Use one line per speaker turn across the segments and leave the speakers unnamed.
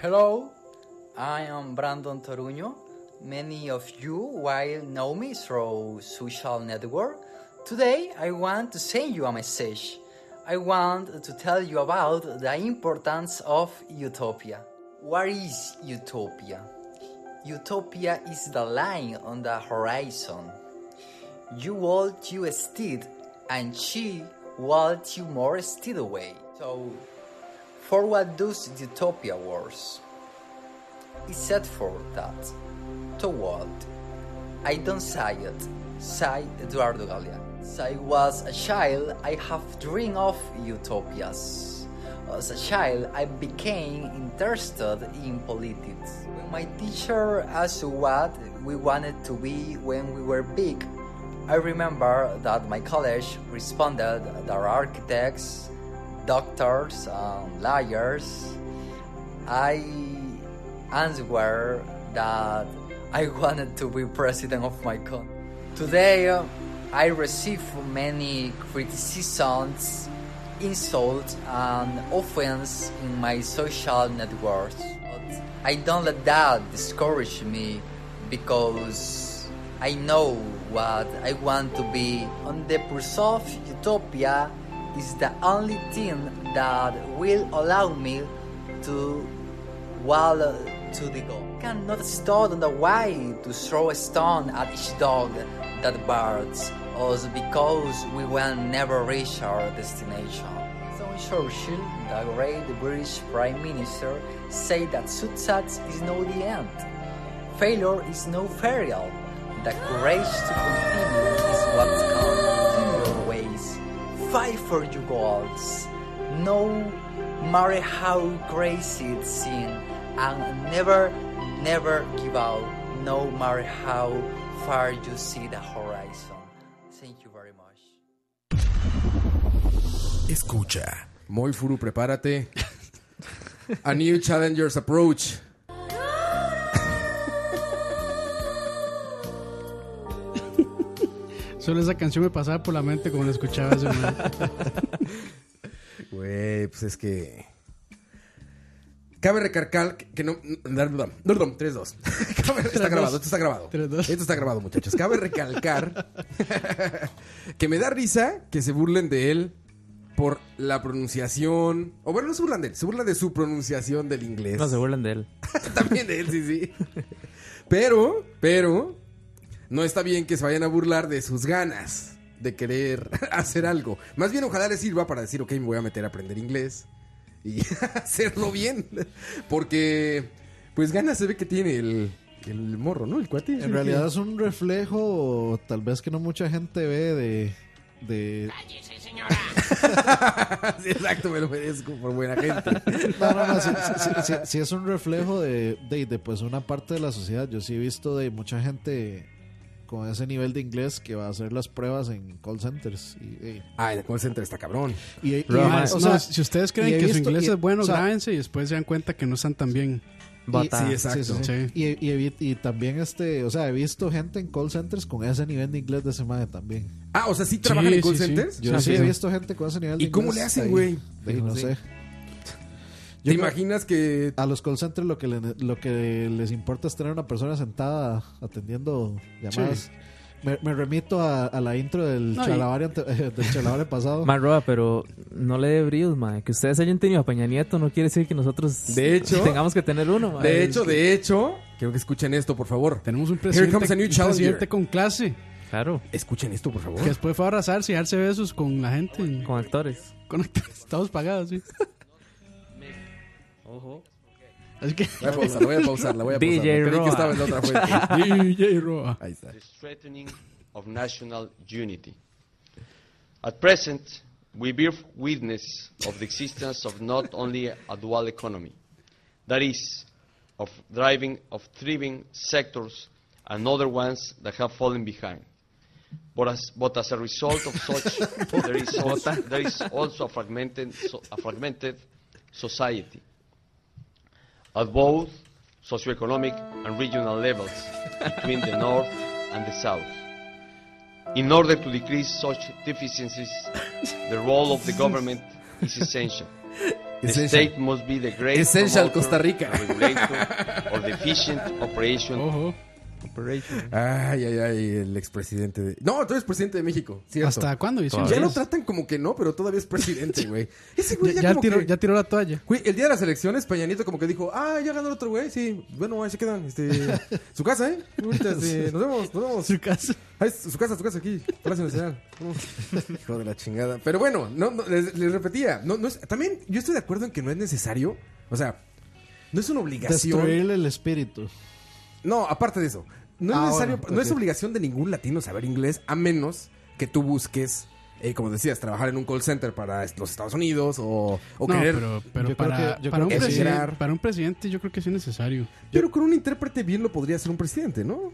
Hello, I am Brandon Toruño. Many of you will know me through social network. Today, I want to send you a message. I want to tell you about the importance of utopia. What is utopia? Utopia is the line on the horizon. You walk you steed, and she walked you more steed away. So, for what does utopia works? It's said for that. Toward. I don't say it, said Eduardo Galeano. Since I was a child, I have dreamed of utopias. As a child, I became interested in politics. When my teacher asked what we wanted to be when we were big, I remember that my college responded there are architects, doctors, and lawyers. I answered that I wanted to be president of my country. Today, I receive many criticisms, insults, and offense in my social networks. But I don't let that discourage me because I know what I want to be. On the pursuit of utopia is the only thing that will allow me to walk to the goal. I cannot stand on the way to throw a stone at each dog that barks us because we will never reach our destination. Winston Churchill, the great British Prime Minister, said that success is not the end. Failure is no burial. The courage to continue is what counts. In your ways, fight for your goals. No matter how crazy it seems, and never, never give out. No matter how far you see the horizon. Thank you very much.
Escucha. Muy Furu, prepárate. A new challenger's approach.
Solo esa canción me pasaba por la mente como la escuchaba ese man.
Güey, pues es que. Cabe recargar que no. Perdón, 3-2. Cabe- Está
dos.
grabado, esto está grabado.
Tres, dos.
Esto está grabado, muchachos. Cabe recalcar que me da risa que se burlen de él por la pronunciación. O bueno, no se burlan de él, se burlan de su pronunciación del inglés.
No se burlan de él.
También de él, sí, sí. Pero, pero, no está bien que se vayan a burlar de sus ganas de querer hacer algo. Más bien, ojalá les sirva para decir, ok, me voy a meter a aprender inglés y hacerlo bien. Porque, pues, ganas se ve que tiene el, el morro, ¿no? El cuate.
En realidad es un reflejo, tal vez que no mucha gente ve de. de...
Sí, exacto, me lo merezco por buena gente.
No, no, no, sí, sí, sí, sí- sí es un reflejo de, de, de, pues una parte de la sociedad. Yo sí he visto de mucha gente con ese nivel de inglés que va a hacer las pruebas en call centers. Y, y-
Ah, en el call center está cabrón.
y- y-
Pero,
y-
ma,
Ah,
o
no,
sea,
si ustedes
y
creen
he
que su
visto-
inglés
y-
es bueno,
o sea,
grábense y después se dan cuenta que no están tan bien.
Bota.
Sí, exacto.
Sí, sí, sí. Y, y evi- y también este, o sea, he visto gente en call centers con ese nivel de inglés de ese maje también.
Ah, o sea, sí trabajan
Sí,
en call
sí, sí.
centers.
Yo
O sea,
sí
sí,
he
sí.
visto gente con ese nivel de
¿Y cómo
inglés
le hacen,
ahí.
güey?
De- No
Sí.
sé.
¿Te
Yo creo-
imaginas que
A los call centers lo que, le- lo que les importa es tener una persona sentada atendiendo llamadas. Me, me remito a, a la intro del
No, y-
chalabario ante- eh, del chalabario pasado.
Más roba, pero no le dé bríos, ma. Que ustedes hayan tenido a Peña Nieto no quiere decir que nosotros
De hecho-
tengamos que tener uno, ma.
De
Es
hecho,
que-
de hecho, quiero que escuchen esto, por favor.
Tenemos un
Here
presidente,
comes a new
un
challenger.
presidente con clase.
Claro,
Escuchen esto, por
Que
favor.
después fue a abrazarse y darse besos con la gente.
con actores.
Con actores. Todos pagados, sí.
Ojo.
Así que.
Voy a pausar, voy a pausar, la voy a pausar.
DJ
Creí que
Roa.
estaba en la otra fuente.
DJ Roa.
Ahí está.
the strengthening of national unity. At present, we bear witness of the existence of not only a dual economy, that is, of driving of thriving sectors and other ones that have fallen behind. But as, but as a result of such, there is also, there is also a, fragmented, so, a fragmented society at both socioeconomic and regional levels between the North and the South. In order to decrease such deficiencies, the role of the government is essential. The
Essential.
state must be the great
Essential
promoter
Costa Rica. Oh.
and regulator of the efficient operation
Ojo.
Ay, ay, ay, el expresidente de... No, tú eres presidente de México, ¿cierto?
¿Hasta cuándo? Diciembre?
Ya lo tratan como que no, pero todavía es presidente, güey. Ese güey
Ya,
ya,
ya
como
tiró,
que-
ya tiró la toalla.
Güey, el día de las elecciones, Peña Nieto como que dijo, ah, ya ganó el otro güey, sí, bueno, ahí se quedan, este, su casa, ¿eh? Ahorita, este, nos vemos, nos vemos.
Su casa.
Ahí es su casa, su casa aquí, Palacio Nacional. Vamos. Hijo de la chingada. Pero bueno, no, no, les, les repetía, no, no es, también yo estoy de acuerdo en que no es necesario, o sea, no es una obligación.
Destruirle el espíritu.
No, aparte de eso, no es
Ah,
necesario,
bueno,
no es
ok.
obligación de ningún latino saber inglés, a menos que tú busques, eh, como decías, trabajar en un call center para los Estados Unidos o, o
no,
querer...
pero, pero
yo creo
para,
que- yo
para un
creo
que sí.
presidente, para un presidente yo creo que sí es necesario.
Pero con un intérprete bien lo podría hacer un presidente, ¿no?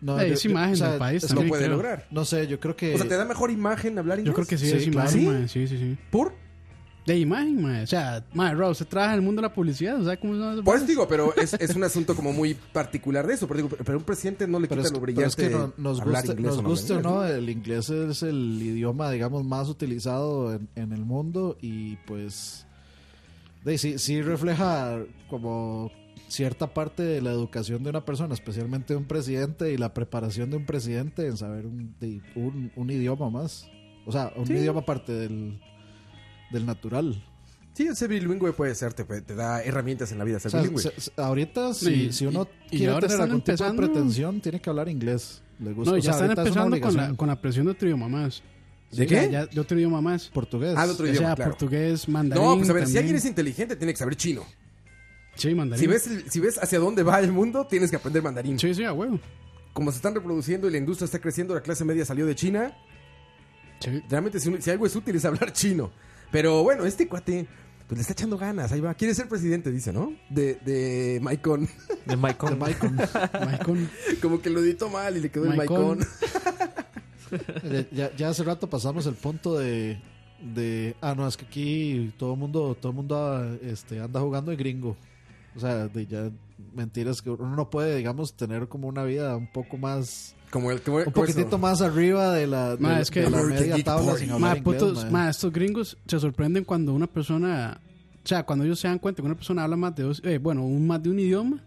No,
Eh,
yo-
es
yo-
imagen
o sea,
del país.
es-
Lo
también,
puede
creo.
lograr.
No sé, yo creo que.
O sea, te da mejor imagen hablar inglés.
Yo creo que sí,
Sí,
es imagen,
claro.
mae, sí, sí, sí.
¿Por?
De imagen, mae. O sea, mae, Rob, usted trabaja en el mundo de la publicidad, o sea, ¿cómo no?
Por eso digo, pero es, es un asunto como muy particular de eso. Pero, digo, pero un presidente no le
Pero
quita
es,
lo
pero
brillante
es que no- nos
hablar
guste,
inglés
nos
o no
guste o
hablar
no,
inglés,
el inglés es el idioma, digamos, más utilizado en, en el mundo y pues de, sí, sí refleja como cierta parte de la educación de una persona, especialmente de un presidente y la preparación de un presidente en saber un, de- un- un idioma más. O sea, un idioma aparte del, del natural.
¿no? Sí, ser bilingüe puede ser, te, te da herramientas en la vida ser
O sea,
bilingüe.
se- se- ahorita, si,
Y-
si uno
y- y
quiere
ahora
tener
están
algún tipo de
empezando-
pretensión, tiene que hablar inglés. Le gusta.
No,
Pues, o sea,
ya están
ahorita es una
empezando con la,
obligación.
con la presión de otro idioma más.
¿De
O sea,
qué?
ya de otro idioma más.
portugués.
Ah, de otro
O
idioma,
sea,
claro.
portugués, mandarín.
No, pues a ver, si
también.
alguien es inteligente, tiene que saber chino.
Sí, mandarín.
Si ves, el- si ves hacia dónde va el mundo, tienes que aprender mandarín.
Sí, sí, a huevo.
Como se están reproduciendo y la industria está creciendo, la clase media salió de China,
Sí.
Realmente, si, si algo es útil es hablar chino. Pero bueno, este cuate, pues le está echando ganas. Ahí va. Quiere ser presidente, dice, ¿no? De, de Maicon.
De Michael.
De Maicon.
Maicon.
Como que lo editó mal y le quedó el
Maicon.
Maicon.
Ya- Eh, ya, ya hace rato pasamos el punto de, de ah no es que aquí todo el mundo todo mundo ah, este anda jugando de gringo. O sea, de ya mentiras que uno no puede, digamos, tener como una vida un poco más
Como el como,
un
como eso.
poquitito más arriba de la de,
Ma, es que-
de la
American
media
Geek
tabla
Party.
sin
Ma,
hablar inglés,
putos,
ma.
ma, estos gringos se sorprenden cuando una persona, o sea, cuando ellos se dan cuenta que una persona habla más de dos, eh, bueno, un, más de un idioma,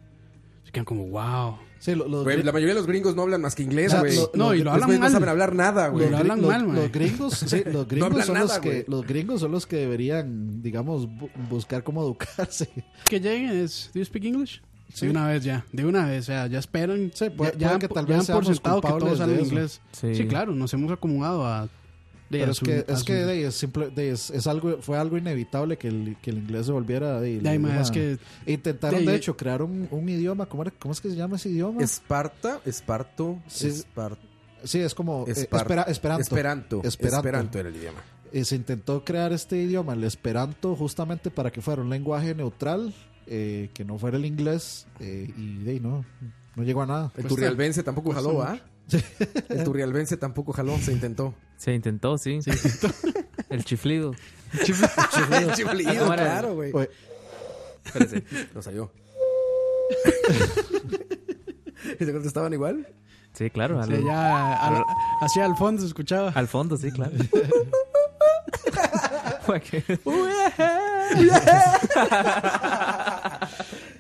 se quedan como, wow.
Sí, lo- los,
Güey,
gri-
la mayoría de los gringos no hablan más que inglés,
Ah,
güey.
lo-
no, y lo
Los
hablan
güeyes
mal.
no saben hablar nada, güey.
Lo hablan-
los-
mal, ma.
los gringos, sí, los gringos
hablan
son los
nada,
que
güey.
los gringos son los que deberían, digamos, bu- buscar cómo educarse.
Que lleguen es, ¿do you speak English? De una vez ya, de una vez, o sea, ya esperan.
Sí, puede-
ya, ya
puede
han-
que tal
ya
vez
han
seamos
por sentado que
culpables
todos
de
hablan
eso.
inglés.
Sí.
Sí. claro, nos hemos acomodado a. de,
Pero
a
es
su-
que,
a
es,
su-
que de, es simple, de, es, es algo, fue algo inevitable que el, que el inglés se volviera de, el
De ahí, ma,
idioma.
es que-
intentaron
de-
de, hecho crear un, un idioma, ¿cómo, era- cómo es que se llama ese idioma?
Esparta, Esparto,
Sí.
Esparto.
sí, es como eh,
Espar-
espera- esperanto.
Esperanto.
Esperanto.
Esperanto era el idioma.
Eh, se intentó crear este idioma, el esperanto, justamente para que fuera un lenguaje neutral, eh, que no fuera el inglés eh, y de ahí no, no llegó a nada.
El turrialbense
pues
tampoco jaló, ¿ah? El turrialbense tampoco jaló, se intentó.
Se intentó, sí. el chiflido.
El chiflido,
Ahora,
claro, güey.
Oye,
Espérense, nos salió. ¿Y se contestaban igual?
Sí, claro.
Sí,
al-
ya, al- hacia el fondo se escuchaba.
Al fondo, sí, claro. Fue que-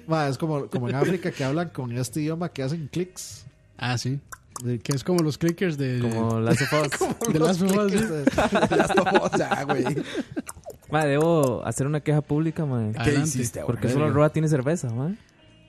ma, es como, como en África que hablan con este idioma que hacen clics.
Ah, sí. De que es como los clickers de.
Como Last of Us.
de las bombas, sí.
Las tomó, o sea, güey. ¿Qué
Madre, debo hacer una queja pública, madre.
Adelante.
hiciste, ahora?
Porque solo Roa tiene cerveza, madre.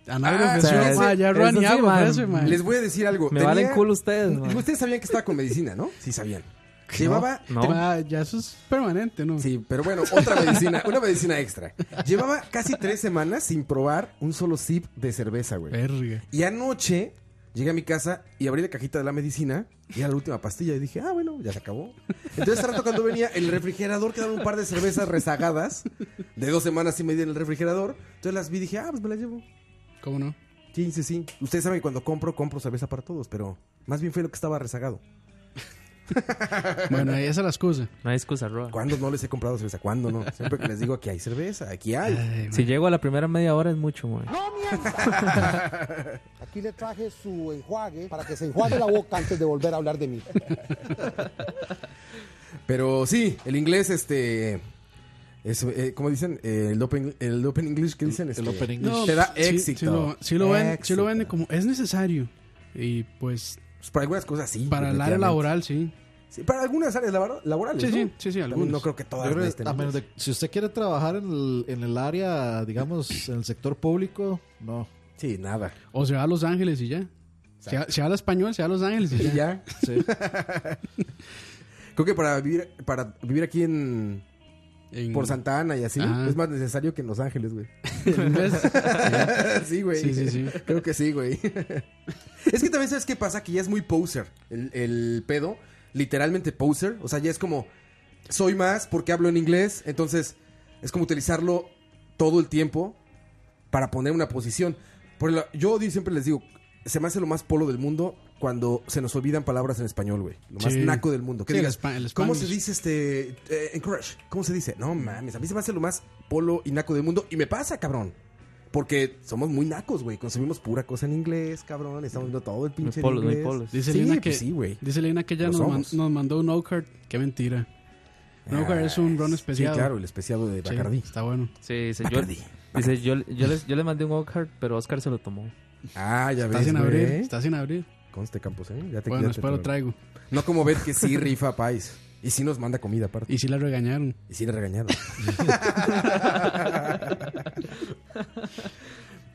A nadie
Ah,
le
o sea,
ofreció, ma,
ese-
ya Ruan
eso
ni
sí,
agua
man.
ofrece, ma.
Les voy a decir algo.
Me
Tenía-
valen culo ustedes, madre.
Pues Ustedes sabían que estaba con medicina, ¿no? Sí, sabían. Mm. Llevaba.
No.
Ma, Ah, ya eso es permanente, ¿no?
Sí, pero bueno, otra medicina, una medicina extra. Llevaba casi tres semanas sin probar un solo sip de cerveza, güey.
Verga.
Y anoche llegué a mi casa y abrí la cajita de la medicina y era la última pastilla. Y dije, ah, bueno, ya se acabó. Entonces, hace rato cuando venía, el refrigerador quedaron un par de cervezas rezagadas de dos semanas y media en el refrigerador. Entonces las vi y dije, ah, pues me las llevo.
¿Cómo no?
Sí, sí, sí. Ustedes saben que cuando compro, compro cerveza para todos, pero más bien fue lo que estaba rezagado.
Bueno, esa es la excusa.
No hay excusa, Roa.
¿Cuándo no les he comprado cerveza? ¿Cuándo no? Siempre que les digo aquí hay cerveza, aquí hay.
Ay, ma.
Si llego a la primera media hora es mucho, madre.
Aquí le traje su enjuague para que se enjuague la boca antes de volver a hablar de mí.
Pero sí, el inglés, este. Eso, eh, ¿Cómo dicen? Eh, el, open, el Open English, ¿qué dicen?
El
Este,
Open English.
No, pues,
Te da
sí-
éxito.
Sí, lo, sí lo ven, sí
Éxito.
lo venden como es necesario. Y pues
pues, para algunas cosas sí.
para el área
definitivamente.
laboral, sí.
Sí, para algunas áreas labor- laborales.
Sí,
¿no?
sí, sí, sí,
También
algunas.
No creo que todas este
Yo creo que
necesiten
a menos
inglés.
de- si usted quiere trabajar en el, en el área, digamos, en el sector público, no.
Sí, nada.
O se va a Los Ángeles y ya. Se, ha- se habla español, se va a Los Ángeles y ya.
Y ya.
Sí.
Creo que para vivir, para vivir aquí en.
En-
Por Santa Ana y así,
Mm. Ajá.
es más necesario que en Los Ángeles, güey.
en inglés.
sí, güey.
Sí, sí, sí.
Creo que sí, güey. es que también sabes qué pasa, que ya es muy poser el, el pedo. Literalmente poser. O sea, ya es como, soy más porque hablo en inglés. Entonces, es como utilizarlo todo el tiempo para poner una posición. Por el- yo di- siempre les digo, se me hace lo más polo del mundo cuando se nos olvidan palabras en español, güey. Lo más
Sí.
naco del mundo. Que
Sí, el
digas,
spa- el
¿cómo se
Spanish.
dice este eh, encourage? ¿Cómo se dice? No mames, a mí se me hace lo más polo y naco del mundo. Y me pasa, cabrón. Porque somos muy nacos, güey. Consumimos pura cosa en inglés, cabrón. Estamos viendo todo el pinche en
polos, muy
inglés.
polos.
Dice
Sí,
Lina que
pues sí, güey.
Dice Lina que ya
Lo
nos, man-
somos.
nos mandó un no card. Qué mentira. No card es un ron especial.
Ah, Sí, claro, el especiado
Sí,
de Bacardí.
está bueno.
Sí, dice, yo,
Bacardí.
dice yo, yo, les, yo le mandé un Oscar, pero Oscar se lo tomó.
Ah, ya
Está
ves,
sin abrir.
güey.
Está sin abrir.
Conste, Campos, ¿eh? Ya te
Bueno,
ya te-
después lo traigo.
No como ver que sí rifa país. Y sí nos manda comida aparte.
Y sí la regañaron.
Y sí le regañaron.
Sé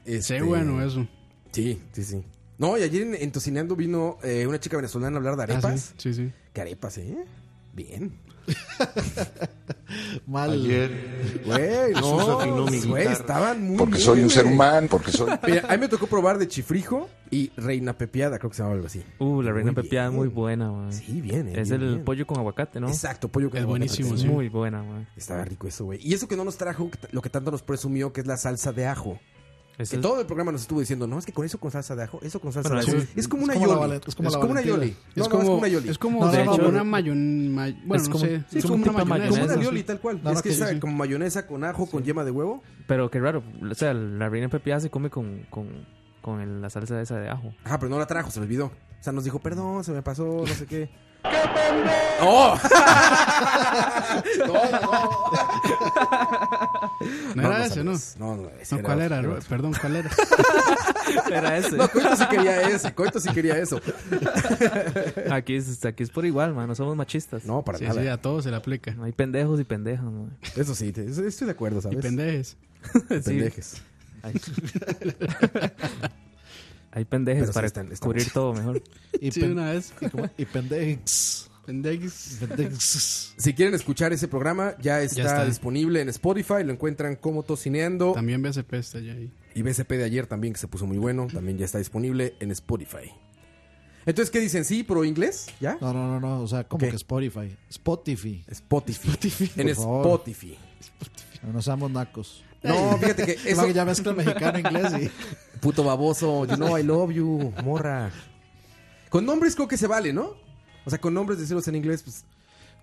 Este,
bueno eso.
Sí, sí, sí. No, y ayer en, en Tocinando vino eh, una chica venezolana a hablar de
Ah, sí,
arepas.
sí, sí.
¿Qué arepas, eh? Bien.
Mal.
Güey, no, güey, estaban muy
Porque
bien,
soy un
güey.
ser humano, porque soy...
Mira, a mí me tocó probar de chifrijo y reina pepiada, creo que se llama algo así.
Uh, la reina
Muy
pepiada
bien.
muy buena, man.
Sí, bien, eh,
es
bien,
el
bien.
pollo con aguacate, ¿no?
Exacto, pollo con
Es
aguacate.
buenísimo,
Es
sí.
muy buena, man.
Estaba rico eso, güey. Y eso que no nos trajo lo que tanto nos presumió, que es la salsa de ajo.
Es
Que
el-
todo el programa nos estuvo diciendo, no, es que con eso con salsa de ajo, eso con salsa
Bueno,
de ajo.
sí.
Es como
Es
una
como la
yoli.
vale- es como la
una
valentina.
yoli. No, no, es como una yoli.
es como,
No, no,
de
no,
hecho,
no.
una mayon, may- bueno,
Es
no
como-
sé,
Sí,
es
como,
tipo
una mayonesa. Como una
mayonesa,
yoli,
sí.
tal cual.
No,
es
no,
que
sí,
esa
sí.
como mayonesa con ajo, con yema de huevo.
Pero qué raro. O sea, la reina pepiada se come con, con, con el- la salsa esa de ajo.
Ajá, pero no la trajo, se le olvidó. O sea, nos dijo, perdón, se me pasó, no sé qué. ¡Qué ¡Oh!
No, era ese, ¿no?
sabes. No, no, ese
No, ¿cuál era?
otro,
Ro- Perdón, ¿cuál era?
Era ese.
No, Coito sí quería ese, Coito sí quería eso.
pues, Aquí es, aquí es por igual, man. No somos machistas.
No, para
Sí,
nada.
sí, a todos se le aplica.
Hay pendejos y pendejas, man.
Eso sí, te- eso- estoy de acuerdo,
Y
¿sabes?
pendejes.
Pendejes.
Hay, Hay pendejes
Pero sí
para
están- están-
cubrir todo mejor.
Y,
Sí,
pen-
una vez.
y como- y pendejes.
Pendejes.
Pendejes.
Si quieren escuchar ese programa, ya está,
está.
disponible en Spotify. Lo encuentran como Tocineando.
Oh.
También BCP está allá este ahí.
Pues,
Y BCP de ayer también, que se puso muy bueno. También ya está disponible en Spotify. Entonces, ¿qué dicen? ¿Sí, pro inglés? ¿Ya?
No, no, no, no. O sea, como
Ok.
que Spotify. Spotify.
Spotify. En
por favor.
Spotify.
No seamos nacos.
No, fíjate que eso...
Eso que ya mezcla mexicano e inglés y.
Puto baboso, you know I love you, morra. Con nombres creo que se vale, ¿no? O sea, con nombres decirlos en inglés, pues...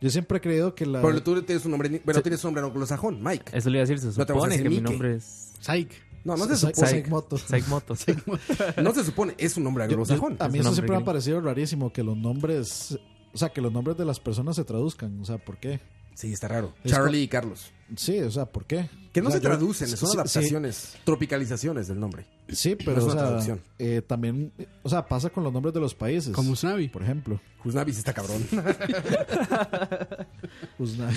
Yo siempre he creído que la.
Pero tú tienes un nombre... ni- Bueno, tienes un nombre anglosajón, Mike.
Eso le iba a decir. Se
No te vamos a
supone
decir
que mi
Mickey.
nombre es
Psych.
No, no se
Psych-
supone.
Psych Moto.
Psych Moto.
No se supone, es un nombre anglosajón.
A mí
Es un
eso
hombre
siempre me ha
gringo.
parecido rarísimo que los nombres. O sea, que los nombres de las personas se traduzcan. O sea, ¿por qué?
Sí, está raro.
Es
Charlie y Carlos.
Sí, o sea, ¿por qué?
Que no
O sea,
se
yo-
traducen, son
sí,
adaptaciones, tropicalizaciones del nombre.
Sí, sí,
No
pero
es
o
una
sea,
traducción.
eh, también. O sea, pasa con los nombres de los países.
Como Usnavi.
Por ejemplo,
Husnavis está cabrón.
Usna-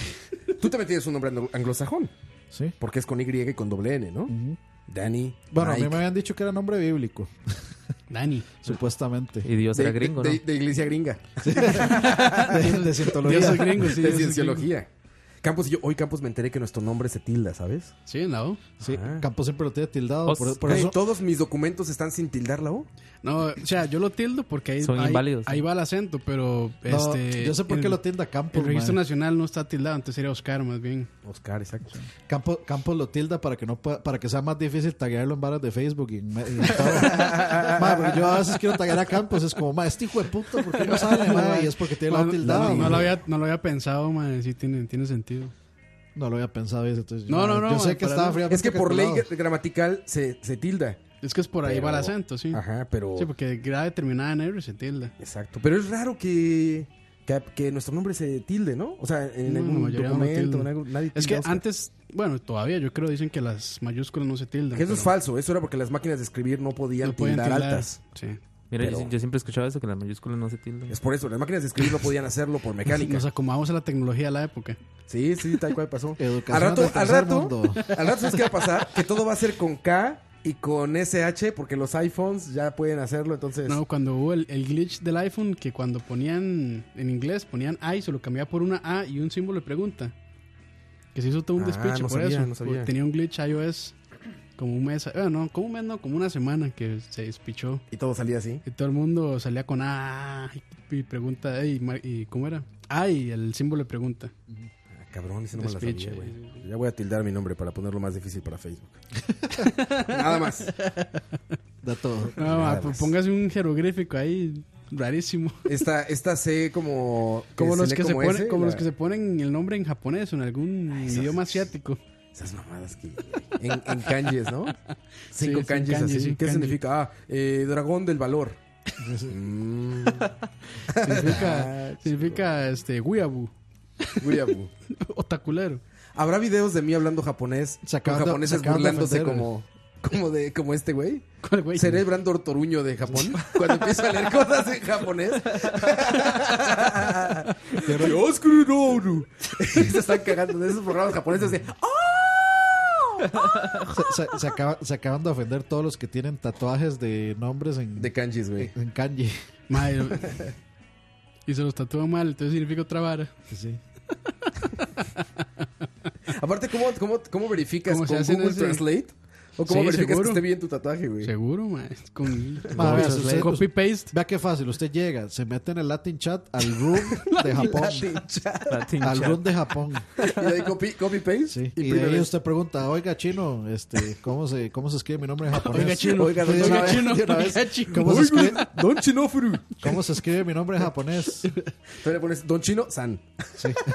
Tú también tienes un nombre anglo- anglosajón,
Sí.
porque es con Y y con doble N, ¿no? Danny.
Bueno, a
Mike.
mí me habían dicho que era nombre bíblico,
Dani.
supuestamente.
Y Dios era
de,
gringo,
de-
¿no?
de- de iglesia gringa,
Ah,
de, de cientología.
Dios es gringo, sí.
de
Dios es
cienciología. Campos y yo, hoy Campos me enteré que nuestro nombre se tilda, ¿sabes?
gringo. Sí, en la O.
Sí,
Ah.
Campos siempre lo tiene tildado.
Os-
Por, por
Güey,
eso,
Todos mis documentos están sin tildar la O.
No, o sea, yo lo tildo porque ahí,
Son
ahí-
inválidos.
ahí va el acento, pero
no,
este,
yo sé por qué
el-
lo tilda Campos.
El registro
mae.
nacional no está tildado, antes sería Oscar más bien.
Oscar, exacto.
Campo- Campos lo tilda para que no pueda- para que sea más difícil taguearlo en varas de Facebook y, en- y en todo. Mae, porque yo a veces quiero taguear a Campos, es como, ma, este hijo de puta, ¿por qué no sale? mae?" Y es porque tiene la
Bueno,
tildada.
no, no
mae.
lo había, no lo había pensado, man, sí tiene, tiene sentido.
No lo había pensado. eso, entonces,
No,
yo-
no, no,
Yo
mae,
sé que
para
estaba
nada.
fríamente
Es que por ley
calculado.
gramatical se, se tilda.
Es que es por ahí
Pero-
va el acento, sí.
Ajá, pero.
Sí, porque grave terminada en R se tilda.
Exacto. Pero es raro que. Que, que nuestro nombre se tilde, ¿no? O sea,
No, Mm,
en
la
algún
mayoría no
documento, en
tildan.
algún- nadie
Es
tilda
que
Oscar.
antes, bueno, todavía yo creo dicen que las mayúsculas no se tildan.
Que eso es
pero
falso, eso era porque las máquinas de escribir no podían
no pueden
tildar
tildar.
altas.
Sí.
Mira, yo,
Pero-
yo siempre he escuchado eso, que las mayúsculas no se tildan.
Es por eso, las máquinas de escribir no podían hacerlo por mecánica.
Nos acomodamos a la tecnología de la época.
Sí, sí, tal cual pasó.
Educación
Al rato,
del
al
tercer
rato,
mundo.
al rato, ¿sabes qué va a pasar? Que todo va a ser con K y con SH, porque los iPhones ya pueden hacerlo, entonces.
No, cuando hubo el, el glitch del iPhone, que cuando ponían en inglés, ponían A y se lo cambiaba por una A y un símbolo de pregunta. Que se hizo todo un
Ah,
despiche
no
por
sabía,
eso.
no sabía.
Tenía un glitch iOS como un mes, ah, no, como un mes, no, como una semana que se despichó.
Y todo salía así.
Y todo el mundo salía con A y, y pregunta, "Ey, ma- ¿y cómo era? A y el símbolo de pregunta.
Ah, cabrón, ese no me la
Despiche.
sabía, güey. Ya voy a tildar mi nombre para ponerlo más difícil para Facebook. Nada más.
Da todo.
No,
Nada
ah, pues
más.
póngase un jeroglífico ahí, rarísimo.
Esta, esta C como.
Como los
lee
que se
como
ponen,
S,
como los
la-
que se ponen el nombre en japonés o en algún
esas-
idioma asiático.
Esas mamadas que. En, en kanjis, ¿no? Cinco
sí,
kanjis
kanji,
así.
sí,
¿Qué
kanji.
significa? Ah, eh, dragón del valor. Mm,
Significa,
Ah,
significa este weeaboo,
weeaboo.
otaculero.
¿Habrá videos de mí hablando japonés?
Se
con
acaban de-
japoneses
se acaban de
burlándose
ofender.
como, como, de, como este güey.
¿Cuál güey?
¿Seré el Brandon Toruño de Japón? Cuando empiezo a leer cosas en japonés. Yosuke Noru. Se están cagando de esos programas japoneses de...
Se, se- se acaba- se acaban de ofender todos los que tienen tatuajes de nombres en,
De kanjis, güey.
en kanji.
Madre, y se los tatúan mal, entonces significa otra vara.
Sí.
Aparte, ¿cómo, cómo, cómo verificas
¿Cómo se
con
hacen
Google
ese?
Translate? ¿O cómo
Sí,
verificas
seguro.
que esté bien tu tatuaje, güey?
Seguro, mae, es Con
Ma, vea,
con-
usted-
copy paste.
Vea qué fácil, usted llega, se mete en el Latin chat al room de Japón.
Latin
Al
chat.
room de Japón.
Y le doy copy, copy paste.
Sí.
Y,
Y, de
primero
ahí usted pregunta, oiga chino, este, ¿cómo se, cómo se escribe mi nombre en japonés?
Oiga chino,
Oiga,
oiga,
de una vez,
chino,
de una
oiga,
vez.
chino.
¿Cómo se escribe?
Don Chinofuru. Entonces
¿Cómo se escribe mi nombre en japonés?
le pones Don Chino San.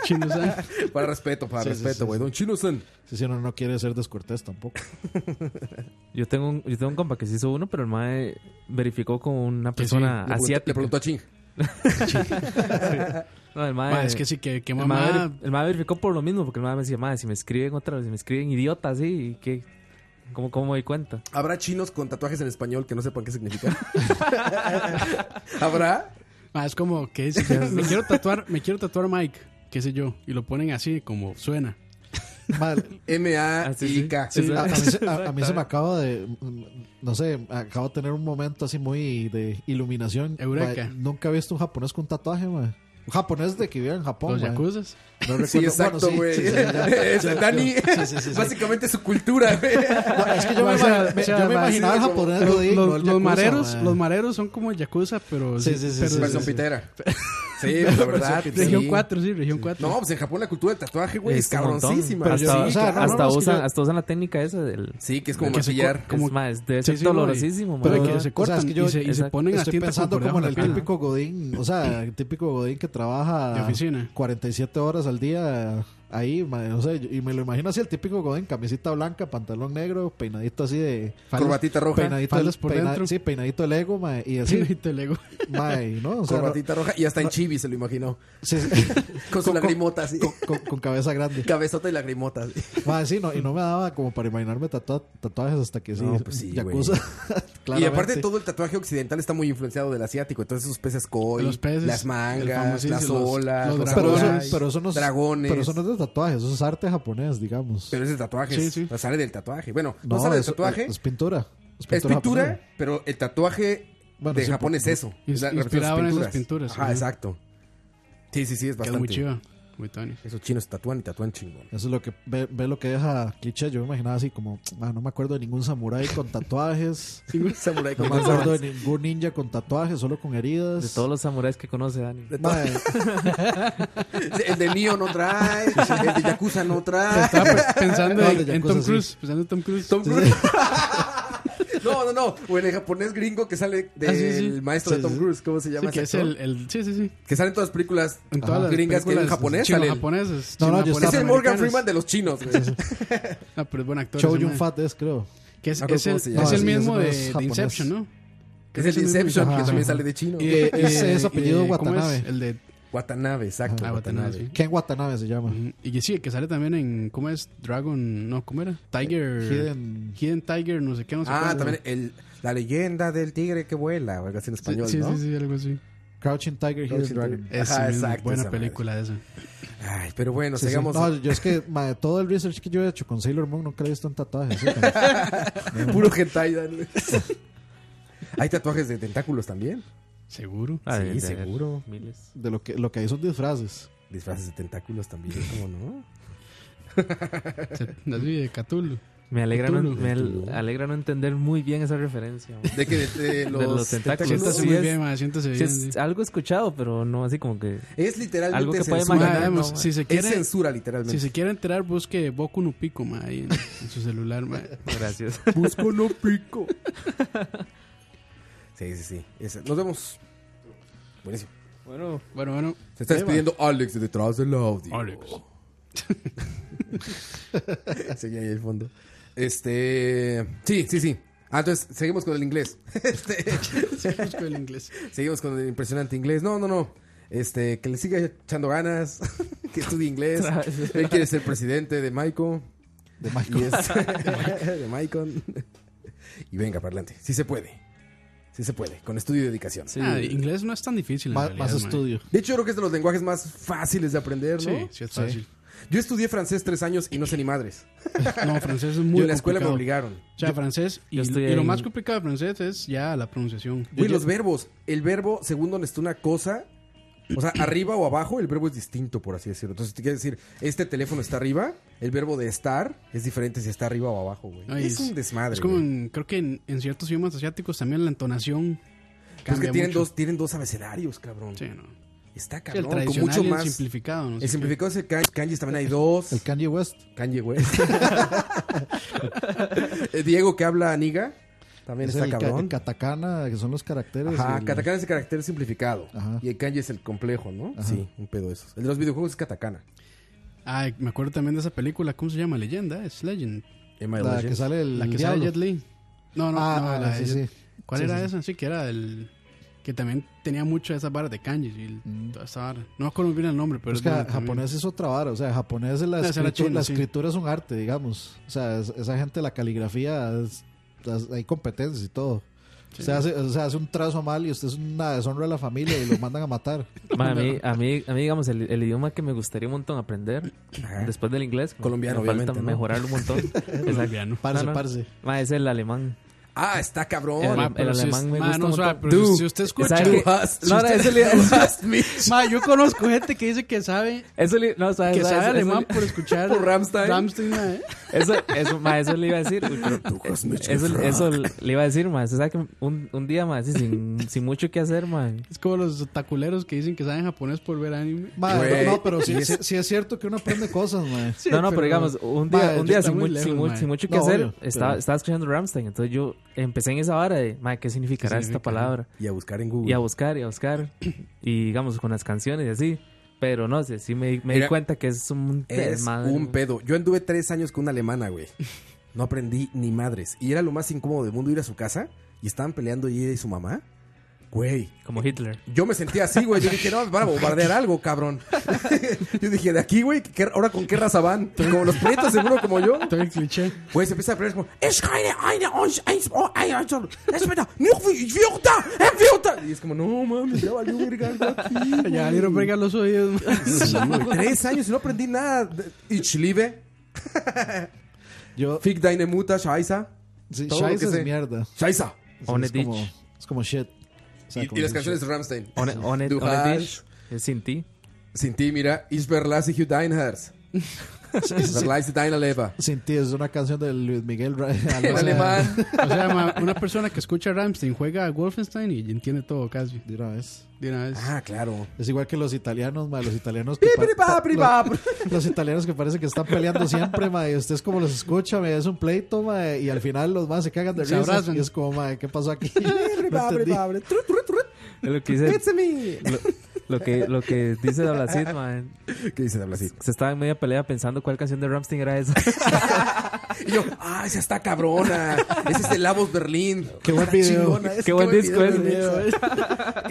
Chino, ¿sabe?
Para respeto, para
Sí, sí,
respeto,
sí, Ah,
güey. Don Chino San.
Si si no, no quiere ser descortés tampoco.
Yo tengo, un, yo tengo un compa que se hizo uno, pero el mae verificó con una
Que sí,
persona
Le preguntó- Le
asiática.
preguntó a Ching.
No, el mae,
Ma, es que sí, que, que
el, mae
mamá.
veri- el mae verificó por lo mismo, porque el mae me decía, mae, si me escriben otra, si me escriben idiota, sí, ¿qué? ¿Cómo, ¿Cómo me doy cuenta?
¿Habrá chinos con tatuajes en español que no sepan qué significa?
Ah,
¿Habrá?
ma, es como que dice, me quiero tatuar, me quiero tatuar Mike, qué sé yo, y lo ponen así como suena.
Mal.
Ah, sí,
M-A-I-K.
sí. Sí,
A, a mí, se- a- a mí se me acaba de, mm, no sé, acabo de tener un momento así muy de iluminación.
Eureka.
Ma, nunca he visto un japonés con tatuaje, ma. Un japonés de que vive en Japón,
Los
ma.
yacuzas.
No
Sí,
recuerdo-
exacto,
bueno, sí,
güey.
sí, sí, ya.
Es el Dani.
Sí, sí, sí, sí.
Básicamente su cultura, güey.
No, es que yo me,
O sea,
me-
o sea,
yo me
ma,
imaginaba el japonés
Los,
godín,
los-
no el
los
yakuza,
mareros,
ma.
los mareros son como yakuza, pero
Sí, sí, sí, pues,
pero-
sí,
Versión
sí.
pitera. Sí, la verdad. sí.
Región 4, sí, región 4.
No, pues en Japón la cultura del tatuaje, güey, es,
un Este montón.
cabroncísima.
Hasta,
sí, o sea, no, no,
hasta
no, es que
usan,
yo-
hasta usan la técnica esa del...
Sí, que es como
Que se
maquillar.
Como-
es más, debe
Sí,
ser
sí, no,
dolorosísimo, mae.
Pero
Pero-
que se
o sea,
cortan
es que yo-
y, se, y se
exacto.
ponen las
Estoy
tintas
pensando como
por
en
debajo
el
de la piel.
típico Godín, o sea, el típico Godín que trabaja
De oficina.
47 horas al día ahí, ma, no sé, y me lo imagino así el típico Godín, camisita blanca, pantalón negro, peinadito así de
Corbatita roja.
peinadito,
Faldas por
peina-
dentro.
sí, peinadito el ego, ma, y
Sí,
así,
y te lego.
ma, y no, o sea, no-
Corbatita roja. Y hasta en chibi se lo imaginó.
sí, sí,
Con su lagrimota, así.
con, con- con cabeza grande.
Cabezota y lagrimota. así.
Ma, sí, no, y no me daba como para imaginarme tatua- tatuajes hasta que sí,
No, pues sí,
Yakuza,
Y aparte
claramente.
todo el tatuaje occidental está muy influenciado del asiático. Entonces sus peces koi,
Los peces,
las
el
mangas,
famosísimo,
las
los-
olas,
los
los
pero
dragones.
eso,
samuráis,
pero eso no es,
dragones.
Pero eso no es de tatuajes, eso es arte japonés, digamos.
Pero es de tatuajes.
Sí, sí.
O sea, sale del tatuaje. Bueno, no, sale del
es-
tatuaje.
eh, Es, pintura. Es
es
pintura.
pintura,
japonesa.
pero el tatuaje
Bueno,
de
sí, pues,
Japón
por-
es eso.
ins-
Es la-
inspirado en esas pinturas,
Ajá,
ajá.
exacto. Sí, sí, sí, es
Quedó muy
bastante.
chiva. Muy Tony.
Esos chinos tatúan y tatúan chingón.
Eso es lo que ve, ve lo que deja cliché. Yo me imaginaba así como, ah, no me acuerdo de ningún samurái con tatuajes.
Samurai
No
con
me acuerdo de ningún ninja con tatuajes, solo con heridas.
De todos los samuráis que conoce Dani.
Madre,
El de Nio no trae, el de Yakuza no trae.
Estaba pe- pensando
No,
en,
de
en
yakuza,
Tom
sí.
Cruise. Pensando en Tom Cruise.
Tom Cruise. No, no, no. O el japonés gringo que sale del
Ah, sí, sí.
maestro de
Sí,
Tom
sí.
Cruise. ¿Cómo se
Sí,
llama
que es
ese
el,
actor?
el. Sí, sí, sí.
Que sale en todas las películas
En todas las
gringas que es
películas,
japonés.
chino
sale el-
japoneses.
No, no, yo
chino
Es el
estaba-
Morgan
americanos.
Freeman de los chinos, güey.
Ah, pero es buen actor.
Chow
ese
Yun
mae.
Fat es, creo.
Que es,
No creo
es
cómo
el,
se llama.
es el
Sí, ese
mismo
no
de,
es
de
japonés.
Inception, ¿no?
Que es el de Inception,
Ajá.
que también sale de chino.
Y- Ese
eh,
es apellido
eh, ¿cómo
Watanabe.
es? El de
Watanabe, exacto.
Ah, Watanabe,
Watanabe.
sí.
Ken Watanabe se llama.
Mm.
Ujú. Y que sí, que sale también en. ¿Cómo es? Dragon. No, ¿cómo era? Tiger.
Hidden-
Hidden Tiger, no sé qué, no sé
Eh, Ah,
cuál.
también el, la leyenda del tigre que vuela, o algo así en
Sí,
español,
sí,
¿no?
sí, sí, algo así.
Crouching Tiger, Hidden
Crouching
Dragon.
Tiger.
Es
Ajá,
exacto,
exacto,
buena
esa madre.
película esa.
Ay, pero bueno,
Sí, sí.
sigamos.
No, yo es que ma, todo el research que yo he hecho con Sailor Moon nunca le he visto un tatuaje. así como-
Puro hentai, Dani. Hay tatuajes de tentáculos también.
¿Seguro?
Ah,
sí,
de- de-
seguro.
Miles.
de lo que, lo que hay son disfraces.
Disfraces de tentáculos también, ¿cómo no?
Así de Cthulhu.
Me alegra, no,
Cthulhu.
me al- alegra no entender muy bien esa referencia. man.
De que de, de los,
los tentáculos.
tentáculos.
Siéntase
sí
muy
es-
bien, ma, siéntese
Sí,
bien. sí.
es algo escuchado, pero no así como que.
Es literalmente
Algo que puede
censura.
Ma,
imaginar,
¿no?
no,
digamos,
ma.
si se
Es
quiere,
censura,
si
literalmente.
se quiere enterar, busque Boku no Pico, ma, ahí en, en su celular, ma.
Gracias.
Busco no pico. Sí, sí, sí. Esa- Nos vemos. Buenísimo.
bueno,
Bueno, bueno. pues.
Se está despidiendo Alex de detrás del audio.
Alex.
Seguía ahí el fondo. Este. Sí, sí, sí. Ah, entonces seguimos con el inglés. Este,
Busco el inglés.
seguimos con el impresionante inglés. No, no, no. Este, que le siga echando ganas. que estudie inglés. Él quiere ser presidente de Maico.
De
Y
Michael.
es- de Maicon. Y venga, parlante. Sí se puede. Sí se puede. Con estudio y dedicación.
sí.
Ah, inglés no es tan difícil. en
Ma-
realidad,
más
ma.
estudio.
De hecho, yo creo que es de los lenguajes más fáciles de aprender, ¿no?
Sí, sí, es fácil.
Yo estudié francés tres años y no sé ni madres.
No, francés es muy complicado.
Yo en la escuela me obligaron.
O sea, francés. Y,
yo estoy
y lo
en-
más complicado de francés es ya la pronunciación.
Güey, los verbos. El verbo, según donde está una cosa, o sea, arriba o abajo, el verbo es distinto, por así decirlo. Entonces, te quiere decir, este teléfono está arriba, el verbo de estar es diferente si está arriba o abajo, güey.
Ay,
es, un desmadre.
Es como,
güey.
en- creo que en, en ciertos idiomas asiáticos también la entonación
Pues es
cambia
que tienen
mucho.
dos, tienen dos abecedarios, cabrón.
Sí, ¿no? Sí,
Está
el
cabrón, con
tradicional
mucho
y el
más.
simplificado. No sé
el
qué.
simplificado es el kan- kanji, también hay dos.
El Kanye West.
Kanye, güey. Eh, Diego que habla niga, también
Es
está
el ca-
cabrón.
el katakana, que son los caracteres.
Ajá,
el-
katakana es el carácter simplificado.
Ajá.
Y el kanji es el complejo, ¿no?
Ajá.
Sí, un pedo eso. El de los videojuegos es katakana.
Ay, me acuerdo también de esa película. ¿Cómo se llama? Leyenda. Es Legend.
Am I
La
Legend?
que sale el
La que
diablo.
sale Jet Li. No, no,
Ah,
no, la de
sí,
Jet-
sí.
¿Cuál
Sí,
era
sí, sí.
esa? Sí, que era el... Que también tenía mucho de esas barras de kanji y el-
Mm.
toda esa vara. No me acuerdo bien el nombre, pero
Pero es que
bueno también.
japonés es otra vara, o sea, japonés es la,
No, esa era
escritu-
china,
la
sí.
escritura es un arte, digamos. O sea, es- esa gente, la caligrafía, es- es- hay competencias y todo.
Sí.
O, sea, hace, o sea, hace un trazo mal y usted es una deshonra a la familia y lo mandan a matar.
ma, a, mí, a, mí, a mí, digamos, el, el idioma que me gustaría un montón aprender
Ajá.
después del inglés. me-
Ah. Colombiano,
me falta
obviamente, ¿no?
mejorar un montón.
Colombiano.
Parce,
No, no.
parce.
Ma, es el alemán.
Ah, está cabrón.
El-
Ma,
el
pero si-
alemán me
ma,
gusta
no,
un
o sea,
montón.
pero si-
Dude,
si usted escucha...
¿sabe qué?
You has-
No, no,
usted-
es el-
you has me.
Ma, yo conozco gente que dice que sabe
Eso le, no, ¿sabes?
que sabe
¿sabes? Eso
alemán
le-
por escuchar
Por Rammstein.
Rammstein, ma, ¿eh?
Eso, eso, ma, eso le iba a decir. uy, pero-
has hecho
eso,
rock.
eso le iba a decir, ma. Usted sabe que un, un día, ma, así sin, sin mucho que hacer, ma.
Es como los taculeros que dicen que saben japonés por ver anime.
Ma,
Güey,
no, no, pero sí,
y es-
sí- sí es cierto que uno aprende cosas, man.
no, no, pero, digamos, un día,
Ma,
un
yo
día
está
sin,
muy
mu-
lejos,
sin mu-
ma.
sin mucho que
No,
hacer,
obvio,
estaba,
pero-
estaba escuchando Ramstein. Entonces yo empecé en esa vara de, ma, ¿qué significará
¿Qué
esta
significa?
palabra?
Y a buscar en
Y
Google.
a buscar, y a buscar. y digamos, con las canciones y así. Pero no sé, sí me, me
Mira,
di cuenta que es un
Es
desmadre,
un
ma.
pedo. Yo anduve tres años con una alemana, güey. No aprendí ni madres. Y era lo más incómodo del mundo ir a su casa y estaban peleando y ella y su mamá. Güey.
Como Hitler.
Yo me sentía así, güey. Yo dije, no, me van a bombardear algo, cabrón. yo dije, de aquí, güey, ¿qué- ahora con qué raza van. Como los prietos, seguro, como yo.
Todo el cliché.
Güey, se empieza a pelear es como, es keine eine, eins, eins, oh, ein, eins, oh, es verdad, nicht wie, ich will da, ich will da. Y es como, no mames, ya valió verga algo aquí. güey".
Ya valieron verga los oídos. ma.
Sí, güey, tres años y no aprendí nada. De- Ich liebe,
Yo,
fick deine Mutter, Scheiße.
sí,
todo lo
Shice
que
es
sé.
mierda. Sí,
Scheiße.
On
es,
a ditch.
como, es como shit. O sea,
Y,
como
y las
shit.
canciones de Rammstein.
On, a- on a-
Du
on a
hast-
dish. Es sin ti.
Sin ti, mira, ich verlasse ich dein Herz. Ich verlasse deine Leber.
Sin ti es una canción de Luis Miguel. Ra-
En alemán.
O sea, ma, una persona que escucha Rammstein juega a Wolfenstein y entiende todo casi.
De una vez.
De una vez.
Ah, claro.
Es igual que los italianos, ma, los italianos que pa-
Pripa, pripa.
los, los italianos que parece que están peleando siempre, ma, y usted es como los escucha, ma, es un pleito, ma, y al final los más se cagan de
Se
risa
abrazan.
y es como, ma, ¿qué pasó aquí? No entendí.
Pripa, pripa. Tru, tru, tru.
Es lo que dice.
It's a me.
lo- Lo que, lo que dice Dablacid, man.
¿Qué dice Habla así?
Se estaba en media pelea pensando cuál canción de Ramstein era esa.
Y yo, ah, esa está cabrona. Ese es de Lavos Berlín.
Qué buen
Está
video.
chingona,
Qué
ese
buen disco
video,
ese.
güey.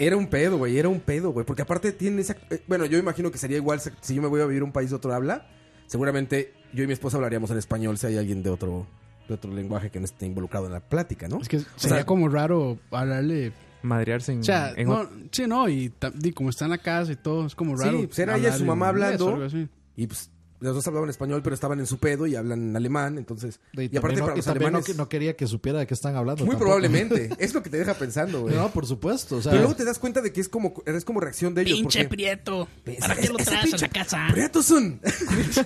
Era un pedo, güey. Era un pedo, güey. Porque aparte tiene esa. eh, Bueno, yo imagino que sería igual se- si yo me voy a vivir a un país de otro habla. Seguramente yo y mi esposa hablaríamos en español si hay alguien de otro, de otro lenguaje que no esté involucrado en la plática, ¿no?
Es que sería
sea-
como raro hablarle.
Madrearse en,
O sea,
en
no,
ot-
sí, no, y, ta- di, como está en la casa y todo, es como
Sí,
raro.
pues era ella y su
hablarle
mamá
en inglés o
hablando.
algo así.
Y pues las dos hablaban español, pero estaban en su pedo y hablan en alemán. Entonces.
Y,
Y,
también
aparte
no-
para
y
los
también
alemanes.
no, no quería que supiera de qué están hablando.
muy
tampoco.
probablemente. Es lo que te deja pensando, güey.
No, por supuesto. O sea,
Pero luego te das cuenta de que es como, es como reacción de ellos.
Pinche
porque-
Prieto.
Ese-
¿Para qué lo
ese
traes a
pinche
la casa?
Pretosun.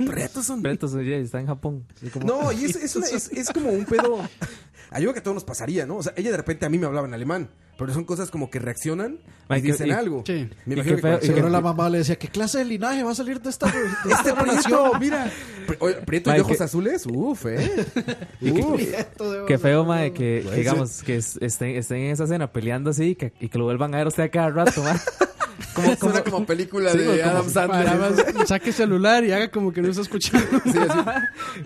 Pretosun.
Pero entonces, oye, está en Japón.
No, y es, es, una- es- es como un pedo. A yo creo que a todos nos pasaría, ¿no? O sea, ella de repente a mí me hablaba en alemán, pero son cosas como que reaccionan y
Ay, que-
dicen
y-
algo.
Sí.
Me
Y
imagino
qué
que
feo-
cuando-
y
seguro la mamá le decía, ¿qué clase de linaje va a salir de esta, de esta
Este
nación?"
prieto, mira. Pri- oye, Prieto y
Ay,
de ojos
que-
azules, uf, eh. Uf.
Qué feo, madre, que, que digamos, que es- estén, estén en esa escena peleando así y que, y que lo vuelvan a ver a usted a cada rato, madre. Como, como,
Suena como película
Sí,
de
como
Adam
si
Sandler.
para, más, saque el celular y haga como que no está escuchando.
Sí, así,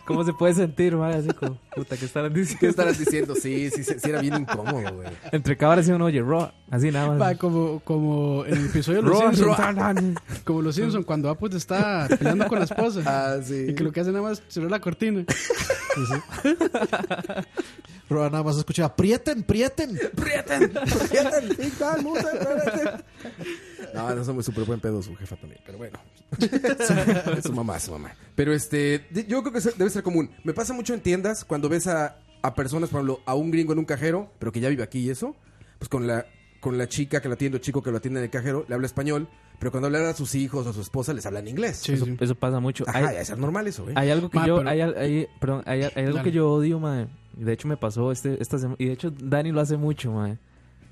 ¿Cómo se puede sentir, madre? Así como, puta, ¿qué estarán
¿Qué
diciendo?
estarás diciendo? Sí, sí, sí, sí, era bien incómodo, güey.
Entre cámaras y uno oye, Raw, así nada
Va,
más.
como, como en el episodio de Los
Raw,
Simpsons.
Raw.
Como Los Simpsons, cuando Apple está peleando con la esposa.
Ah, sí.
Y que lo que hace nada más es cerrar la cortina.
Pero nada más escuchaba, prieten, prieten.
Prieten, prieten, pintan, mutan, prieten. No, no somos súper buen pedo su jefa también, pero bueno. su, su mamá, su mamá. Pero este, de- yo creo que se- debe ser común. Me pasa mucho en tiendas cuando ves a, a personas, por ejemplo, a un gringo en un cajero, pero que ya vive aquí y eso, pues con la con la chica que la atiende o chico que lo atiende en el cajero, le habla español, pero cuando hablan a sus hijos o a su esposa les hablan inglés.
Sí,
Eso-
sí.
Eso pasa mucho.
Ajá,
Hay-
es normal eso, ¿eh? güey.
Hay algo que
Ma,
yo,
pero-
hay, al- hay- perdón, hay, hay algo
Dale.
que yo odio, mae. De hecho me pasó este, esta semana, y de hecho Dani lo hace mucho, mae.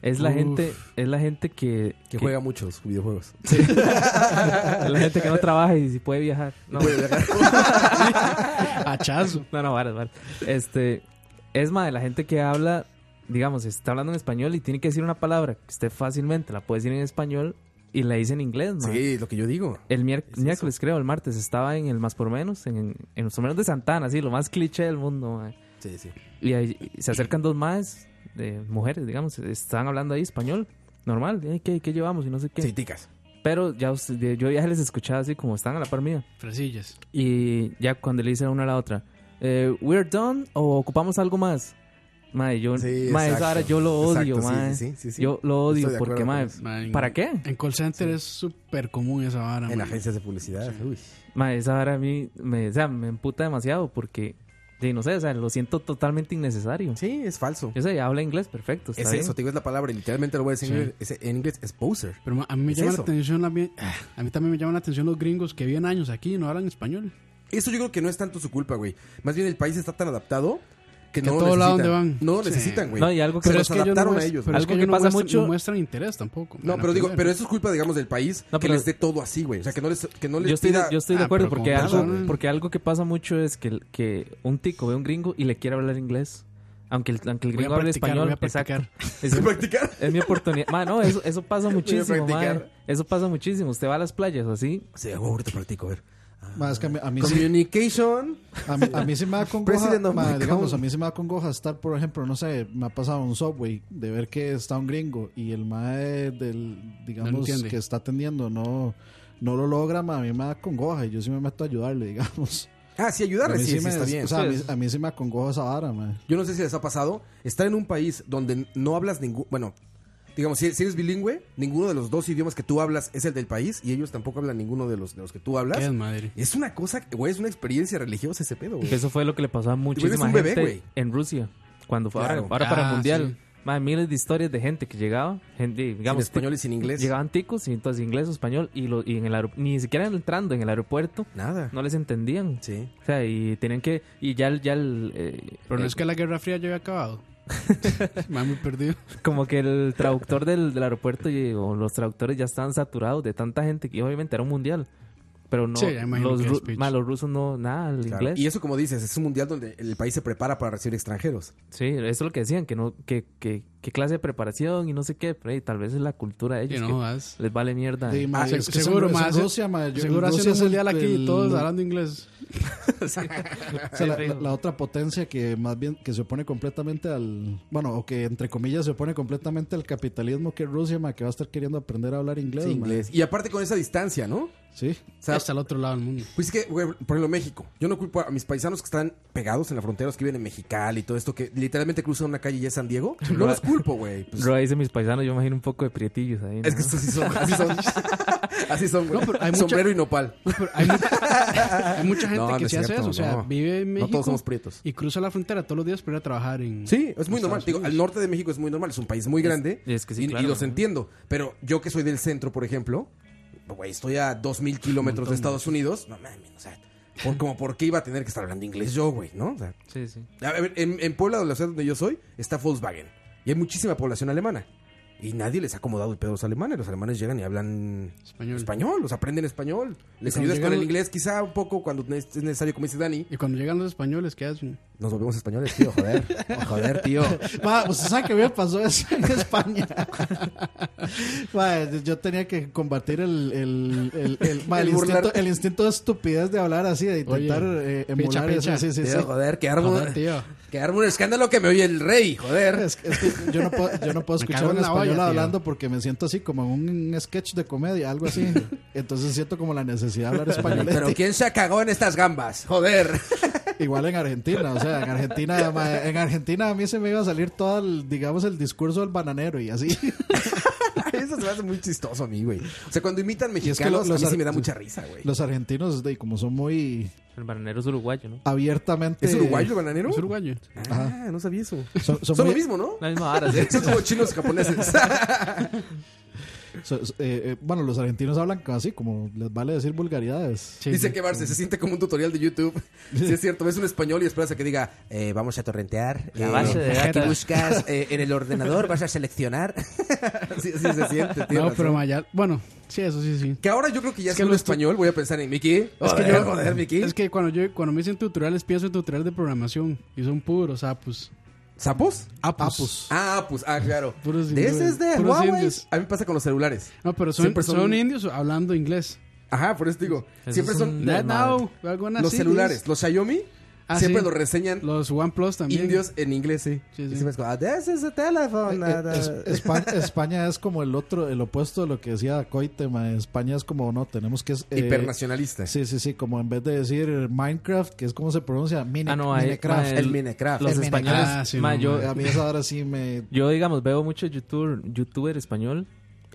Es la
Uf.
gente, es la gente que,
Que juega muchos videojuegos.
es la gente que no trabaja y si puede viajar. No,
Hachazo.
no, no, varas, varas. Este, es mae, la gente que habla, digamos, está hablando en español y tiene que decir una palabra que usted fácilmente la puede decir en español y la dice en inglés, mae.
Sí, lo que yo digo.
El mier- miércoles, creo, el martes, estaba en el más por menos, en, en, en los por menos de Santana, así, lo más cliché del mundo, mae.
Sí, sí.
Y ahí se acercan dos más, eh, mujeres, digamos, están hablando ahí español, normal, "Ey, ¿qué, qué llevamos? Y no sé qué.
Sí, ticas.
Pero ya usted- de- yo ya les escuchaba así como están a la par mía.
Fresillas.
Y ya cuando le dicen una a la otra, eh, ¿we're done o ocupamos algo más? Madre, yo,
Sí,
madre,
exacto.
esa vara yo lo
Exacto,
odio,
sí,
madre.
sí, sí, sí, sí.
Yo lo
Estoy
odio
de
porque,
acuerdo con
madre,
eso.
Ma, en-
¿para qué?
En call center es súper común esa vara.
En
ma.
agencias de publicidad. Uy.
Madre, esa vara a mí me, o sea, me emputa demasiado porque, sí, no sé, o sea, lo siento totalmente innecesario.
Sí, es falso.
Yo sé, habla inglés, perfecto. Está
Es
bien.
eso, te digo, es la palabra, y literalmente lo voy a decir en inglés, es- en inglés, es poser.
Pero ma, a mí me
¿Es
llama
eso?
la atención la mi- a mí también me llaman la atención los gringos que viven años aquí y no hablan español.
Eso yo creo que no es tanto su culpa, güey. Más bien el país está tan adaptado que,
Que
no
a todo lado
necesitan.
donde van.
No
Sí.
necesitan, güey.
No, y algo que
Se
pero
los
es
ellos no
adaptaron a
muest-
ellos.
Pero
güey.
es que,
Algo
ellos
que pasa
no muestran,
mucho-
no muestran interés tampoco.
No,
en
pero digo,
aprender.
pero eso es culpa, digamos, del país
No,
que
pero-
les dé todo así, güey. O sea, que no les, que no les
Yo estoy, de,
pida-
yo estoy de
Ah,
acuerdo
pero
porque
como
algo,
persona.
porque algo que pasa mucho es que, que un tico ve a un gringo y le quiere hablar inglés. Aunque el, aunque
Voy
el
a
gringo hable
practicar,
español.
voy a practicar.
exacto. Es,
practicar.
es mi oportunidad. Ma, no, eso, eso pasa muchísimo,
practicar.
ma. Eso pasa muchísimo. Usted va a las playas así.
Sí, güey, ahorita practico, a ver.
Ma, es que a mí, a mí sí,
Communication.
a mí- a mí sí me da congoja,
President of
ma,
my
digamos,
country.
a mí sí me da congoja estar, por ejemplo, no sé, me ha pasado en un subway de ver que está un gringo y el mae del, digamos,
entiende.
que está atendiendo no, no lo logra, ma, a mí me da congoja y yo sí me meto a ayudarle, digamos.
Ah, sí,
A mí
ayudarles, sí,
sí
sí,
me-
está bien. pues.
O sea, a mí,
Sí.
a mí sí me acongoja esa vara, man.
Yo no sé si les ha pasado estar en un país donde no hablas ningún. Bueno, digamos, si, si eres bilingüe, ninguno de los dos idiomas que tú hablas es el del país y ellos tampoco hablan ninguno de los, de los que tú hablas.
¿Qué es, madre?
Es una cosa, que- güey, es una experiencia religiosa ese pedo, güey.
Eso fue lo que le pasó a muchísima
un bebé,
gente
güey.
en Rusia. Cuando fue
Claro.
ahora, ahora para
Ah,
el mundial.
sí.
Ma, miles de historias de gente que llegaba. Gente, digamos,
Sin español y sin inglés.
Llegaban ticos y entonces inglés o español. Y, lo, y en el aer- ni siquiera entrando en el aeropuerto.
Nada.
No les entendían.
Sí.
O sea, y tenían que. Y ya el. Ya el eh,
Pero no
eh,
es que la Guerra Fría ya había acabado. me muy perdido.
Como que el traductor del, del aeropuerto y, o los traductores ya estaban saturados de tanta gente que obviamente era un mundial. Pero no,
Sí, ya imagino
los,
que
ru-
speech.
ma, los rusos no, nada, el
Claro.
inglés.
Y eso, como dices, es un mundial donde el país se prepara para recibir extranjeros.
Sí, eso es lo que decían, que no, que, que, que clase de preparación y no sé qué, pero hey, tal vez es la cultura de ellos.
Sí, no
que
jodas.
les vale mierda.
Sí, ma,
Ah, se-
es que es en-
seguro,
es en
ma, hace-
Rusia, ma, yo-
Seguro
Rusia
hacen un
es el-
mundial aquí
el-
y todos hablando inglés.
o sea, la, la- la otra potencia que más bien que se opone completamente al bueno o que entre comillas se opone completamente al capitalismo que es Rusia ma, que va a estar queriendo aprender a hablar inglés,
Sí,
ma.
inglés. Y aparte con esa distancia, ¿no?
sí
O sea,
Hasta el otro lado del mundo.
Pues es que, güey, por ejemplo, México. Yo no culpo a mis paisanos que están pegados en la frontera, los que viven en Mexicali y todo esto, que literalmente cruzan una calle y ya es San Diego. No los culpo, güey. Pues,
Roa dice mis paisanos, yo imagino un poco de prietillos ahí.
es
¿no?
que estos así son. Así son, así son güey.
No, pero hay mucha-
Sombrero y nopal.
Hay mucha, hay mucha gente
No, no
que
es
se hace
cierto,
eso. O sea,
no.
vive en
No
México.
todos somos prietos.
Y cruza la frontera todos los días para ir a trabajar en.
Sí, es muy normal. Digo, al norte de México es muy normal. Es un país muy grande.
es que sí,
y,
claro,
y los
¿no?
entiendo. Pero yo que soy del centro, por ejemplo, güey, estoy a 2.000 kilómetros de Estados Unidos. No mames, o sea, por- como por qué iba a tener que estar hablando inglés yo, güey, ¿no? O sea,
Sí, sí.
A ver, en, en Puebla, la ciudad donde yo soy, está Volkswagen. Y hay muchísima población alemana. Y nadie les ha acomodado el pedo a los alemanes. Los alemanes llegan y hablan
Español.
español, los aprenden español. Les
cuando
ayudas con
llegan-
el inglés quizá un poco cuando ne- es necesario, como dice Dani.
Y cuando llegan los españoles, ¿qué hacen?
Nos volvemos españoles, tío, joder. joder, tío.
Ma, ¿Usted Ah, pues, sabe que me pasó eso en España? Ma, yo tenía que combatir el, el, el, el- ma, el
El burlar.
instinto, el instinto de estupidez de hablar así, de intentar
Oye,
eh, emular eso.
picha, picha.
Sí, sí, sí.
Tío, joder, que armo,
Joder, tío.
que armo un escándalo que me oye el rey, joder.
Es, es que yo no puedo, yo no puedo
Me
escuchar
cago
un
en la
español
olla, tío.
hablando porque me siento así como en un sketch de comedia, algo así. Entonces siento como la necesidad de hablar español.
Pero ¿quién se cagó en estas gambas? Joder.
Igual en Argentina, o sea, en Argentina, ma, en Argentina a mí se me iba a salir todo el, digamos, el discurso del bananero y así.
Eso se me hace muy chistoso a mí, güey. O sea, cuando imitan
que
mexicanos,
lo- los
a mí sí
ar-
me da mucha risa, güey.
Los argentinos, de, como son muy
El bananero es uruguayo, ¿no?
abiertamente.
¿Es uruguayo el bananero?
Es uruguayo.
Ah, no sabía eso.
Son, son
Son
muy-
lo mismo, ¿no?
La misma vara, sí.
Son como chinos y japoneses.
so- so- eh, eh, bueno, los argentinos hablan así, como les vale decir vulgaridades.
Sí,
Dice
sí.
que Marce se siente como un tutorial de YouTube. Si es cierto, ves un español y esperas a que diga, eh, vamos a torrentear.
La
eh,
base de
aquí
datos.
buscas eh, en el ordenador, vas a seleccionar. Así, así se siente. tiene
No,
razón.
pero Maya. Bueno, sí, eso sí, sí.
Que ahora yo creo que ya
Es
es
que
un
los tu-
español, voy a pensar en Mickey.
Es que
Joder,
yo-
joder, Mickey.
Es que cuando yo cuando me dicen tutoriales pienso en tutoriales de programación y son puros apus.
¿Sapos?
Apus.
Ah, pues, ah, claro.
Puros
This
indios.
is the
Puros
Huawei.
indios.
A mí me pasa con los celulares.
No, pero son,
Siempre son-
son indios hablando inglés.
Ajá, por eso digo.
Eso
Siempre
es
son
un-
That
madre.
now, we're gonna
los
see this.
celulares. Los Xiaomi
Ah,
siempre
sí.
los reseñan
Los OnePlus también. Ah,
indios en inglés, sí.
Sí,
Y
sí.
siempre es como, "Ah, this is a
Eh,
telephone.
eh,
ah,
es-
ah".
España, España es como el otro, el opuesto de lo que decía Coite, ma, España es como, no, tenemos que... eh,
Hipernacionalista.
Sí, sí, sí, como en vez de decir Minecraft, que es como se pronuncia, Mine-
Ah, no, ahí-
Minecraft.
ma,
el Minecraft.
Los
El
españoles.
Ah, sí,
ma,
no,
yo,
A mí esa hora sí me...
yo, digamos, veo mucho youtuber, youtuber español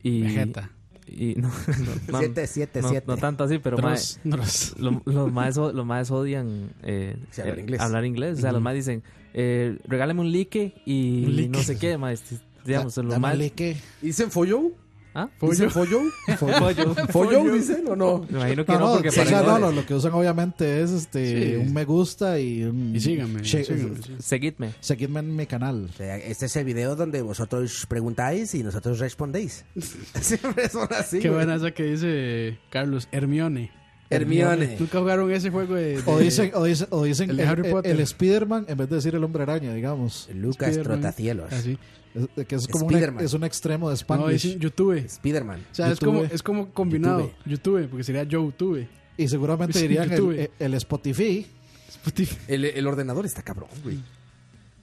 y.
Vegeta.
Y no, no,
Siete, siete,
no,
siete.
no tanto así, pero ma,
Tros-
eh.
tros.
lo- los más los maes odian eh,
Sí, hablar
eh,
inglés.
hablar inglés. O sea, los más dicen, eh, regálame un like y
Un like.
no sé qué, ma, este, digamos,
Da-
los
dame
más.
like.
¿Dicen follow?
¿Ah?
¿Dicen follow?
Follo.
¿Follow dicen o no?
Me imagino que
No,
no,
no,
porque
o sea,
para
no, lo, lo que usan obviamente es este
Sí.
un me gusta y un...
Y síganme.
Che-
síganme, sí.
Seguidme.
Seguidme en mi canal.
Este es el video donde vosotros preguntáis y nosotros respondéis. Siempre son así.
Qué
güey.
buena esa que dice Carlos Hermione.
Hermione.
Nunca jugaron ese juego de,
O
de-
dicen, o dicen, o dicen
el
el,
de Harry
el-
Potter.
el Spider-Man en vez de decir el hombre araña, digamos.
Lucas
Spiderman.
Trotacielos.
así.
Es- que es como un,
Spider-Man.
es un extremo de
Ah, No,
Spanish.
dicen YouTube.
Spiderman.
O sea, es
YouTube.
como, es como combinado. YouTube, porque sería YouTube.
y seguramente
Sí,
dirían el, eh,
YouTube.
el Spotify
Spotify.
El, el ordenador está cabrón, güey.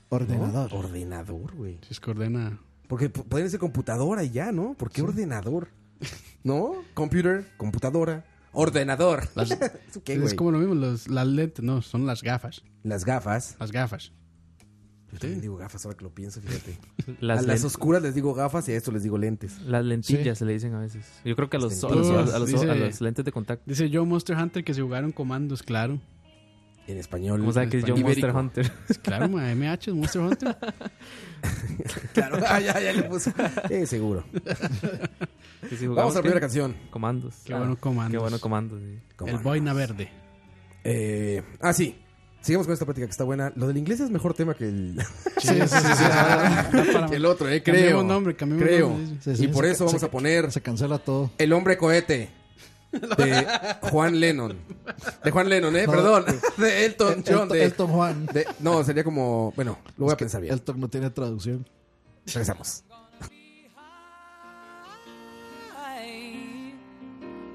ordenador.
¿No? Ordenador, güey.
Sí, es coordenada.
Porque p- podrían ser computadora y ya, ¿no? ¿Por qué ordenador? ¿No? Computer, computadora, ordenador. ¿Eso qué,
es
güey?
como lo mismo, los- las lentes, no, son las gafas.
Las gafas.
Las gafas.
Yo Pues también digo gafas ahora que lo pienso, fíjate.
Las,
a las
len-
oscuras les digo gafas y a esto les digo lentes.
las lentillas se le dicen a veces. Yo creo que a los, a los- a los- a los- a los lentes de contacto.
Dice yo Monster Hunter que se jugaron comandos, claro.
En español.
¿Cómo sabe que es yo
Ibérico.
Monster Hunter?
Claro, ma, MH, Monster Hunter.
Claro, ah, ya, ya le puso. Eh, seguro.
Que si jugamos,
Vamos a la
¿qué?
primera canción.
Comandos.
Qué bueno comandos.
Qué bueno comandos, sí.
Come
El
on.
Boina Verde.
Eh, ah, sí. Sigamos con esta práctica que está buena. Lo del inglés es mejor tema que el,
Sí, sí, sí, sí, ahora da Ah, para-
que el otro, ¿eh? Creo.
Cambiemos nombre, cambiemos
creo.
nombre, sí,
sí. Sí,
y
sí,
por
se-
eso vamos
se-
a poner
Se cancela todo.
el hombre cohete. de Juan Lennon. De Juan Lennon, ¿eh?
No,
Perdón. De Elton John.
Elton-
de,
Elton Juan.
de- no, sería como. Bueno, lo voy a pensar bien.
Elton no tiene traducción.
Regresamos.
high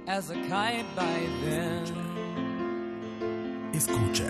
as a kite by then.
Escucha.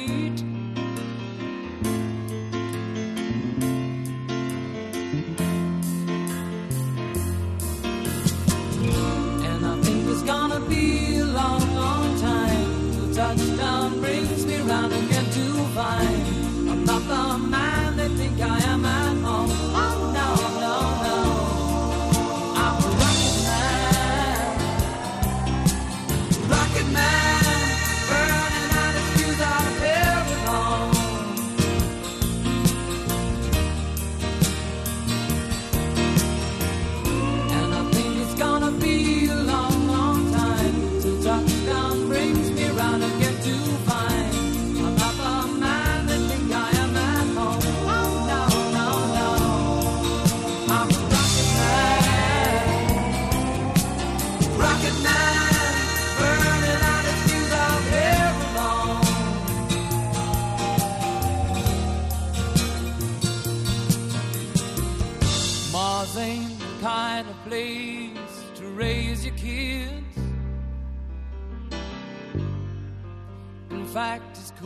And I think it's gonna be a long, long time till touchdown brings me round again to find I'm not the man they think I am at all. Oh no, no, no. I'm a rocket man, rocket man, burning out his fuse out of Paragon. And I think it's gonna be a long, long time till touchdown brings me round again to find I'm not the man they think I am at home. Oh no, no, no. I'm a rocket man, rocket man, burning out his fuse out here alone. Mars ain't the kind of place to raise your kids. In fact, it's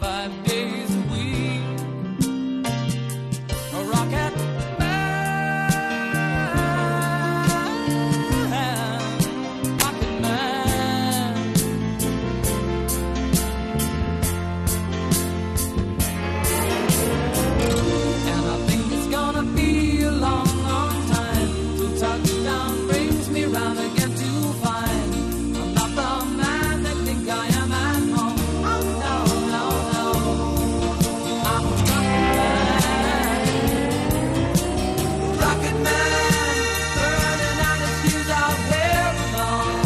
five days a week. A rocket man, rocket man. And I think it's gonna be a long, long time till touchdown brings me round again to find I'm not the man they think I am at home. Oh no, no, no. I'm a rocket man, rocket man, burning out his fuse out here alone.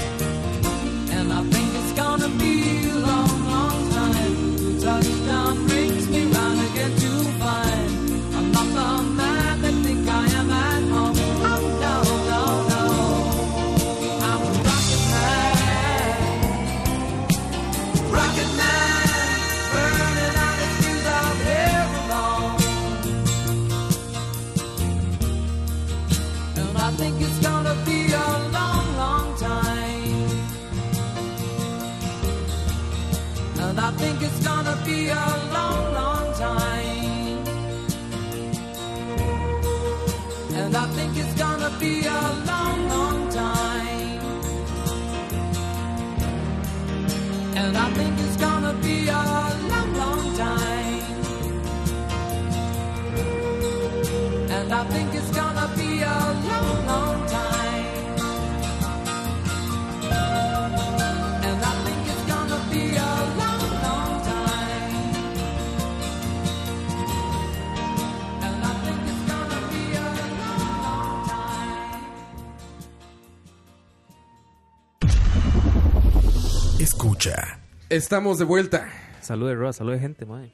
And I think it's gonna be a long, long time. till Touchdown brings me round again to find I'm not the man they think I am at home. Oh no, no, no. I'm a rocket man, rocket man, burning out his fuse out here alone. And I think it's gonna be a long, long time. And I think it's gonna be a long, long time. And I think it's gonna be a long, long time. And I think it's gonna be a long, long time. And I think it's gonna be a long, long time. And I think it's gonna be a long, long time. And I think it's gonna be a long, long time.
Escucha.
Estamos de vuelta.
Salude, Roa, salude, gente, madre.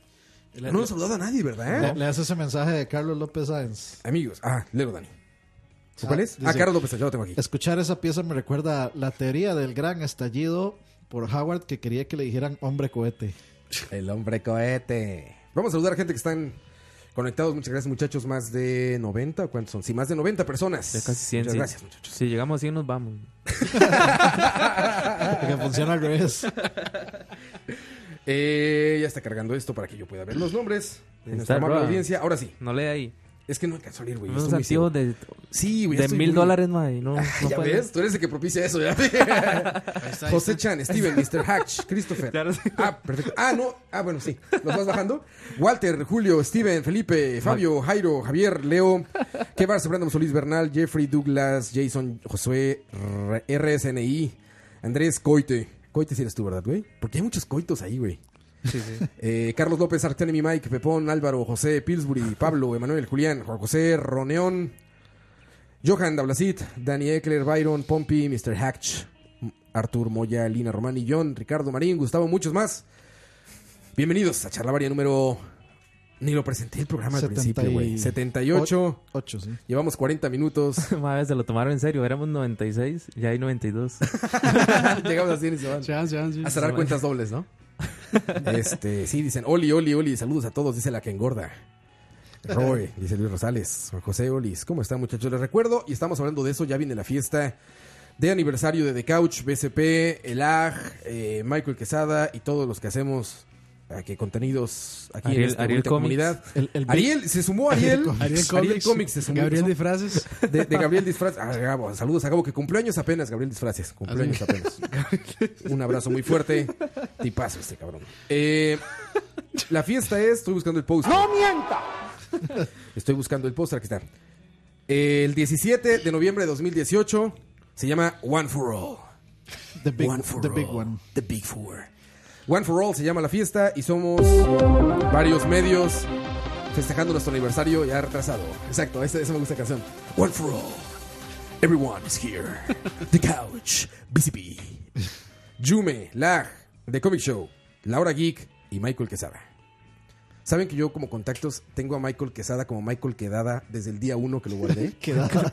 No hemos saludado a nadie,
Le,
¿verdad?
le hace ese mensaje de Carlos López Sáenz.
Amigos. Ah, leo, Dani. ¿Tú ¿Cuál
Ah,
es? Ah,
dice-
Carlos López, ya lo tengo aquí.
Escuchar esa pieza me recuerda a la teoría del gran estallido por Howard que quería que le dijeran hombre cohete.
El hombre cohete. Vamos a saludar a gente que están conectados. Muchas gracias, muchachos. Más de 90, ¿o ¿cuántos son? Sí, más de 90 personas.
Ya casi 100.
Muchas
sí.
gracias, muchachos.
Si llegamos a 100 nos vamos.
Que funciona al revés.
Eh, ya está cargando esto para que yo pueda ver los nombres de
Está
nuestra amable
raro.
audiencia. Ahora sí.
No lee ahí.
Es que no alcanzó a ir, güey.
Unos
estoy muy ciego.
activos de,
Sí, güey.
de
estoy
mil
muy-
dólares, madre. No, no
ya
puede
ves,
ser.
tú eres el que propicia eso, ya.
Ahí está, ahí
José
está.
Chan, Steven, Mr. Hatch, Christopher.
Ya lo sé.
Ah, perfecto. Ah, no. Ah, bueno, sí. ¿Los vas bajando? Walter, Julio, Steven, Felipe, Fabio, Jairo, Javier, Leo, Kevars, Brandon Solís Bernal, Jeffrey, Douglas, Jason, Josué, R- RSNI, Andrés Coite. Coite si eres tú, ¿verdad, güey? Porque hay muchos coitos ahí, güey.
Sí, sí.
Eh, Carlos López, Artemi Mike, Pepón, Álvaro, José, Pillsbury, Pablo, Emanuel, Julián, Juan José, Roneón, Johan Dablasit, Dani Eckler, Byron, Pompi, Mr. Hatch, M- Artur Moya, Lina Romani, John, Ricardo Marín, Gustavo, muchos más. Bienvenidos a Charlavaria número... Ni lo presenté el programa al
70
principio,
y-
güey. 78.
8, sí.
Llevamos 40 minutos.
Madre, se lo tomaron en serio. Éramos 96, ya hay 92.
Llegamos así y se van.
Se van, se van, sí.
A cerrar cuentas dobles, ¿no? este, sí, dicen, Oli, Oli, Oli, saludos a todos, dice la que engorda. Roy, dice Luis Rosales, Juan José Olis, ¿cómo están muchachos? Les recuerdo, y estamos hablando de eso, ya viene la fiesta de aniversario de The Couch, BCP, El Aj, eh, Michael Quesada y todos los que hacemos aquí contenidos aquí en
Ariel-
esta
Ariel
bonita
Comics.
comunidad.
El- el-
Ariel, se sumó Ariel.
Ariel Comics,
se sumó.
Gabriel de frases.
De, de Gabriel Disfraz. Ah, Gabo, saludos a Gabo, que cumpleaños apenas, Gabriel Disfraces. Cumpleaños apenas. Un abrazo muy fuerte. Tipazo este cabrón. Eh, la fiesta es, estoy buscando el post.
¡No mienta!
Estoy buscando el póster, aquí está. El 17 de noviembre de 2018 se llama One for All.
The Big
one
One.
for
The
all.
Big One.
The Big Four. One for All se llama la fiesta y somos varios medios festejando nuestro aniversario ya retrasado. Exacto, esa, esa me gusta la canción. One for All. Everyone is here. The Couch. BCP. Yume, Lag, The Comic Show, Laura Geek y Michael Quesada. Saben que yo como contactos tengo a Michael Quesada como Michael Quedada desde el día uno que lo guardé.
Quedada.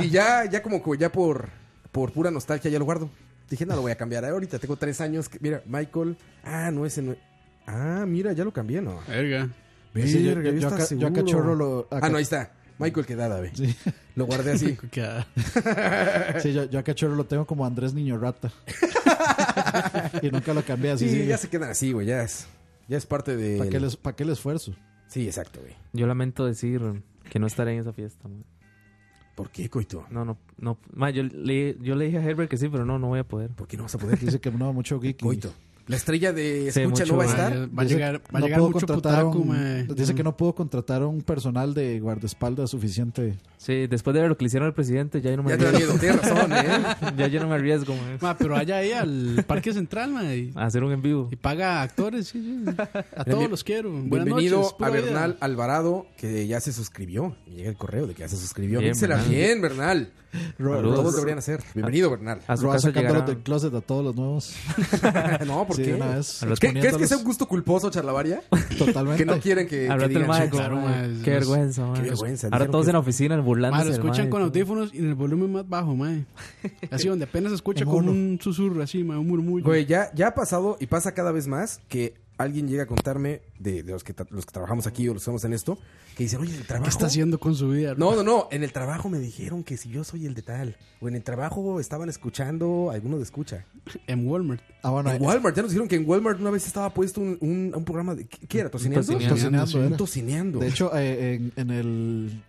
Sí, ya, ya como que ya por, por pura nostalgia ya lo guardo. Dije, no lo voy a cambiar. Ahorita tengo tres años. que- mira, Michael. Ah, no, ese no. Ah, mira, ya lo cambié, ¿no?
Verga.
Sí, yo-
Verga,
yo- yo
estaba
acá- yo acá
seguro.
chorro lo- acá-
Ah, no, ahí está. Michael quedada, ve.
Sí.
Lo guardé así.
Sí, yo, yo a Cachorro lo tengo como Andrés Niño Rata. y nunca lo cambié así.
Sí,
sí.
ya se quedan así, güey. Ya es, ya es parte de.
¿Para qué, les- pa' qué el esfuerzo?
Sí, exacto, güey.
Yo lamento decir que no estaré en esa fiesta. madre.
¿Por qué, Coito?
No, no, no. Madre, yo, le, yo le dije a Herbert que sí, pero no, no voy a poder.
¿Por qué no vas a poder?
Dice que no, mucho geek. y-
Coito. La estrella de
Sí,
escucha no
mucho,
va a
ah,
estar.
Va a
dice-
llegar, va a
no
llegar
puedo
mucho
contratar a
putaco,
un-
mae.
Dice que no puedo contratar a un personal de guardaespaldas suficiente.
Sí, después de ver lo que le hicieron al presidente, ya yo no me
Ya te da
arriesgo.
miedo, tienes razón, ¿eh?
ya yo no me arriesgo, madre,
Ma, pero vaya ahí al Parque Central, ma, y,
A hacer un en vivo.
y paga a actores, sí, sí. A
Bienven-
todos los quiero. Buenas
Bienvenido
noches, pura
a
vida.
Bernal Alvarado, que ya se suscribió. Me llega el correo de que ya se suscribió.
Bien,
Dísela
Bernal.
bien, Bernal.
Ro-
Saludos.
Todos deberían hacer. Bienvenido, Bernal.
A su
Roa
casa
sacándolos
llegará.
del closet a todos los nuevos.
no, ¿por
Sí,
qué?
de una vez.
A los
¿Qué- ¿Crees que
exponiéndolos
sea un gusto culposo, Charlavaria?
Totalmente.
Que no quieren que, que
Hablate el
digan,
mae,
"Chuta,
claro,
como,
mae,
Qué
los-
vergüenza, mae.
vergüenza,
Ahora
dijeron
todos
que-
en la oficina burlándose.
Ma, lo escuchan
mae,
con
todo.
audífonos y en el volumen más bajo, mae. Así donde apenas se escucha
En
con
uno.
un susurro así, mae, un murmullo.
Güey, ya, ya ha pasado y pasa cada vez más que alguien llega a contarme de, de los, que tra- los que trabajamos aquí o los que estamos en esto, que dicen, oye, el trabajo.
¿Qué está haciendo con su vida?
No, no, no. En el trabajo me dijeron que si yo soy el de tal. O en el trabajo estaban escuchando alguno de escucha.
En Walmart.
Ah, bueno,
En Walmart, ya nos dijeron que en Walmart una vez estaba puesto un, un- un programa de. ¿Qué qué era? ¿Tocineando?
tocineando.
Tocineando,
Un
era.
tocineando.
De hecho, eh, en, en el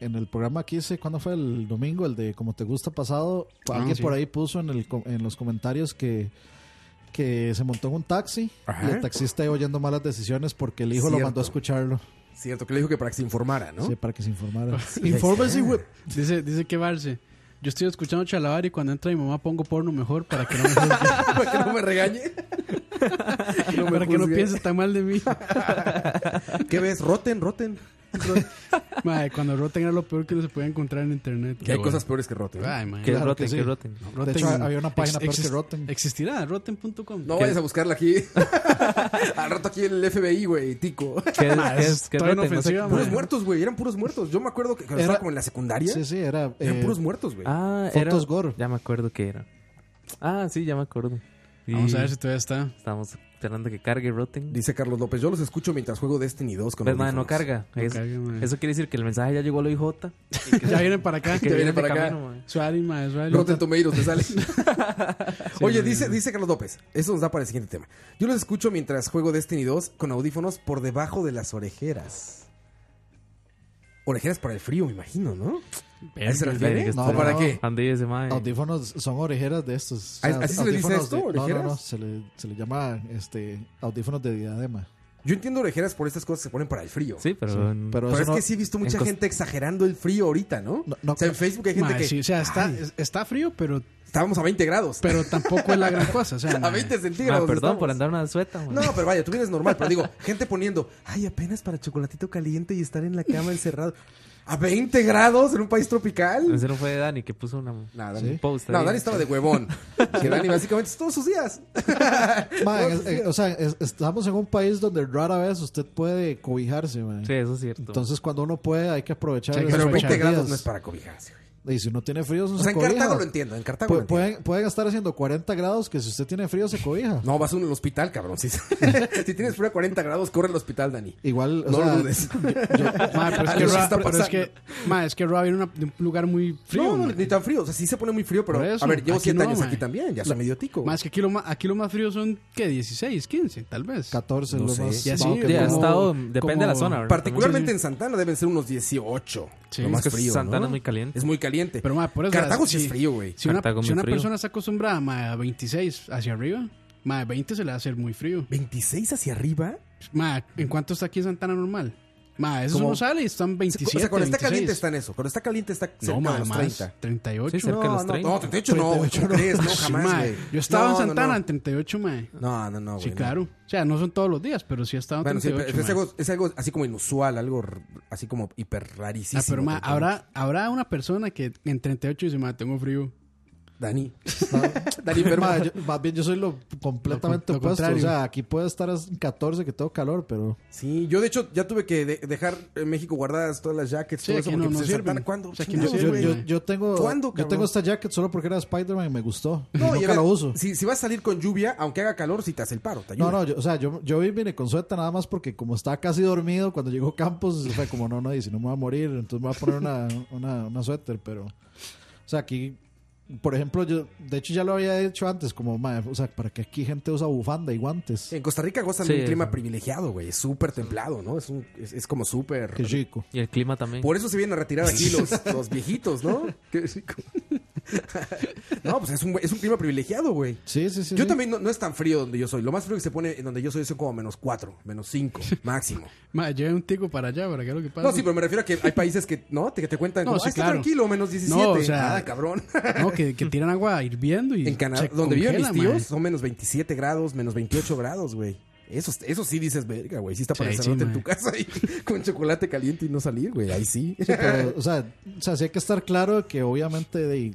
en el programa que hice, ¿cuándo fue? El domingo, el de Como Te Gusta Pasado,
Ah,
alguien
sí.
por ahí puso en, el, co- en los comentarios que, que se montó en un taxi
Ajá.
y el taxista iba oyendo malas decisiones porque el hijo
Cierto.
lo mandó a escucharlo
Cierto, que le dijo que para que se informara, ¿no?
sí, para que se informara.
Infórmese, güey.
Dice, dice que Barce. Yo estoy escuchando Chalabar y cuando entra mi mamá pongo porno mejor para que no, me juzgue,
para que no me regañe. No me
para que no
juzgue.
piense tan mal de mí.
¿Qué ves? Roten, roten.
Mae, cuando Rotten era lo peor que se podía encontrar en internet.
Que hay cosas peores que roten. ¿eh?
Ay, mae.
Que
Claro
roten,
que sí.
que roten.
Rotten-
De hecho, había una página peor que
exist-
Rotten.
Existirá, rotten.com.
No vayas a buscarla aquí. Al rato aquí el FBI, güey, tico.
¿Qué, qué
Mae,
es?
es
¿Qué
toda
roten? No sé-
inofensiva, mae.
Puros muertos, güey. Eran puros muertos. Yo me acuerdo que cuando
Era-
estaba como en la secundaria.
Sí, sí, era...
Eran
eh,
puros muertos, güey.
Ah, era...
Fotos gore.
Ya me acuerdo que era. Ah, sí, ya me acuerdo. Y
Vamos a ver si todavía está.
Estamos esperando que cargue Rotten.
Dice Carlos López, yo los escucho mientras juego Destiny 2 con
Pues, madre, no
audífonos".
carga.
No
Es-
carga, madre.
Eso quiere decir que el mensaje ya llegó a la IJ.
Ya vienen para acá.
Que
viene
viene
para
para
acá.
camino, madre.
Suárez, mae, suárez.
Rotten Tomatoes te sale. Oye,
no,
dice, dice Carlos López, eso nos da para el siguiente tema. Yo los escucho mientras juego Destiny 2 con audífonos por debajo de las orejeras. Orejeras para el frío, me imagino, ¿no? ¿A eso se
Ay,
refiere?
que
¿O
está-
para qué?
Ande ese, eh. madre.
Audífonos son orejeras de estos.
¿Ah, así se le dice
audífonos
esto,
de- no,
orejeras?
No, no, se le, se le llama este, audífonos de diadema.
Yo entiendo orejeras por estas cosas que se ponen para el frío.
Sí, pero. en-
Pero,
Pero
eso
es
no-
que sí he visto mucha
en cos-
gente exagerando el frío ahorita, ¿no?
No, no,
o sea, en Facebook hay gente
Mae,
que...
sí, o sea, está,
"Ay,
está frío, pero,
estábamos a 20 grados.
pero tampoco es la gran cosa. O sea,
a
mae.
20 centígrados.
Madre, Ah, perdón
estamos.
por andar una sueta, madre.
No, pero vaya, tú vienes normal, pero digo, gente poniendo, ay, apenas para chocolatito caliente y estar en la cama encerrado. ¿A 20 grados en un país tropical?
Ese no fue Dani que puso una.
Nada,
un post
No,
ahí.
Dani estaba de huevón. Que Dani básicamente es todos sus días.
Pues
Ma, es- eh, o sea, es- estamos en un país donde rara vez usted puede cobijarse, man.
Sí, eso es cierto.
Entonces, cuando uno puede, hay que aprovechar.
Sí,
esos
Pero 20
días.
grados no es para cobijarse.
Pues
güey.
Y si uno tiene frío, no
O
se
sea, en
cobija.
Cartago lo entiendo, en Cartago lo
Pu-
entiendo.
pueden, pueden estar haciendo 40 grados que si usted tiene frío se cobija.
No, vas a un hospital, cabrón. Si, si tienes frío a 40 grados, corre al hospital, Dani.
Igual, o
No
sea,
lo dudes.
Mae, pero es que
Algo sí
Roa-
está
pero es que,
pasando.
mae, es que Roa viene una- de un lugar muy frío.
no, no,
mae.
ni tan frío. O sea, sí se pone muy frío, pero...
Por eso,
a ver, llevo
aquí
7
no,
años
man.
aquí también. Ya soy medio tico.
Más que aquí lo más, aquí lo más frío son, ¿qué? 16, 15, tal vez.
14 es
No
lo
sé.
más
Y así,
bajo que
Sí, ha
puedo-
hasta-
estado-
como-
depende de la zona, ¿verdad?
Particularmente
Sí, sí.
en Santana deben ser unos 18.
Sí.
lo
Es
más
que
frío,
Santana
¿no?
es muy caliente.
Es muy caliente.
Pero, mae, por eso.
Cartago
o sea,
sí es
si-
frío, güey.
Si una,
Cartago
si
muy
una
frío.
persona está acostumbrada mae, a 26 hacia arriba, mae, 20 se le va a hacer muy frío.
26 hacia arriba.
Mae, ¿en cuánto está aquí en Santana normal? Mae, eso
Como-
no sale y están 27.
o sea, cuando está caliente
26.
está en eso. Cuando está caliente está cerca
No, mae,
de los
más.
30.
38.
Sí, cerca de los
no,
30.
no, 38 no, güey. ¿Cómo crees? No, jamás,
Mae,
güey.
Yo estaba
No,
en
no,
Santana
no. Ah,
en 38, mae.
No, no, no, güey.
Sí,
no.
claro. O sea, no son todos los días, pero sí he estado en
Bueno, sí,
38.
pero es,
mae.
algo, es algo así como inusual, algo r- así como hiper rarísimo.
Ah, pero mae, habrá, habrá una persona que en 38 dice, mae, tengo frío.
Dani.
Dani, pero ma, yo- más bien yo soy lo completamente
Lo con- lo
opuesto. O
contrario.
sea, aquí puede estar a 14 que tengo calor, pero
Sí, yo de hecho ya tuve que de- dejar en México guardadas todas las jackets.
Sí,
todo
aquí
eso,
no-
porque,
no
pues, en
sirven.
Santana, ¿Cuándo?
O sea, aquí
yo,
no
Chingados,
yo-
güey.
yo- yo tengo
¿Cuándo,
yo
cabrón?
tengo esta jacket solo porque era Spider-Man y me gustó.
No, y a
nunca
ver,
la uso.
Si, si vas a salir con lluvia, aunque haga calor, si te hace el paro, te ayuda.
No, no, yo, o sea, yo, yo vine con sueta nada más porque como estaba casi dormido cuando llegó Campos, fue como, no, no, y si no me va a morir, entonces me va a poner una, una, una suéter, pero... O sea, aquí, por ejemplo, yo, de hecho ya lo había hecho antes, como, "Mae, o sea, para que aquí gente usa bufanda y guantes.
En Costa Rica gozan
Sí,
de un clima
sí.
privilegiado, güey. Es súper templado, ¿no? Es, un, es, es como súper...
Qué chico.
Y el clima también.
Por eso se vienen a retirar aquí los, los viejitos, ¿no? Qué rico. no, pues es un, es un clima privilegiado, güey.
Sí, sí, sí.
Yo
sí.
también no, no es tan frío donde yo soy. Lo más frío que se pone en donde yo soy son como menos cuatro, menos cinco, máximo.
Mae, lleve un tico para allá, para que lo que pasa.
No, sí, pero me refiero a que hay países que, ¿no? Te- Que te cuentan,
No,
como,
sí,
"Ah, está
claro.
tranquilo, menos 17.
No, o sea-
Ah, cabrón.
No, que, que tiran agua hirviendo y.
en Canadá,
se
donde viven mis
congela,
tíos,
mae.
son menos 27 grados, menos 28 grados, güey. Eso, eso sí dices, verga, güey. Sí está para
Sí, sí,
encerrarte en
mae.
tu casa y, con chocolate caliente y no salir, güey. Ahí sí.
Sí, pero, o sea, o sea, sí hay que estar claro que obviamente de,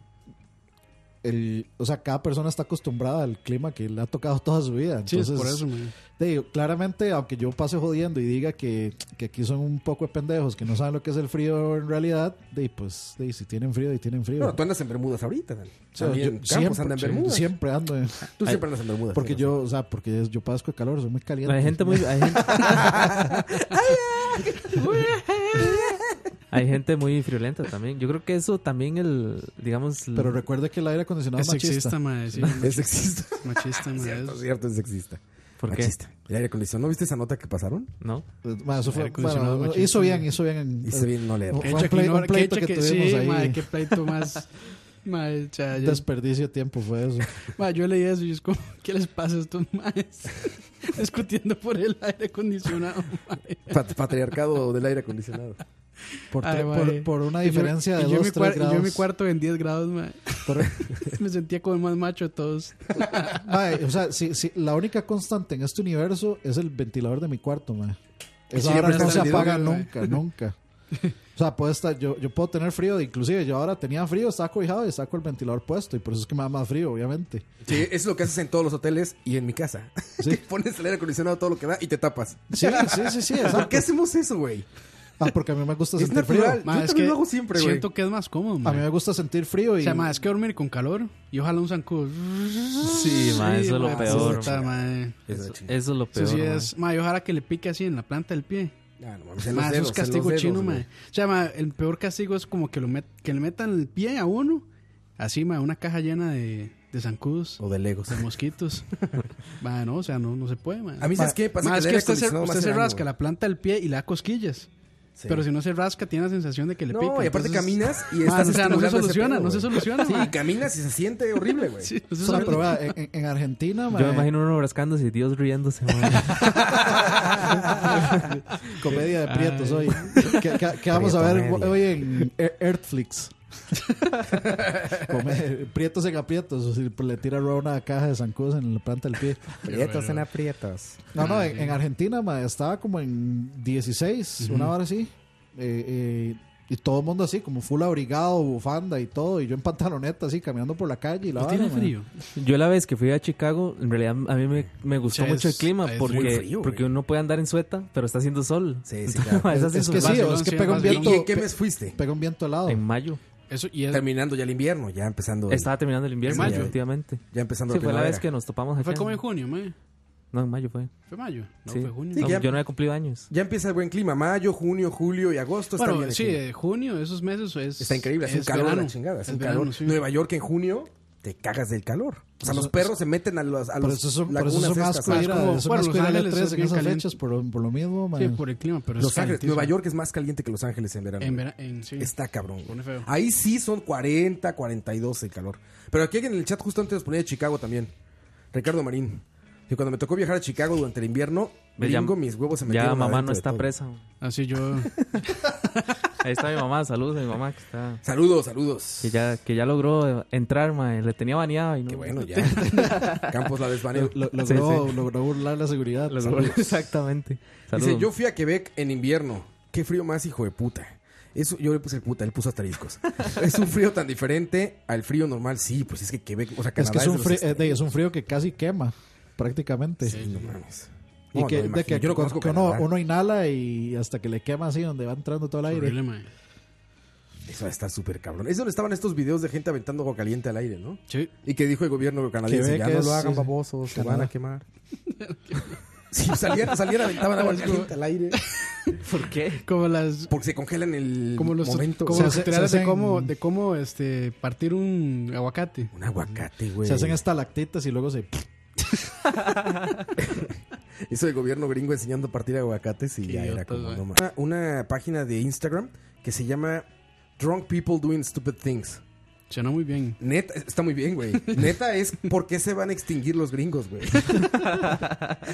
el, o sea, cada persona está acostumbrada al clima que le ha tocado toda su vida.
Sí, es
Entonces,
por eso, mae.
Te digo, claramente, aunque yo pase jodiendo y diga que, que aquí son un poco de pendejos, que no saben lo que es el frío en realidad, de, ahí, pues de, ahí, si tienen frío, y tienen frío.
Bueno, tú andas en Bermudas ahorita, Dan.
O sea,
pues, También
yo
Campos
siempre-
anda en
sí,
Bermudas.
Siempre ando. en-
Tú siempre andas en Bermudas.
Porque
tienes
yo, o sea, porque yo padezco de calor, soy muy caliente.
Hay gente muy. Hay gente... Hay gente muy friolenta también. Yo creo que eso también el, digamos, el-
Pero recuerde que el aire acondicionado es
Es
machista.
sexista, mae. Sí,
razón. Es sexista.
machista, mae.
Cierto,
es-
cierto, es sexista.
¿por qué?
Machista. El aire acondicionado. ¿No viste esa nota que pasaron?
¿No?
Bueno, Pues, eso fue-
Aire acondicionado
bueno,
machista.
hizo bien, hizo bien. en-
Hice bien no leerla.
Fue
Qué
un
cheque-
play- un
qué
pleito que
cheque-
tuvimos
sí,
ahí.
mae, qué pleito más. Mae, cha, yo,
Desperdicio de tiempo fue eso.
mae, yo leí eso y es como, ¿qué les pasa a estos maes? Discutiendo por el aire acondicionado, mae.
Pat- Patriarcado del aire acondicionado.
Por,
Ay,
tre-
mae.
por, por una
Y yo-
diferencia
y
de
yo,
dos,
mi
tres
cuar- y yo en mi
grados.
cuarto en 10 grados, mae.
Por-
Me sentía como el más macho de todos.
Mae, o sea, si, si la única constante en este universo es el ventilador de mi cuarto, mae. Esa
siempre
hora
está
no se
prendido,
apaga
mae.
nunca, nunca. O sea, puede estar, yo, yo puedo tener frío, inclusive yo ahora tenía frío, estaba cobijado y saco el ventilador puesto, y por eso es que me da más frío, obviamente.
Sí, es lo que haces en todos los hoteles y en mi casa.
Sí.
Que pones el aire acondicionado todo lo que da y te tapas.
Sí, sí, sí, sí,
¿Por
exacto.
qué hacemos eso, güey?
Ah, porque a mí me gusta
Es
sentir frío.
natural. Yo
Ma, es
también
que
lo hago siempre, güey.
Siento que es más cómodo,
A
ma.
mí me gusta sentir frío
O
y...
sea, ma, es que dormir con calor y ojalá un zancudo. Sí,
ma, eso es lo
ma,
peor,
puta, ma.
Esa
Eso,
chingada.
eso es lo peor.
Eso sí
ma.
es, ma, y ojalá que le pique así en la planta del pie.
Ah, no mames, en
Ma, eso
los dedos,
es
en los
castigo
dedos,
chino,
güey.
ma. O sea, ma, el peor castigo es como que, lo met- que le metan el pie a uno, así, ma, una caja llena de, de zancudos,
O de legos.
de mosquitos. ma, no, o sea, no, no se puede, ma.
A mí, ¿sabes qué? Pasa
Ma,
que
es
el
que
aire
usted, se,
acondicionado me
usted
hace
se
daño,
rasca
güey.
la planta del pie y le da cosquillas.
Sí.
Pero si no se rasca, tiene la sensación de que le
No,
pica.
y aparte
entonces-
caminas y
Ma,
estás
o sea, no se
estimulando ese
soluciona,
pedo,
no se
güey.
soluciona,
Sí,
ma.
caminas y se siente horrible, güey.
Sí, no se
O sea,
soluciona.
pero vea, en, en Argentina, ma,
Yo me imagino uno rascándose y Dios riéndose. ma.
comedia de prietos hoy. ¿Qué, qué- qué vamos a ver
Prietomedia.
hoy en E- Earthflix? Come- prietos en aprietos. o si le tira a Roa una caja de zancudos en la planta del pie.
Aprietos en aprietos.
No, no, en, en Argentina ma, estaba como en 16, una hora así. Eh, eh, y todo el mundo así, como full abrigado, bufanda y todo. Y yo en pantaloneta, así, caminando por la calle. Y la
¿No tiene
vara, ma.
frío?
Yo la vez que fui a Chicago, en realidad a mí me, me gustó
O sea,
mucho el
es-
clima
es
porque,
muy frío, güey.
porque uno puede andar en sueta, pero está haciendo sol.
Sí, sí, claro.
Esa
Es,
sí
es
su-
que sí,
base,
o
¿no?
es que
Sí,
pega un
más
¿Y,
bien.
viento,
y en qué mes fuiste?
pega un viento helado.
En mayo.
Eso, y es,
Terminando ya el invierno, ya empezando. el-
Estaba terminando el invierno,
mayo.
efectivamente.
Ya empezando
Sí, fue la vez
primavera.
que nos topamos allá.
fue como en junio, ma.
No, en mayo fue.
Fue mayo, no
Sí.
fue junio.
Sí,
No,
que ya-
Yo no había cumplido años.
Ya empieza el buen clima. Mayo, junio, julio y agosto está bien.
Bueno,
el
sí,
clima.
eh, junio, esos meses es.
Está increíble, hace un
es
calor a la
verano.
chingada. Hace
Es
un
verano,
calor.
sí.
Nueva York en junio, te cagas del calor. O sea, los perros se meten a los, a
Por
los
eso son, por eso
lagunas
son
estas,
asco
a
ir a,
como-
son
bueno,
asco
Los
ir a
Ángeles
L3
es
en
bien
esas
caliente.
fechas por, por lo mismo, man.
Sí, por el clima, pero
Los
es
Ángeles,
calentísimo.
Nueva York es más caliente que Los Ángeles en verano.
En vera- en- sí.
Está cabrón. güey.
Pone feo.
Ahí sí son 40, 42 el calor. Pero aquí alguien en el chat justo antes nos ponía de Chicago también. Ricardo Marín. Que cuando me tocó viajar a Chicago durante el invierno,
Me llam-
gringo, mis huevos se metieron.
Ya mamá
adentro
no
de
está
todo.
presa.
Así yo.
Ahí está mi mamá, saludos a mi mamá que está...
Saludos, saludos.
Que ya, que ya logró entrar, ma, le tenía baneado y no.
Qué bueno, ya. Campos la desvaneó.
Lo-
Sí,
logró, logró burlar la seguridad.
Logró- Exactamente. Saludos.
Dice, yo fui a Quebec en invierno. Qué frío más, hijo de puta. Eso, yo le puse el puta, él puso asteriscos. es un frío tan diferente al frío normal. Sí, pues es que Quebec, o sea,
Es
Canadá
que es un,
de los este,
frío,
est-
eh, es un frío que casi quema, prácticamente.
No mames.
Y
No,
que,
no,
de
imagino.
que-
yo no
que
conozco
uno,
Canadá.
uno inhala y hasta que le quema así donde va entrando todo el aire.
horrible, ma.
Eso está súper cabrón. Es donde estaban estos videos de gente aventando agua caliente al aire, ¿no?
Sí.
Y que dijo el gobierno canadiense,
Quebec
ya no
es-
lo hagan
es-
babosos, se
Canadá.
van a quemar. Sí, salían, salían, aventaban agua caliente al aire.
¿por qué?
Como las.
Porque se congelan el
Como los,
momento.
como
Se
los
hace-
tutoriales
se
de
hacen-
cómo, de cómo este, partir un aguacate.
Un aguacate, güey.
Se hacen estalactitas y luego se...
Eso de gobierno gringo enseñando a partir aguacates y
Qué
ya era
idiotas,
como
güey.
no ma- una, una página de Instagram que se llama Drunk People Doing Stupid Things.
Suena muy bien.
Neta, está muy bien, güey. Neta es por qué se van a extinguir los gringos, güey.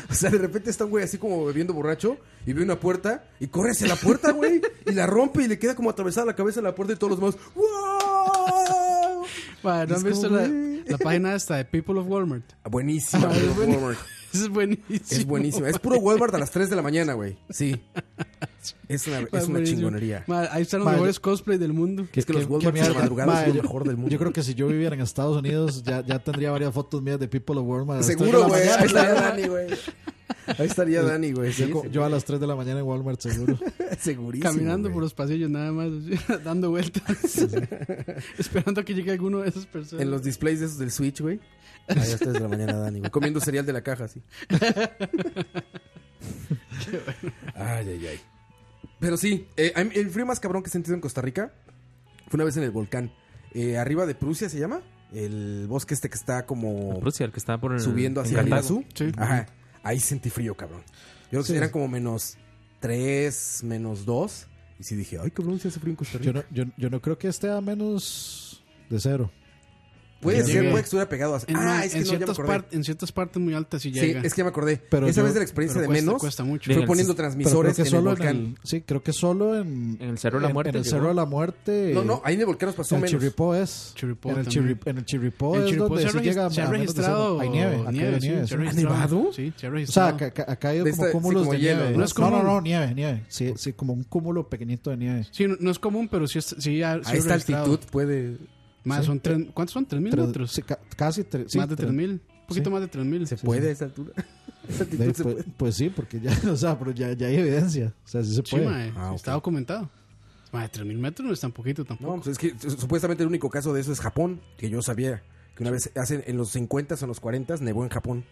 o sea, de repente está un güey así como bebiendo borracho y ve una puerta y corre hacia la puerta, güey. Y la rompe y le queda como atravesada la cabeza en la puerta y todos los más. ¡Wow!
Ma, ¿No
Es
han visto
como,
la,
güey.
la página esta de People of Walmart?
Buenísima,
Ah, es
puro
buenísimo.
Walmart.
Es buenísimo.
Es buenísima. Es puro Walmart a las 3 de la mañana, güey. Sí. Es una,
Ma,
es una
buenísimo.
chingonería.
Ma, ahí están los
Ma,
mejores cosplay del mundo.
Es que los Walmart en la madrugada
Ma,
son
yo-
lo mejor del mundo.
Yo creo que si yo viviera en Estados Unidos ya, ya tendría varias fotos mías de People of Walmart. a las tres de
Seguro,
la
güey.
mañana.
Ahí estaría Dani, güey. Ahí estaría Dani, güey.
Yo,
sí,
co-
sí,
yo a las 3 de la mañana en Walmart, seguro.
Segurísimo.
Caminando
güey.
por los pasillos nada más, así, dando vueltas, esperando a que llegue alguno de esas personas.
En los displays de esos del Switch, güey. Ahí a las 3 de la mañana, Dani, güey. Comiendo cereal de la caja, sí. Ay, ay, ay. Pero sí, eh, a mí- el frío más cabrón que he sentido en Costa Rica fue una vez en el volcán. Eh, arriba de Prusia se llama. El bosque este que está como
Rusia, el que está por el-
subiendo
en
hacia el
Cartago.
azul.
Sí.
Ajá. Ahí sentí frío, cabrón. Yo creo que
Sí.
eran como menos 3, menos 2. Y sí dije, ay, cabrón, se hace frío en Costa
Yo
Rica.
no, yo, yo no creo que esté a menos de cero.
Puede
Yo
ser,
llegué.
puede que estuviera pegado. A...
En,
ah, es que
en
no, ya me
ciertas
acordé.
par- en ciertas partes muy altas sí
Sí,
llega.
es que ya me acordé.
Pero
Esa
yo-
vez de la experiencia
pero
de
cuesta-
menos
cuesta mucho.
fue
Bien,
poniendo
Pero
el-
creo
transmisores
que
en el
solo en
volcán.
el, sí, creo que solo en,
En el Cerro de la Muerte
En, el
llegó.
Cerro de la Muerte.
No, no, ahí en el volcán nos pasó
En el
menos.
Chirripó es.
Chirripó
en, el
también.
Chirri- en el Chirripó
En
es
Chirripó
donde
Oh, se, ha
sí
regis-
llega a
se ha
menos de
registrado Oh,
cero. Hay nieve. acá
nieve,
hay
sí,
nieve,
se
sí.
ha registrado- Sí,
nevado?
se ha
O sea,
registrado.
acá, acá- acá ha habido
De
como
esta- sí,
cúmulos
como
de
hielo,
nieve.
¿no?
No,
No es
no,
común.
no, nieve, nieve. Sí, sí, como un cúmulo pequeñito de nieve.
sí, no, no es común, pero sí, es- sí ha- sí ha
A esta
registrado.
altitud puede...
pues
Más
Sí.
son tres- ¿Cuántos son? ¿3.000
Tres-
metros?
sí, ca- casi tres. sí,
más de
tres-
3.000. Un poquito
Sí.
más de 3.000.
¿Se puede a esta altura?
De ahí, pues, pues sí, porque ya, o sea, pero ya, ya hay evidencia. O sea, sí se
Sí,
puede.
mae,
Ah,
está documentado. Mae, 3000 metros no es tan poquito tampoco.
No, pues es que su- supuestamente el único caso de eso es Japón, que yo sabía. Que una vez hacen en los 50s o en los 40s nevó en Japón.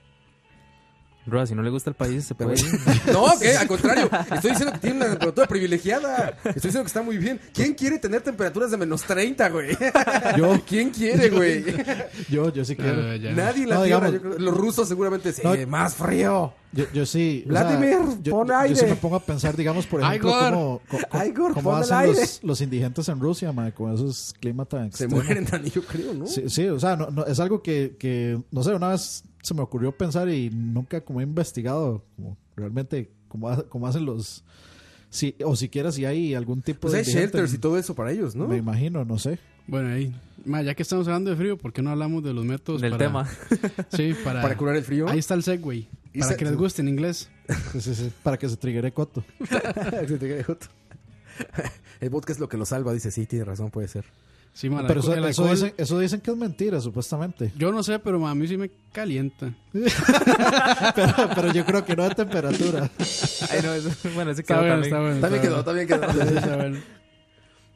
Bro, si no le gusta el país, se
Pues
puede ir.
No, que al contrario. Estoy diciendo que tiene una temperatura privilegiada. Estoy diciendo que está muy bien. ¿Quién quiere tener temperaturas de menos 30, güey?
Yo.
¿Quién quiere, güey?
Yo, yo sí quiero.
Ah, ya.
Nadie en la
No,
tierra.
digamos-
yo creo- los rusos seguramente sí.
No.
eh, más frío.
Yo, yo sí. o
Vladimir,
yo,
pon
yo
aire.
sí me pongo a pensar, digamos, por
Ay,
ejemplo,
Gor.
cómo, cómo-
Ay, Gor,
cómo
pon el
hacen
aire.
los, los indigentes en Rusia, mae, con esos climas tan
Se
extremos.
mueren, Dani, yo creo, ¿no?
Este, Sí, sí, o sea, no, no, es algo que, que, no sé, una vez se me ocurrió pensar y nunca como he investigado como realmente cómo, ha- cómo hacen los... Si, o siquiera si hay algún tipo
Pues
de...
hay
indigente,
shelters y todo eso para ellos, ¿no?
Me imagino, no sé.
Bueno, ahí. Mae, ya que estamos hablando de frío, ¿por qué no hablamos de los métodos
Del
para-
tema.
Sí, para,
Para curar el frío.
Ahí está el Segway.
Y
Para
se-
que les guste en inglés.
Sí, sí, sí, Pues para que se trigere Coto.
Se te cae otro. El vodka es lo que lo salva, dice, sí, tiene razón, puede ser.
Sí, mae, el
Pero
alco-
eso,
el
eso
alcohol-
dicen, eso dicen que es mentira, supuestamente.
Yo no sé, pero mae, a mí sí me calienta.
Pero, pero yo creo que no de temperatura.
Ay, no, eso- bueno, ese
Está
quedó
bueno,
también.
está bueno.
También
está
quedó,
bueno.
también quedó.
Sí, está bueno.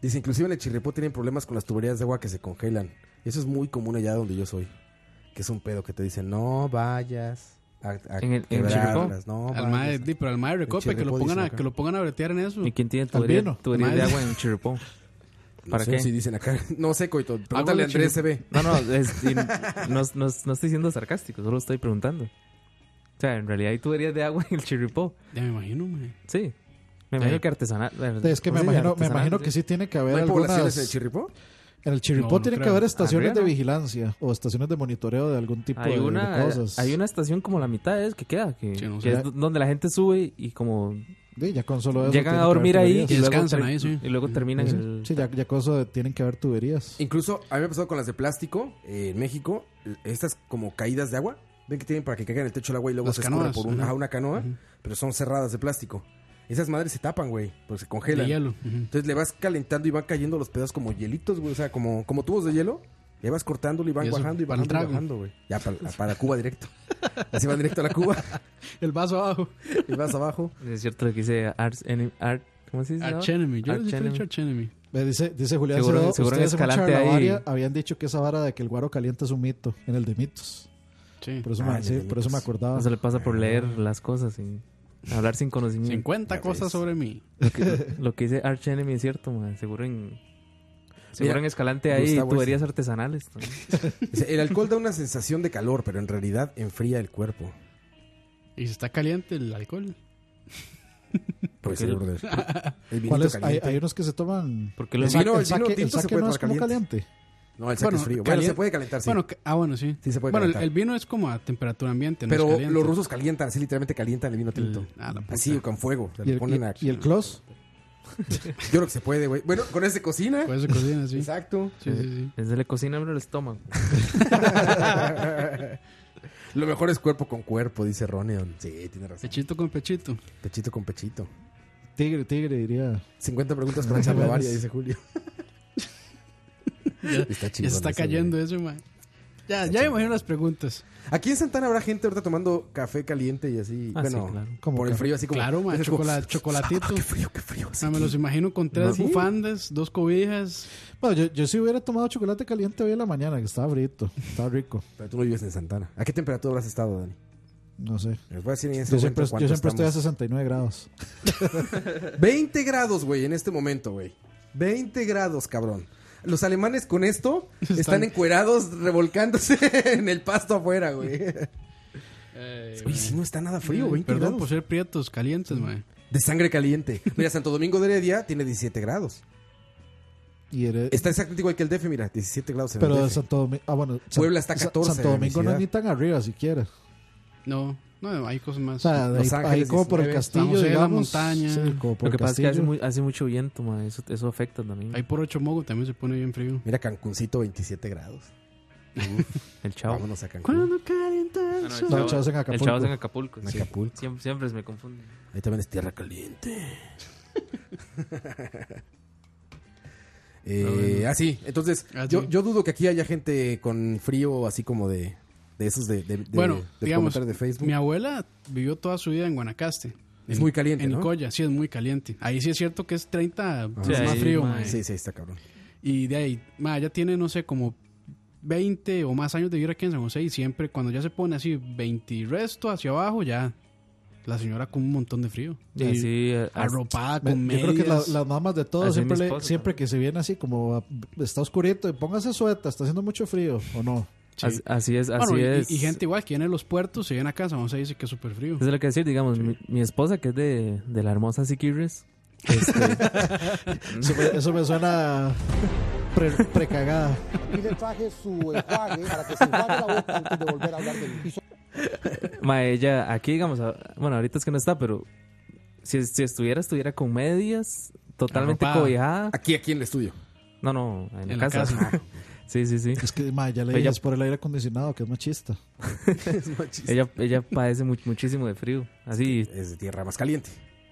Dice, inclusive en el Chirripó tienen problemas con las tuberías de agua que se congelan. Y eso es muy común allá donde yo soy. Que es un pedo que te dicen, no vayas a, a
¿En el- en el
quebrarlas, no
Al mae,
vayas".
di, pero al mae recope, que
chirripó
lo pongan
dicen
a,
acá.
que lo pongan a bretear en eso.
¿Y quién tiene
vino.
tubería, tubería
Madre.
de agua en Chirripó?
No
¿Para
sé
qué?
si dicen acá. No sé, Coito.
Algo
Pregúntale
de
a Andrés
Chirripó.
CB.
No, no, es- y no, no- no estoy siendo sarcástico, solo estoy preguntando. O sea, en realidad hay tuberías de agua en el Chirripó.
Ya me imagino, mae.
Sí. Me imagino
Sí.
que artesanal.
Es que me imagino, me imagino que sí tiene que
¿No
haber
hay poblaciones
algunas...
en el Chirripó?
En el Chirripó
No, no
tiene que
creo.
haber estaciones
Arriba,
de
¿no?
vigilancia o estaciones de monitoreo de algún tipo de-
Hay
de,
una,
cosas.
hay una estación como la mitad es que queda, que,
Sí, no sé.
que es donde la gente sube y como
Sí, ya con solo eso
llegan
tiene
a
que
dormir
haber
ahí
tuberías.
y luego,
Descansan
ter-
ahí, sí.
y luego terminan
Sí,
en el...
Sí, ya, ya cosas tienen que haber tuberías.
Incluso, a mí me ha pasado con las de plástico eh, en México. Estas como caídas de agua. Ven que tienen para que caigan en el techo el agua y luego
Las
se escurre
canoas,
por un-
ajá.
ajá, una canoa. Pero son cerradas de plástico. Esas madres se tapan, güey. Porque se
De
congelan.
hielo. ujú.
Entonces le vas calentando y van cayendo los pedazos como hielitos, güey. O sea, como, como tubos de hielo. Le vas cortándolo y van
Y eso,
bajando y
para el
bajando y
trago.
bajando, güey. Ya para, para Cuba directo. Así van directo a la Cuba
El vaso abajo.
y vas abajo.
Es cierto lo que dice Arts Enem- Art... ¿Cómo se dice?
Arch Enemy. Yo
Arch
siempre he
Enemy.
dicho Arch Enemy.
Eh, Dice, dice Julián
Seguro-
Cedo,
seguro en
ustedes en un
Escalante hay-
charlavaria habían dicho que esa vara de que el guaro caliente es un mito en el de mitos.
Sí.
Por eso,
Ah,
me,
en el
sí,
de
por eso me
mitos.
acordaba.
Eso le pasa
Ah.
por leer las cosas y hablar sin
mm,
conocimiento.
50 cosas sobre mí.
Lo que dice Arch Enemy es cierto, man. Seguro en... Seguro
Mira,
en Escalante hay
Gustavo es-
tuberías artesanales. también.
Dice, el alcohol da una sensación de calor, pero en realidad enfría el cuerpo.
Y si está caliente el alcohol.
Pues
Porque
el,
el-
brother. El vinito
¿Cuáles? Hay,
caliente.
hay unos que se toman.
Porque lo
El vino-
saque-
el vino
saque-
tinto se
saque
puede
no es
tomar
como caliente.
No, el saque
Bueno,
es frío. Bueno,
caliente-
se puede calentar, sí.
Bueno, que- ah, bueno, sí.
Sí se puede
bueno, el,
calentar.
el vino es como a temperatura ambiente. no es
pero
caliente.
los rusos calientan, así literalmente calientan el vino tinto.
ah, la puta.
así, con fuego. O sea,
Y
le
el,
ponen a-
y, y el close.
Yo creo que se puede, güey. Bueno, con ese cocina.
Pues se cocina, sí.
Exacto.
Sí, sí, sí.
Desde la Eh, cocina, pero el estómago.
Lo mejor es cuerpo con cuerpo, dice Roneon. Sí, tiene razón.
Pechito con pechito.
Pechito con pechito.
Tigre, tigre, diría.
50 preguntas para echarle varias, dice Julio. está
ya
chingón
se está
ese,
cayendo
güey.
eso, man. Ya, ya me imagino las preguntas.
Aquí en Santana habrá gente ahorita tomando café caliente y así.
Ah,
bueno,
sí, claro.
Como
por el
café.
frío, así como.
Claro, man,
es como-
chocola- chocolatito.
Ah, qué frío, qué frío.
O sea, me los imagino con tres
¿Sí?
bufandas, dos cobijas.
Bueno, yo, yo sí hubiera tomado chocolate caliente hoy en la mañana, que estaba frito. Estaba rico.
Pero tú no vives en Santana. ¿A qué temperatura habrás estado, Dani?
No sé.
Les voy a decir en este
Yo siempre,
momento
yo
cuánto
siempre estoy a
estamos.
69 grados.
20 grados, güey, en este momento, güey. 20 grados, cabrón. Los alemanes con esto están, encuerados, revolcándose en el pasto afuera, güey.
Eh,
Oye, si no está nada frío, 20
Perdón
grados.
por ser prietos, calientes, man.
De sangre caliente. Mira, Santo Domingo de Heredia tiene 17 grados.
Y eres-
Está exactamente igual que el DF, mira, 17 grados en
pero
Este el
de
DF.
Santo Domingo. Ah, bueno. San-
Puebla está
Sa-
14
Santo
de
Domingo no es
densidad.
ni tan arriba siquiera.
No, no, hay cosas
O
más.
sea, de
Los
ahí,
Ángeles,
ahí como por el
19,
San
castillo,
José de la
digamos.
Montaña.
Sí, como por
Lo que
el
pasa es que
castillo.
hace, muy- hace mucho viento, man. Eso, eso afecta también.
Ahí por ocho mogo también se pone bien frío.
Mira, Cancuncito, 27 grados.
El chavo.
Vámonos a Cancún.
Cuando
Ah,
calienta el sol.
No, el chavo es en
El
Acapulco.
chavo es en Acapulco.
En
sí.
Acapulco.
Siempre, siempre me confunden.
Ahí también es tierra caliente. Eh, ah, sí. Entonces,
Ah, sí.
yo, Eh, ah,
Ah,
yo dudo que aquí haya gente con frío así como de, de de esos de, de, de-
bueno,
de
digamos,
comentar de Facebook.
mi abuela vivió toda su vida en Guanacaste.
Es
En-
muy caliente,
En
¿no?
Nicoya, sí, es muy caliente. Ahí sí es cierto que es 30,
Ajá.
es más
Sí,
frío,
ma.
mae.
eh.
Sí, sí, está cabrón.
Y de ahí, ma, ella tiene, no sé, como 20 o más años de vivir aquí en San José y siempre cuando ya se pone así 20 y resto hacia abajo, ya la señora con un montón de frío.
Y
Y
así, eh,
arropada
Me-
con medias.
Yo creo que la- las mamás de todos
Así
siempre,
mi
le-
esposa
siempre que se viene así como a- está oscurito, póngase sueta, está haciendo mucho frío o no.
Sí.
as- así es,
Bueno,
así
y-
es.
Y, gente igual que viene de los puertos, se viene acá, San José dice que es súper frío.
Eso es lo que decir, digamos, mi, mi esposa, que es de, de la hermosa Sikiris.
Eso me, eso me suena pre- precagada.
Y le traje su enjuague para que se enjuague la boca antes de volver a hablar del piso.
Ma, ella aquí, digamos, a- bueno, ahorita es que no está, pero si, si estuviera, estuviera con medias, totalmente
Arropada.
cobijada.
Aquí, aquí en el estudio.
No, no, en,
En
la
la
casa.
casa.
sí, sí, sí.
Es que ma, ya le
Ella-
dije, es por el aire acondicionado, que es machista.
Ella, ella padece mu- muchísimo de frío. Así
Es de tierra más caliente.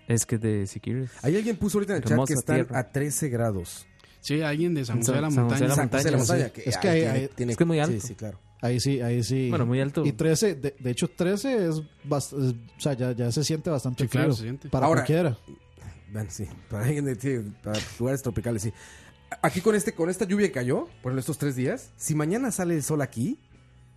es que es de Sikiris.
Ahí alguien puso ahorita en el chat
Hermosa
que están
tierra.
a 13 grados.
Sí, alguien de San
En
José de la
San- San José
Montaña.
de la
San José de la
montaña,
montaña,
sí. Es que
ahí
hay-
tiene-
hay-
tiene-
es que es muy alto.
Sí, sí, claro.
Ahí sí, ahí sí.
Bueno, muy alto.
Y 13, de, de hecho 13 es, bast- es- o sea, ya, ya se siente bastante
Sí, claro,
frío
se siente.
para
Ahora-
cualquiera.
Bueno, sí, para, alguien de- sí, para lugares tropicales, sí. Aquí con este, con esta lluvia que cayó, por ejemplo, estos tres días, si mañana sale el sol aquí,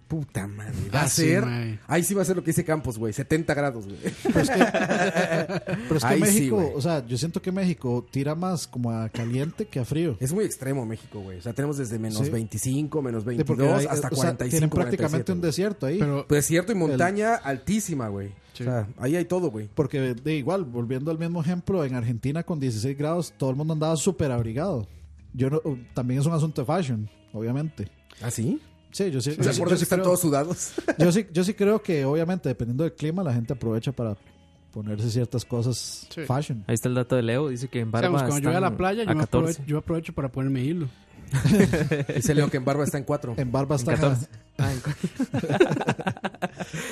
puta madre, va
Ah,
a
sí,
ser.
mae.
ahí sí va a ser lo que dice Campos, güey, 70 grados, güey.
Pero es que
Ahí sí,
México,
güey.
o sea, yo siento que México tira más como a caliente que a frío.
Es muy extremo México, güey. O sea, tenemos desde menos
Sí.
25, menos
Sí, porque
22
ahí,
Eh, hasta
o sea,
45.
tienen prácticamente un
47,
desierto ahí.
Pero
güey. Desierto y montaña altísima, güey. O sea, ahí hay todo, güey.
Porque de igual, volviendo al mismo ejemplo, en Argentina con 16 grados todo el mundo andaba súper abrigado. Yo no- también es un asunto de fashion, obviamente.
¿Ah, sí?
Sí, yo sí,
O
yo
sea,
sí-
por
yo
eso
sí
están
creo,
todos sudados.
yo sí- yo sí creo que obviamente dependiendo del clima la gente aprovecha para ponerse ciertas cosas
Sí.
fashion.
Ahí está el dato de Leo, dice que en Barba
digamos, cuando yo voy a la
están
playa,
a
yo, me
14.
aprovecho, yo aprovecho para ponerme hilo.
Dice Leo que en Barba está en 4.
En barba está
14.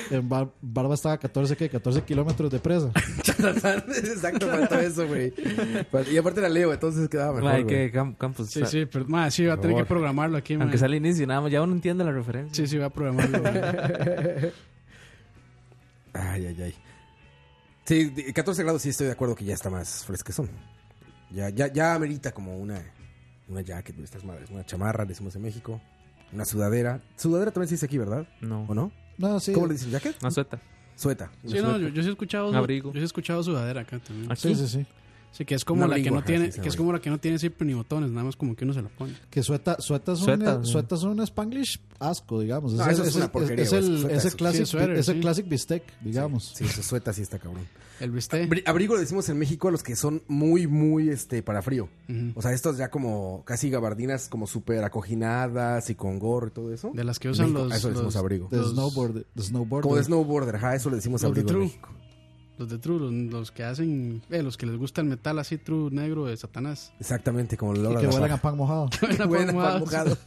en Bar- barba está a 14 que 14 kilómetros de presa.
Exacto, faltó eso, güey. Y aparte era Leo, entonces quedaba mejor,
Ma, hay
güey.
que Cam- Campos.
Sí,
o sea,
sí, pero ma, sí, va a tener que
favor.
programarlo aquí. ma.
Aunque sea al inicio, nada más, ya uno entiende la referencia.
Sí, sí, va a programarlo. ma.
Ay, ay, ay. Sí, de- 14 grados sí estoy de acuerdo que ya está más fresquezón. Ya, ya, ya amerita como una, una jacket de estas madres, una chamarra, decimos en México. Una sudadera. Sudadera también se dice aquí, ¿verdad?
No,
¿O no?
No, sí.
¿Cómo le dicen? ¿Jacket?
una sueta.
Sueta.
Ah, Sí, no, yo, yo sí he escuchado.
Un abrigo.
Yo sí he escuchado sudadera acá también.
Aquí.
Sí, sí, sí.
Sí, que es como
Una
la que
lengua,
no
ajá,
tiene,
sí, se
que es
llama.
como la que no tiene siempre ni botones, nada más como que uno se la pone.
Que sueta, sueta es
Sueta,
un,
sí.
sueta es un spanglish asco, digamos.
No, eso es una porquería,
Es
güey.
el,
Sueta
es el
es-
classic,
sí, suéter,
es el
sí.
classic bistec, digamos.
Sí, su sueta sí está cabrón.
El viste.
Abri- Abrigo le decimos en México a los que son muy, muy este para frío. O sea, estos ya como casi gabardinas, como súper acoginadas y con gorro y todo eso.
De las que
En
usan
México,
los,
a eso le decimos
los,
abrigo.
De
Los-
snowboard, de snowboard.
Como de snowboarder, ajá, eso le decimos
Los de
abrigo en
True.
México.
los de True, los, los que hacen, eh, los que les gusta el metal así True negro de Satanás.
Exactamente, como la
y
hora
que
de la
huelen a
paja.
pan mojado.
Que huelen a pan mojado.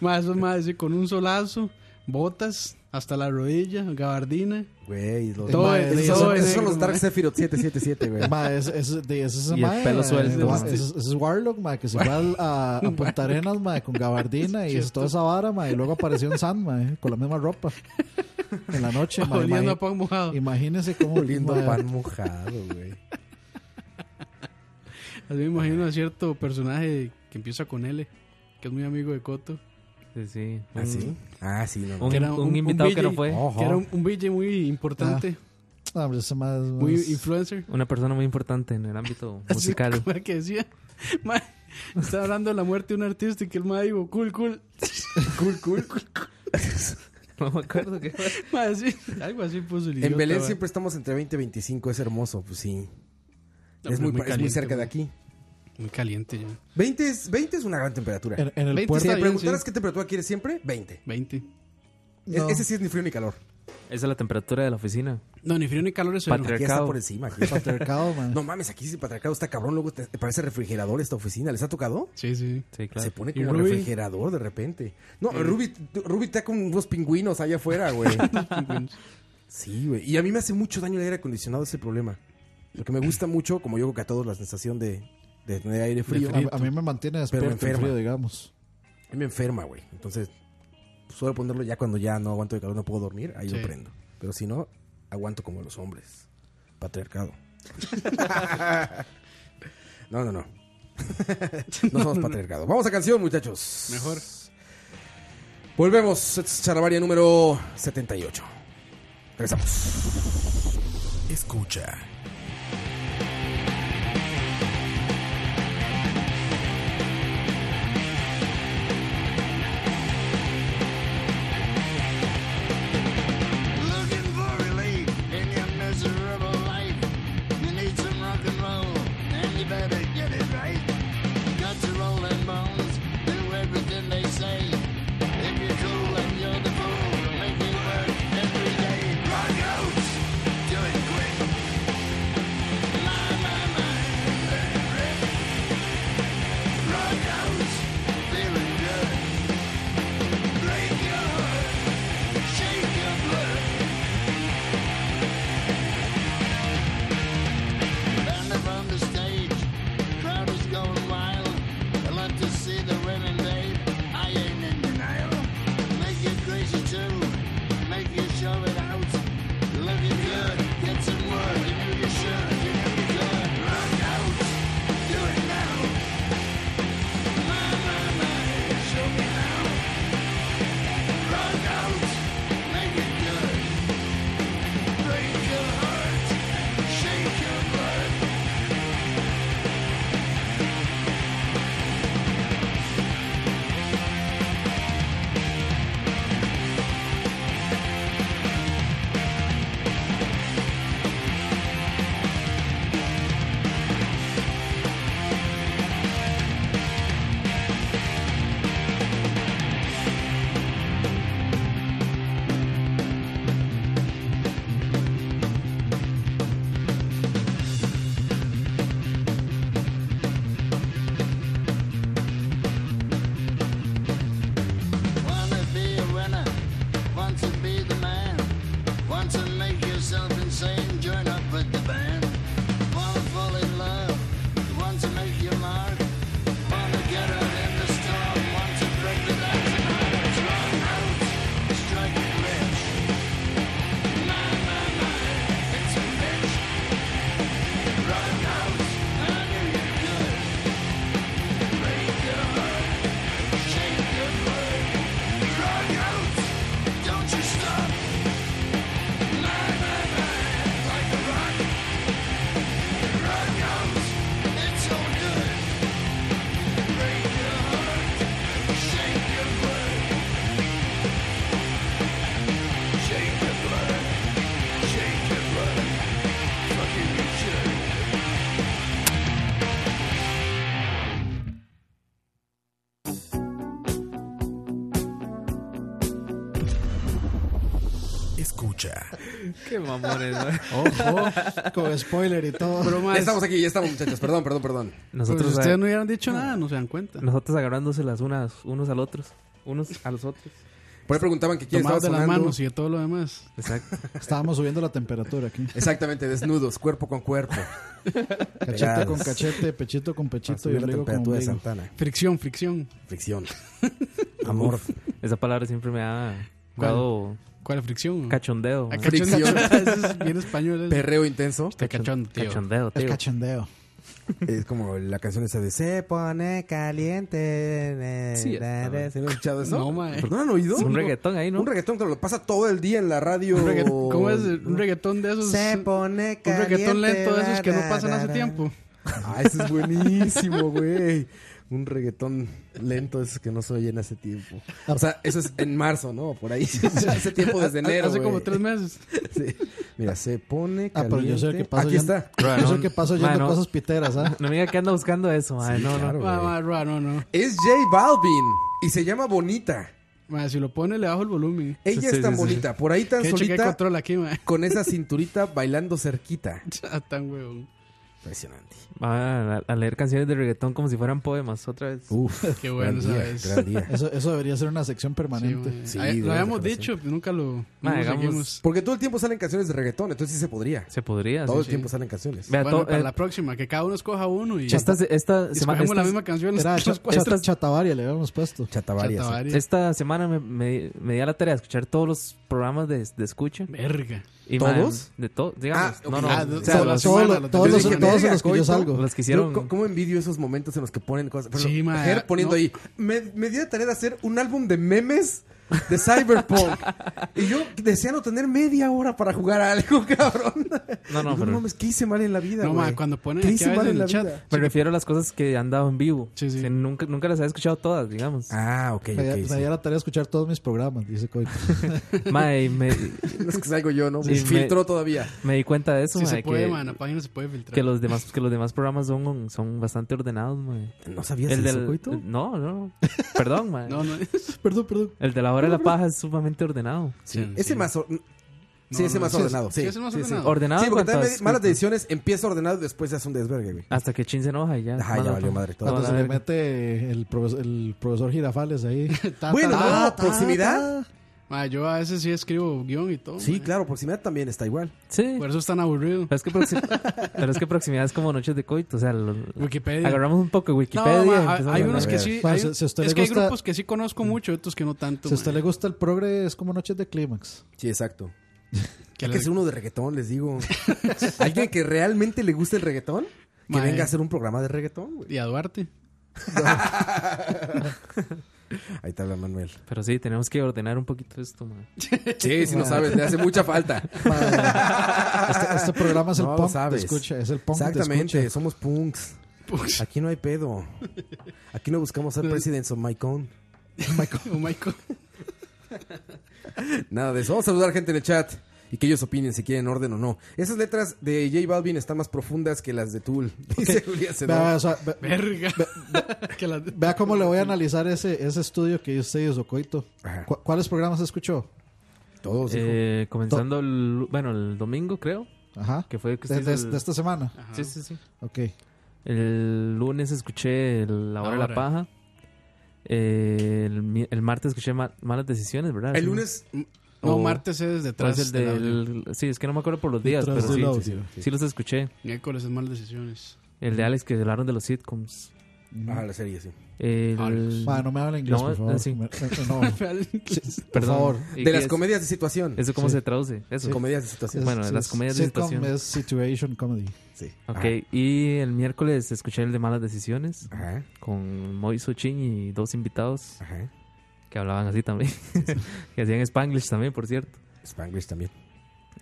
Más o más, sí, con un solazo, botas hasta la rodilla, gabardina.
Güey, los-
Todo
Ma,
es-
esos
todo
son-
es
esos son los
negro,
Dark
ma.
Sephiroth 777, güey.
Eh, Ma, es, es, de, ese es ese
Y el
mae,
pelo
ma,
suelto,
es-
ma.
es- es- es Warlock, ma, que se fue al- a, a Punta Arenas, ma, con gabardina y es toda esa vara, ma, y luego apareció en Sand, ma, eh, con la misma ropa. En la noche, ma,
oliendo a
imagi-
pan mojado.
imagínese cómo
Oliendo
ma,
a pan mojado, güey.
Así me imagino a cierto personaje que empieza con L, que es muy amigo de Coto.
Sí, sí. Un,
¿Ah, sí? Ah, sí, no.
un-
Que era
un
un- Oh. un
invitado que no
DJ.
fue.
Ojo.
Que era un, un VJ muy importante,
Ah, hombre, ese ma es más-
muy influencer.
Una persona muy importante en el ámbito
Así
musical.
como era que decía, "Ma, estaba hablando de la muerte de un artista y que el ma dijo, cool, cool.
Cool, cool.
No me acuerdo qué fue.
Ma, sí, algo así puso el
En
idiota,
Belén
ma.
siempre estamos entre 20 y 25, es hermoso, pues sí.
No,
es,
pero
muy,
muy
pa- es muy
caliente,
cerca
güey.
de aquí.
Muy caliente ya.
20 es, 20 es una gran temperatura.
En, en el
20
puerto.
si
está
me
bien,
preguntaras
sí.
qué temperatura quieres siempre, 20.
20.
Es-
No.
ese sí es ni frío ni calor.
Esa es la temperatura de la oficina.
No, ni frío ni calor es cero.
Patriar-
Aquí está
Mercado.
por encima. Aquí está-
Patriarcado, ma.
No mames, aquí ese patriarcado está cabrón. Luego te- parece refrigerador esta oficina. ¿Les ha tocado?
Sí, sí.
Sí, claro.
Se pone
¿Y
como
Ruby?
refrigerador de repente. No, Ruby, Ruby está con unos pingüinos allá afuera, güey. sí, güey. Y a mí me hace mucho daño el aire acondicionado ese problema. Porque me gusta mucho, como yo creo que a todos, la sensación de, de tener aire frío.
A, a mí me mantiene despierto el
enferma.
frío, digamos.
A mí me enferma, güey. Entonces, suelo ponerlo ya cuando ya no aguanto de calor, no puedo dormir, ahí
Sí.
lo prendo. Pero si no, aguanto como los hombres. Patriarcado. no, no, no. no somos patriarcado. Vamos a canción, muchachos.
Mejor.
Volvemos. Este Es Charavaria número 78. Regresamos.
Escucha.
Looking for relief in your miserable life. You need some rock and roll, and you better get it right. Guts are rolling bones, do everything they say. If you're cool and you're the fool, make me work every day. Rock out, do it quick. My, my, my, rip. Rock out, feeling good. Break your heart, shake your blood. Band around the stage, crowd is going wild. I love to see the women, babe. I ain't in denial. Make you crazy too, make you show it out. Looking good, get some work. You know you should, you know you could. Rock out, do it now. My, my, my, show me how. Rock out, make it good. Break your heart, shake your blood. Wanna be a winner, want to be the man, want to make yourself insane, join up with the band. Wanna fall in love, want to make your mark, wanna get out in the storm, want to break the ice and hearts. Run out, strike it rich. My, my, my, it's a bitch. Run out, I knew you could. Break your heart, shake your blood. Run out, don't you stop. My, my, my, like a rock. Run out, it's all good. Break your heart, shake your blood. Shake your blood, shake your blood. Fucking you should.
Escucha.
Qué mamones,
Ojo, con spoiler y todo.
Ya estamos aquí, ya estamos, muchachos. Perdón, perdón, perdón.
Nosotros,
Pues
a-
ustedes no hubieran dicho nada, no se dan cuenta.
nosotros agarrándose las unas unos al otros, unos a los otros.
Por ahí preguntaban que quién
Tomados de
estaba
las
sonando.
manos y de todo lo demás.
Exacto.
Estábamos subiendo la temperatura aquí.
Eh, Exactamente, desnudos, cuerpo con cuerpo.
Cachete con cachete, pechito con pechito y
Subió la
ombligo con
temperatura de
ombligo.
Santana.
Fricción, fricción.
Fricción. Amor.
Esa palabra siempre me ha
¿Cuál?
dado
¿Cuál fricción?
cachondeo.
Ah,
man.
cachondo.
Fricción.
Eso es bien español. eso.
Perreo intenso.
Está cachondo, tío.
Cachondeo,
El
tío.
cachandeo.
Es como la canción esa de Se pone caliente.
Sí,
Da, da.
está.
¿Se han escuchado eso?
No, mae.
¿No lo han oído?
Es un reggaetón ahí, ¿no?
Un reggaetón que lo pasa todo el día en la radio.
Un regga- ¿Cómo es? Un reggaetón de esos.
Se pone
Pues, Un
caliente.
reggaetón lento de esos que no
da,
pasan
da,
hace
da.
tiempo.
Ah, ese es buenísimo, güey. Un reggaetón lento, esos que no se oyen hace tiempo. O sea, eso es en marzo, ¿no? Por ahí. hace tiempo desde enero.
hace como
güey.
tres meses.
Sí. Mira, se pone
Ah,
caliente.
pero yo sé el que pasa
Aquí
oyendo-
está.
Yo sé el que pasa oyendo
Mano.
cosas piteras, ¿ah?
No me diga que anda buscando eso, man. no,
claro,
no.
güey.
Va, Ah, va, va, no, no.
Es J Balvin y se llama Bonita.
Ma, si lo pone, le bajo el volumen.
Ella
Sí,
es
sí,
tan
sí,
bonita, por ahí tan
Que cheque
solita,
control aquí, ma.
con esa cinturita bailando cerquita.
Ah, tan huevón.
Impresionante.
Van a, a leer canciones de reggaetón como si fueran poemas otra vez.
Uh.
Uf, Qué bueno, gran día, ¿sabes? gran día.
Eso, eso debería ser una sección permanente.
Sí, Ay, lo habíamos dicho, nunca lo, no lo seguimos.
Porque todo el tiempo salen canciones de reggaetón, entonces sí se podría.
Se podría.
Todo
sí,
el
sí.
tiempo salen canciones.
Vea,
Bueno,
to-
para
eh,
la próxima, que cada uno escoja uno y
Esta, se- esta
y
semana.
escogemos la
esta-
misma canción.
Era
los- los
cha-
cuatro.
cha- Chatavaria, le habíamos puesto.
Chatavaria. sí.
Chatavaria.
Esta semana me, me- me di a la tarea de escuchar todos los programas de, de escucha.
Verga.
Y,
¿Todos?
madre, de todos, digamos.
Ah,
no,
ok.
no.
Ah,
o
todos
sea,
Todos
la
los-
todos
semana,
los-
los-
todos los
Yo dije,
todos en los
"Verga,
que yo
coito".
salgo.
los
Yo,
que hicieron.
co- ¿Cómo envidio esos momentos en los que ponen cosas? Por
Sí,
ejemplo,
ma,
Ger poniendo
no.
ahí, me, me dio la tarea de hacer un álbum de memes de Cyberpunk. y yo deseando tener media hora para jugar a algo, cabrón.
No, no,
Digo,
pero-
mames, ¿qué hice mal en la vida,
No,
güey?
ma, cuando ponen
¿Qué
aquí
hice
a veces
mal en
en
la
el chat.
vida?
Me refiero a las cosas que han dado en vivo.
Sí, sí.
O sea, nunca, nunca las había escuchado todas, digamos.
Ah, ok,
Me
ok.
di- me di a la tarea de escuchar todos mis programas, dice Coito.
Mae, me,
sí. Es que salgo yo, ¿no?
Sí,
Filtró
me-
todavía.
me di cuenta de eso,
Si
mae,
se puede,
que,
man, la página se puede filtrar.
que los demás que los demás programas son, son bastante ordenados, mae.
¿No sabías
el
eso,
del
coito?
el- no, no. Perdón, mae.
No, no.
perdón, perdón.
El de la hora de la paja es sumamente ordenado.
Sí,
Sí,
ese
sí.
más... or-
No,
sí, ese
no,
más
sí,
ordenado.
sí,
Sí,
ese más
sí, sí.
ordenado.
Ordenado
Sí,
en
pues,
porque
cuanto a
también malas
escrito.
decisiones empieza ordenado y después se hace un desvergue, güey.
Hasta que Chin se enoja y ya.
Ajá, ya valió madre todo.
toda
Cuando
la
se le
verga.
mete el profesor, el profesor Girafales ahí. Ta,
Bueno,
ta,
no,
ta,
proximidad.
ta.
Ma, yo a veces sí escribo guión y todo.
Sí,
ma.
claro, proximidad también está igual.
Sí.
Por eso es tan aburrido.
Pero es, que proxi- pero es que proximidad es como noches de coito. O sea, lo-
Wikipedia.
agarramos un poco de
No,
Wikipedia.
ma,
empezamos
hay
a
unos que
hablar.
sí.
Ma,
hay-
si- si a usted
es
le
que hay
gusta-
grupos que sí conozco mucho, otros que no tanto.
Si a usted
ma.
le gusta el progre, es como noches de clímax.
Sí, exacto.
Que
Hay
le-
que hacer uno de reggaetón, les digo. ¿Alguien que realmente le guste el reggaetón? Que
Mae.
venga a hacer un programa de reggaetón, güey.
Y a Duarte.
Ahí te habla Manuel.
Pero sí, tenemos que ordenar un poquito esto, man.
Sí, si no sabes, le hace mucha falta.
Ma, Este, este programa es el
No lo
punk, te
sabes.
escucha, es el punk. te
Exactamente,
escucha.
somos punks. Aquí no hay pedo. Aquí no buscamos
Pues,
ser presidents of my con.
Oh my God.
Nada de eso. Vamos a saludar gente en el chat y que ellos opinen si quieren orden o no. Esas letras de J Balvin están más profundas que las de Tool. Dice Julián Sedó.
Vea, o sea, ve-
Verga. Que la-
vea cómo le voy a analizar ese, ese estudio que usted hizo, Coito.
Ajá.
¿Cu- ¿Cuáles programas escuchó?
Todos, Ah.
Pues
hijo.
Eh, comenzando el, bueno, el domingo, creo.
Ajá.
Que fue que
De,
usted
de-
hizo el- Ah.
de esta semana.
Sí, sí, sí.
Ok.
El lunes escuché el- La Hora de la
Ahora.
Paja. Eh, el, mi- el martes escuché Ma- Malas Decisiones, ¿verdad?
El
Sí.
lunes.
No,
O-
martes es
¿O es
detrás
el
del audio.
del- Sí, es que no me acuerdo por los días, pero
Detrás
sí,
del
sí,
audio.
sí los escuché.
Miércoles es malas decisiones.
El de Alex que hablaron de los sitcoms.
Ah, la serie, sí.
El...
Alex.
Ma, no me hablen inglés,
No,
por favor.
sí.
Me- eh, no.
Perdón.
favor.
¿Y
De
qué
las
es?
comedias de situación.
¿Eso cómo
Sí.
se traduce? Eso.
Comedias de situación.
Bueno, las comedias de
sitcom
situación.
es situation comedy.
Sí.
Ok, y el miércoles escuché el de Malas Decisiones
Ajá,
con Moiso Chin y dos invitados
ajá.
que hablaban así también. que hacían Spanglish también, por cierto.
Spanglish también.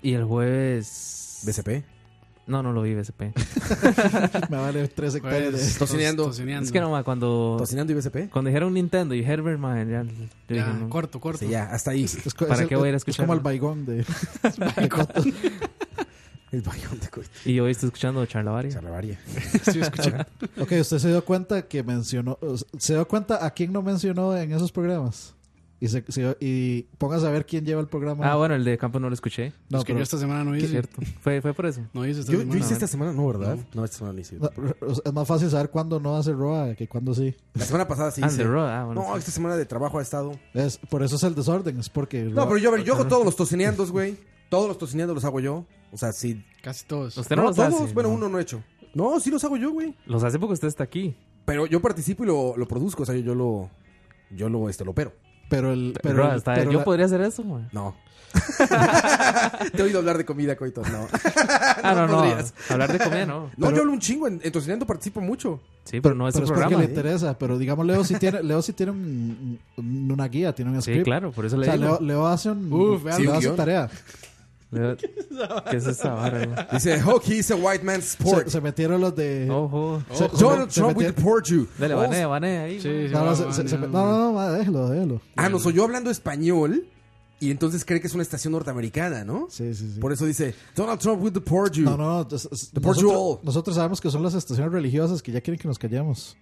Y el jueves...
BCP.
No, no lo vi, BCP.
Me vale
Pues,
tres hectáreas. de-
Jueves,
Tocineando.
tos- tocineando.
es que no, ma, cuando...
Tocinando y BCP.
Cuando dijeron Nintendo y Herbert, man, ya... yo
Ya,
dije, no.
Corto, corto.
Sí, ya, hasta ahí.
Es co-
¿Para
es el-
qué voy a ir a
Es
escucharlo?
como el baigón de. de Coto.
El bayón de coito.
Y hoy estoy escuchando Charlavaria.
Charlavaria.
Estoy escuchando.
ok, usted se dio cuenta que mencionó. o sea, Se dio cuenta a quién no mencionó en esos programas. Y, se, se- y pongas a ver quién lleva el programa.
Ah, bueno, el de Campo no lo escuché.
No,
es que
pero-
yo esta semana no
Es
hice.
cierto. Fue, fue por eso.
No hice esta
Yo, yo
semana.
hice esta semana, no, ¿verdad? No, esta semana no hice.
no, o sea, es más fácil saber cuándo no hace Roa que cuándo sí.
La semana pasada sí
Ah, el
hice.
de Raw, ah, bueno,
No,
sí.
esta semana de trabajo ha estado.
Es, por eso es el desorden. Es porque.
No,
Roa-
pero yo, a ver, yo hago todos los tocineandos, güey. Todos los tocineandos los hago yo. O sea, sí.
Casi todos.
Usted no,
No,
los
todos.
hace.
bueno,
no.
uno no he hecho. No, sí los hago yo, güey.
Los hace porque usted está aquí.
Pero yo participo y lo, lo produzco. O sea, yo lo. Yo lo, este, lo opero.
Pero el. Pero,
Pero,
el-
hasta
pero
yo
la-
podría hacer eso, man.
No. Te he oído hablar de comida, coito. No.
Ah, no, no.
podrías.
Hablar de comida, no.
No, yo hablo un chingo. En, en Tocinando participo mucho.
Sí, pero no es
pero
su
es porque
programa.
le interesa. Pero digamos, Leo sí tiene, Leo sí tiene un- un- una guía, tiene un
Sí,
script.
claro, por eso
O
le
sea,
digo.
Leo, Leo hace un.
Uf,
Leo
vean,
sí, un
hace
guión.
tarea.
Leo- ¿Qué es esa vara, güey?
Dice, hockey is a white man's sport.
Se, se metieron los de.
Ojo.
se- se-
Donald
se
Trump will
metieron-
deport you.
Dale,
Oh,
bané, bané ahí.
Sí, sí,
No,
va,
no, se-
va,
se- se- no,
no.
no, no, déjelo, déjelo.
Ah, nos oyó hablando español y entonces cree que es una estación norteamericana, ¿no?
Sí, sí, sí.
Por eso dice, Donald Trump will deport you.
No, no, no. es- es-
The Portugal.
Nosotros, nosotros sabemos que son las estaciones religiosas que ya quieren que nos callemos.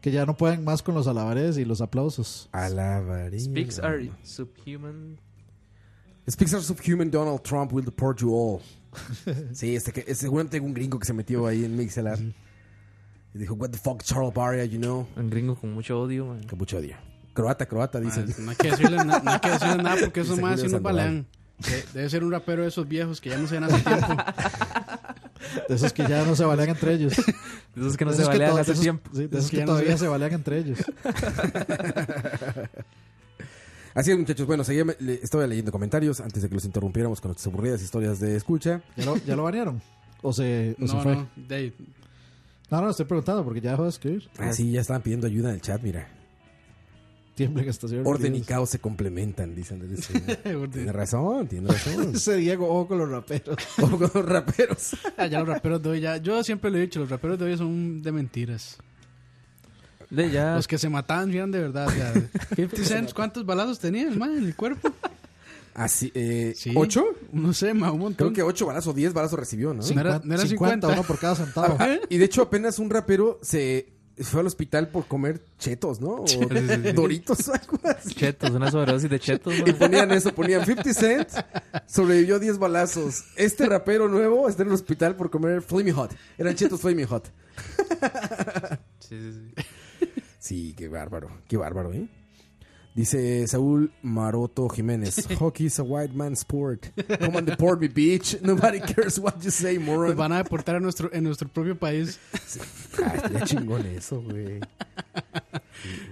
Que ya no pueden más con los alabares y los aplausos.
Alabaría.
Speaks are subhuman.
Speaks are subhuman, Donald Trump will deport you all. Sí, este que, seguramente un gringo que se metió ahí en Mixelar. Y dijo, what the fuck, Charles Barria, you know.
Un gringo con mucho odio, man.
Con mucho odio. Croata, croata, dicen.
No hay que decirle, na- no hay que decirle nada porque esos
Dice
más
Julio
haciendo
Sandoval.
balean. De- Debe ser un rapero de esos viejos que ya no se dan hace tiempo.
De esos que ya no se balean entre ellos.
De esos que no
De
se
esos
balean
to-
hace
de esos-
tiempo.
sí, de esos
De esos
que,
que ya no
todavía
se-
se balean entre ellos.
Así es, muchachos. Bueno, seguía, le- estaba leyendo comentarios antes de que los interrumpiéramos con nuestras aburridas historias de escucha.
¿Ya lo, ya lo banearon? ¿O se, o se
No,
fue?
no, Dave.
No, no, estoy preguntando porque ya dejó de escribir.
Ah, sí, ya estaban pidiendo ayuda en el chat, mira.
Tiemblen estaciones.
Orden y
Dios.
caos se complementan, dicen. Sí.
Eh,
Orden.
tiene razón, tiene razón.
Ese Diego, ojo con los raperos.
Ojo con los raperos.
Ah, ya los raperos de hoy, ya. Yo siempre lo he dicho, los raperos de hoy son de mentiras.
De
Ah.
ya.
Los que se mataban eran de verdad. ya. 50 Cent, ¿cuántos balazos tenía el man en el cuerpo?
Así, eh, ¿Ocho?
No sé, ma, un montón.
Creo que ocho balazos o diez balazos recibió, ¿no?
No era- no era 50.
uno por cada centavo.
Ah, y de hecho, apenas un rapero se fue al hospital por comer chetos, ¿no? O doritos, algo así.
Chetos, una sobredosis de chetos,
Y
man.
ponían eso, ponían 50 Cent, sobrevivió a 10 balazos. Este rapero nuevo está en el hospital por comer Flaming Hot. Eran chetos Flaming Hot.
Sí, sí, sí.
Sí, qué bárbaro, qué bárbaro, ¿eh? Dice Saúl Maroto Jiménez, hockey is a white man's sport. Come and deport me, bitch. Nobody cares what you say,
Nos
moron.
van a deportar a nuestro, en nuestro propio país.
Ah, estaría chingón eso, güey.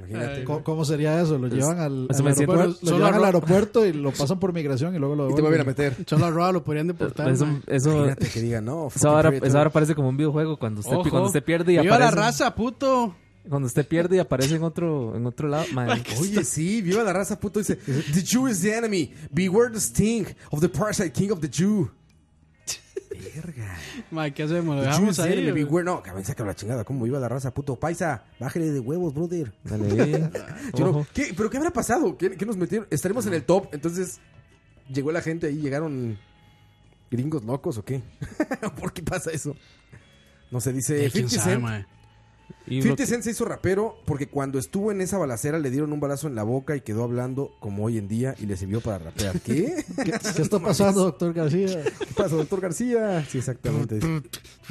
Imagínate.
¿Cómo, cómo sería eso? Lo llevan al,
eso
al
me siento-
aeropuerto, lo
solo
llevan al
arro-
aeropuerto y lo pasan por migración y luego lo
Y te vuelven a
devuelven.
meter.
Solo a Roa lo podrían deportar.
Pues,
Eso,
ma.
eso,
Imagínate que diga, no.
eso ahora,
fucking
eso ahora parece como un videojuego cuando usted,
Ojo.
cuando usted pierde y
¡Viva
aparece.
la raza, puto!
Cuando usted pierde y aparece en otro, en otro lado. man.
Oye, sí, viva la raza puto. Dice, The Jew is the enemy. Beware the sting of the parasite king of the Jew. Verga.
Ma, ¿qué hacemos? ¿Lo
The Jew
dejamos
is the
ahí?
enemy.
o-
Beware. No, cabrón, saca la chingada. ¿Cómo viva la raza puto? Paisa, bájale de huevos, brother.
Dale, ahí.
Yo no-
Ojo.
¿Qué- ¿Pero qué habrá pasado? ¿Qué, qué nos metieron? Estaremos en el top. Entonces, llegó la gente ahí, llegaron gringos locos o qué? ¿Por qué pasa eso? No se dice
Eh, ¿Quién
50
sabe,
Cent.
ma?
Y lo-
50 Cent se hizo rapero porque cuando estuvo en esa balacera le dieron un balazo en la boca y quedó hablando como hoy en día y le sirvió para rapear. ¿Qué?
¿Qué, qué está pasando, doctor García?
¿Qué pasa, doctor García? Sí, exactamente.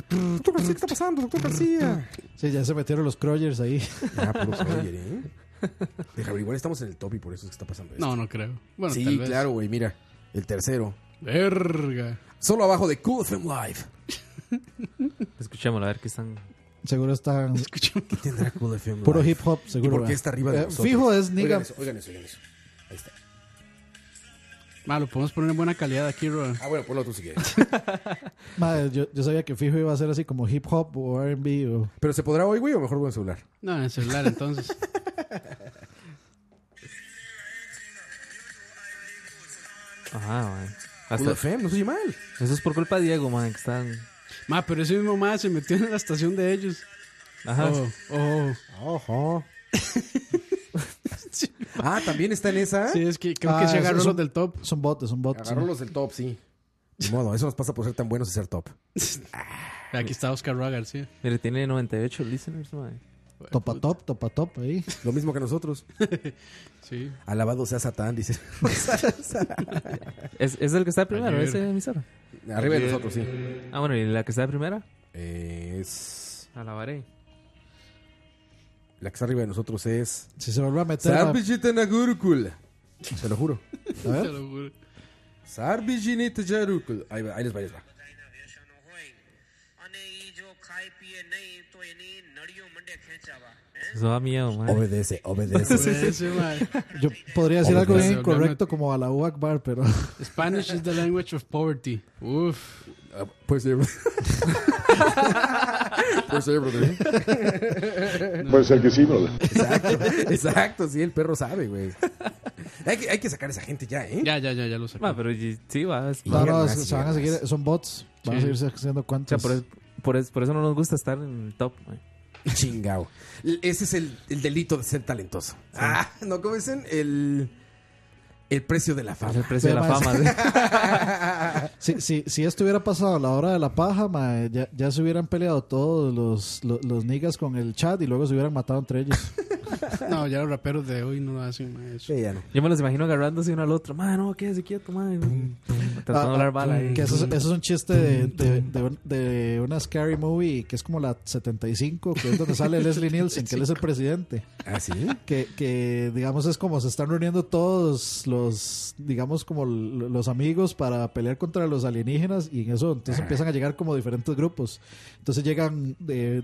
doctor García, ¿qué está pasando, doctor García?
Sí, ya se metieron los Crowgers ahí.
Ah, puro Roger, ¿eh? Deja averiguar, estamos en el top y por eso es que está pasando esto.
No, no creo. Bueno,
sí,
tal vez.
claro, güey, mira. El tercero.
Verga.
Solo abajo de Cool FM Live.
Escuchémoslo, a ver qué están.
Seguro están
Escuchemos.
¿Qué tendrá Cool FM Live?
puro hip hop,
¿Y
seguro.
por qué
¿verdad?
está arriba de
Eh,
nosotros?
Fijo es
Oigan
Nigga.
eso, oigan eso, oigan eso. Ahí está.
Ma, lo podemos poner en buena calidad aquí, Roa.
Ah, bueno, ponlo tú si quieres.
Madre, yo, yo sabía que Fijo iba a ser así como hip hop o RB o.
¿Pero se podrá hoy, güey, o mejor con el celular?
No, en el celular, entonces.
Ajá, man.
Cool
Hasta-
FM, no soy mal.
Eso es por culpa de Diego, man, que están.
ma, pero ese mismo ma se metió en la estación de ellos.
Ajá.
Oh, oh.
Ojo. ah, también está en esa.
Sí, es que creo
Ah,
que se
eso
agarró
es
los
un-
del top.
Son botes, son botes.
Agarró los del top, sí. De modo, eso nos pasa por ser tan buenos y ser top.
Aquí está Oscar Roa García.
Mire, tiene 98 listeners, man.
Topa top, topa top ahí.
Lo mismo que nosotros.
Sí.
Alabado sea Satán, dice.
¿Es, es el que está de primero,
Ayer.
ese emisora?
Arriba de nosotros, sí.
Ah, bueno, ¿y la que está de primera?
Es.
Alabaré.
La que está arriba de nosotros es.
Si se vuelve a meter. ah, a-
pues,
Sarbijita Nagurukul. Se lo juro.
a ver.
Te lo juro.
Sarbijinita Yarukul. Ahí, va, ahí les va, ahí les va.
Eso da miedo, man.
Obedece, obedece.
Ese, ma.
Yo podría decir algo
Obviamente.
bien incorrecto como a la Akbar, pero
Spanish is the language of poverty. Uf.
Ah, Puede ser. Puede ser, brother.
Puede ser Pues que sí, brother.
Exacto, exacto, sí, el perro sabe, güey. Hay que, hay que sacar a esa gente ya, ¿eh?
Ya, ya, ya, ya lo sacó.
Ma, pero y- sí, va. es-
Y-
no, no,
más,
se, se van a
más.
seguir, son bots, van
Sí.
a seguir haciendo
O sea,
cuentas.
por, es- por, es- por eso no nos gusta estar en el top, man.
Chingao. L- Ese es el, el delito de ser talentoso. Ah, no, ¿cómo dicen? El, el precio de la
Es el
fama.
precio de la
Pero,
fama.
ma,
¿sí?
si, si, si esto hubiera pasado a la hora de la paja, mae, ya, ya se hubieran peleado todos los, los, los niggas con el chat y luego se hubieran matado entre ellos.
No, ya los raperos de hoy no lo hacen, ma. Eso.
Sí, ya no.
Yo me los imagino agarrándose uno al otro. Man, no, quédese quieto, man. Tratando de
Ah,
hablar
ah,
bala. ahí.
Que eso, es- eso es un chiste de, de- de un- de una scary movie que es como la 75, que es donde sale Leslie Nielsen, que él es el presidente.
¿Ah, sí?
Que, que, digamos, es como se están reuniendo todos los, digamos, como l- los amigos para pelear contra los alienígenas y en eso entonces
Ajá.
empiezan a llegar como diferentes grupos. Entonces llegan eh,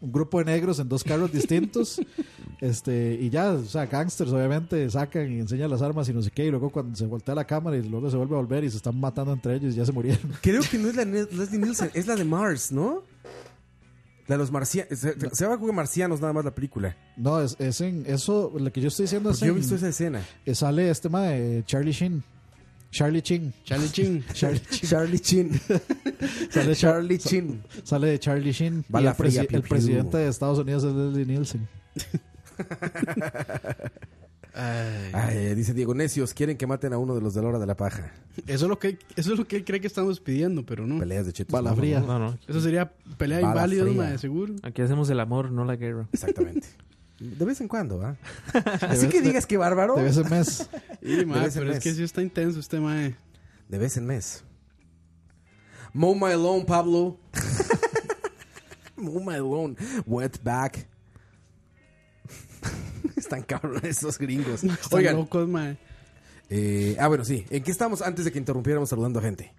un grupo de negros en dos carros distintos este y ya, o sea, gangsters obviamente sacan y enseñan las armas y no sé qué y luego cuando se voltea la cámara y luego se vuelve a volver y se están matando entre ellos y ya se murieron.
Creo que no es la de Leslie Nielsen, es la de Mars, ¿no? La de los marcianos. Se, se llama como marcianos nada más la película.
No, es, es en eso, lo que yo estoy diciendo es
Porque yo he
en-
visto esa escena.
eh, sale este tema de Charlie Sheen. Charlie Chin.
Charlie Chin.
Charlie Chin.
Charlie Chin.
sale
Charlie Chin.
Sale de Charlie Sheen. Y
Bala
el, presi-
fría, piu,
el
piu.
presidente de Estados Unidos es Leslie Nielsen.
Ay, dice Diego Necios, quieren que maten a uno de los de la hora de la paja.
Eso es lo que eso es lo que él cree que estamos pidiendo, pero no.
Peleas de chetos.
Bala
no,
fría.
No, no.
Eso sería pelea
Bala
inválida,
fría.
ma, de seguro.
Aquí hacemos el amor, no la guerra.
Exactamente. De vez en cuando, ¿ah?
De
Así
vez-
que
de-
digas que bárbaro.
de vez en mes. Y, ma,
De vez en
pero es
mes.
que sí está intenso este mae.
De vez en mes. Mow my lawn, Pablo. Mow my lawn. Wet back. Están cabrones esos gringos.
Están
Oigan.
locos, mae.
eh, ah, bueno, sí. ¿En qué estamos antes de que interrumpiéramos saludando a gente?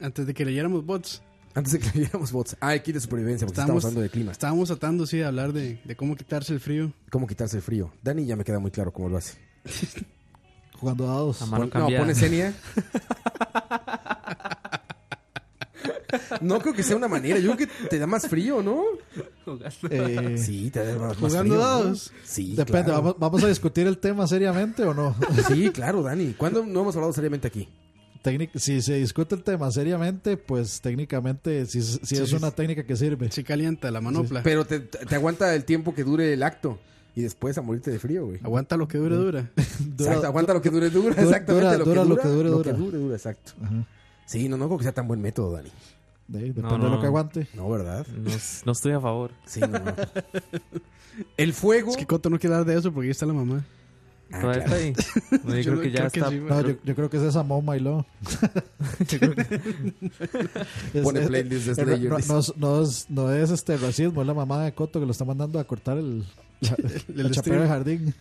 Antes de que leyéramos bots.
Antes de que leyéramos bots. Ah, aquí de supervivencia, porque estamos hablando de clima.
Estábamos tratando, sí, de hablar de, de cómo quitarse el frío.
¿Cómo quitarse el frío? Dani ya me queda muy claro cómo lo hace.
Jugando dados.
A mano Pon- no, cambiada. pone Xenia. No creo que sea una manera. Yo creo que te da más frío, ¿no?
Eh,
sí, te da más, más
Jugando
frío, ¿no?
dados.
Sí,
Depende,
claro.
¿vamos, ¿vamos a discutir el tema seriamente o no?
Sí, claro, Dani. ¿Cuándo no hemos hablado seriamente aquí?
Técnic- si se discute el tema seriamente, pues técnicamente si, si
Sí,
es
sí,
una técnica que sirve.
Sí calienta la manopla.
Pero te, te aguanta el tiempo que dure el acto. Y después a morirte de frío, güey.
Aguanta lo que dure, dura.
Exacto, aguanta lo que dure, dura.
dura-
Exactamente,
dura-
lo,
dura lo
que dura,
que dure,
Lo que
dura.
dure, dura, exacto. Sí, no, no creo que sea tan buen método, Dani.
depende de lo que aguante.
No, ¿verdad?
No, no estoy a favor.
Sí, no, no. El fuego.
Es que Coto no quiere hablar de eso porque ahí está la mamá.
Ah, Todavía claro. está ahí. No, yo creo que ya está-
sí,
No, yo, yo creo que es esa Mom My Love.
Pone playlist de
eh,
Slayer,
No,
dice.
no es- no es, no es este racismo, es la mamá de Coto que lo está mandando a cortar el, la, la chapera de jardín.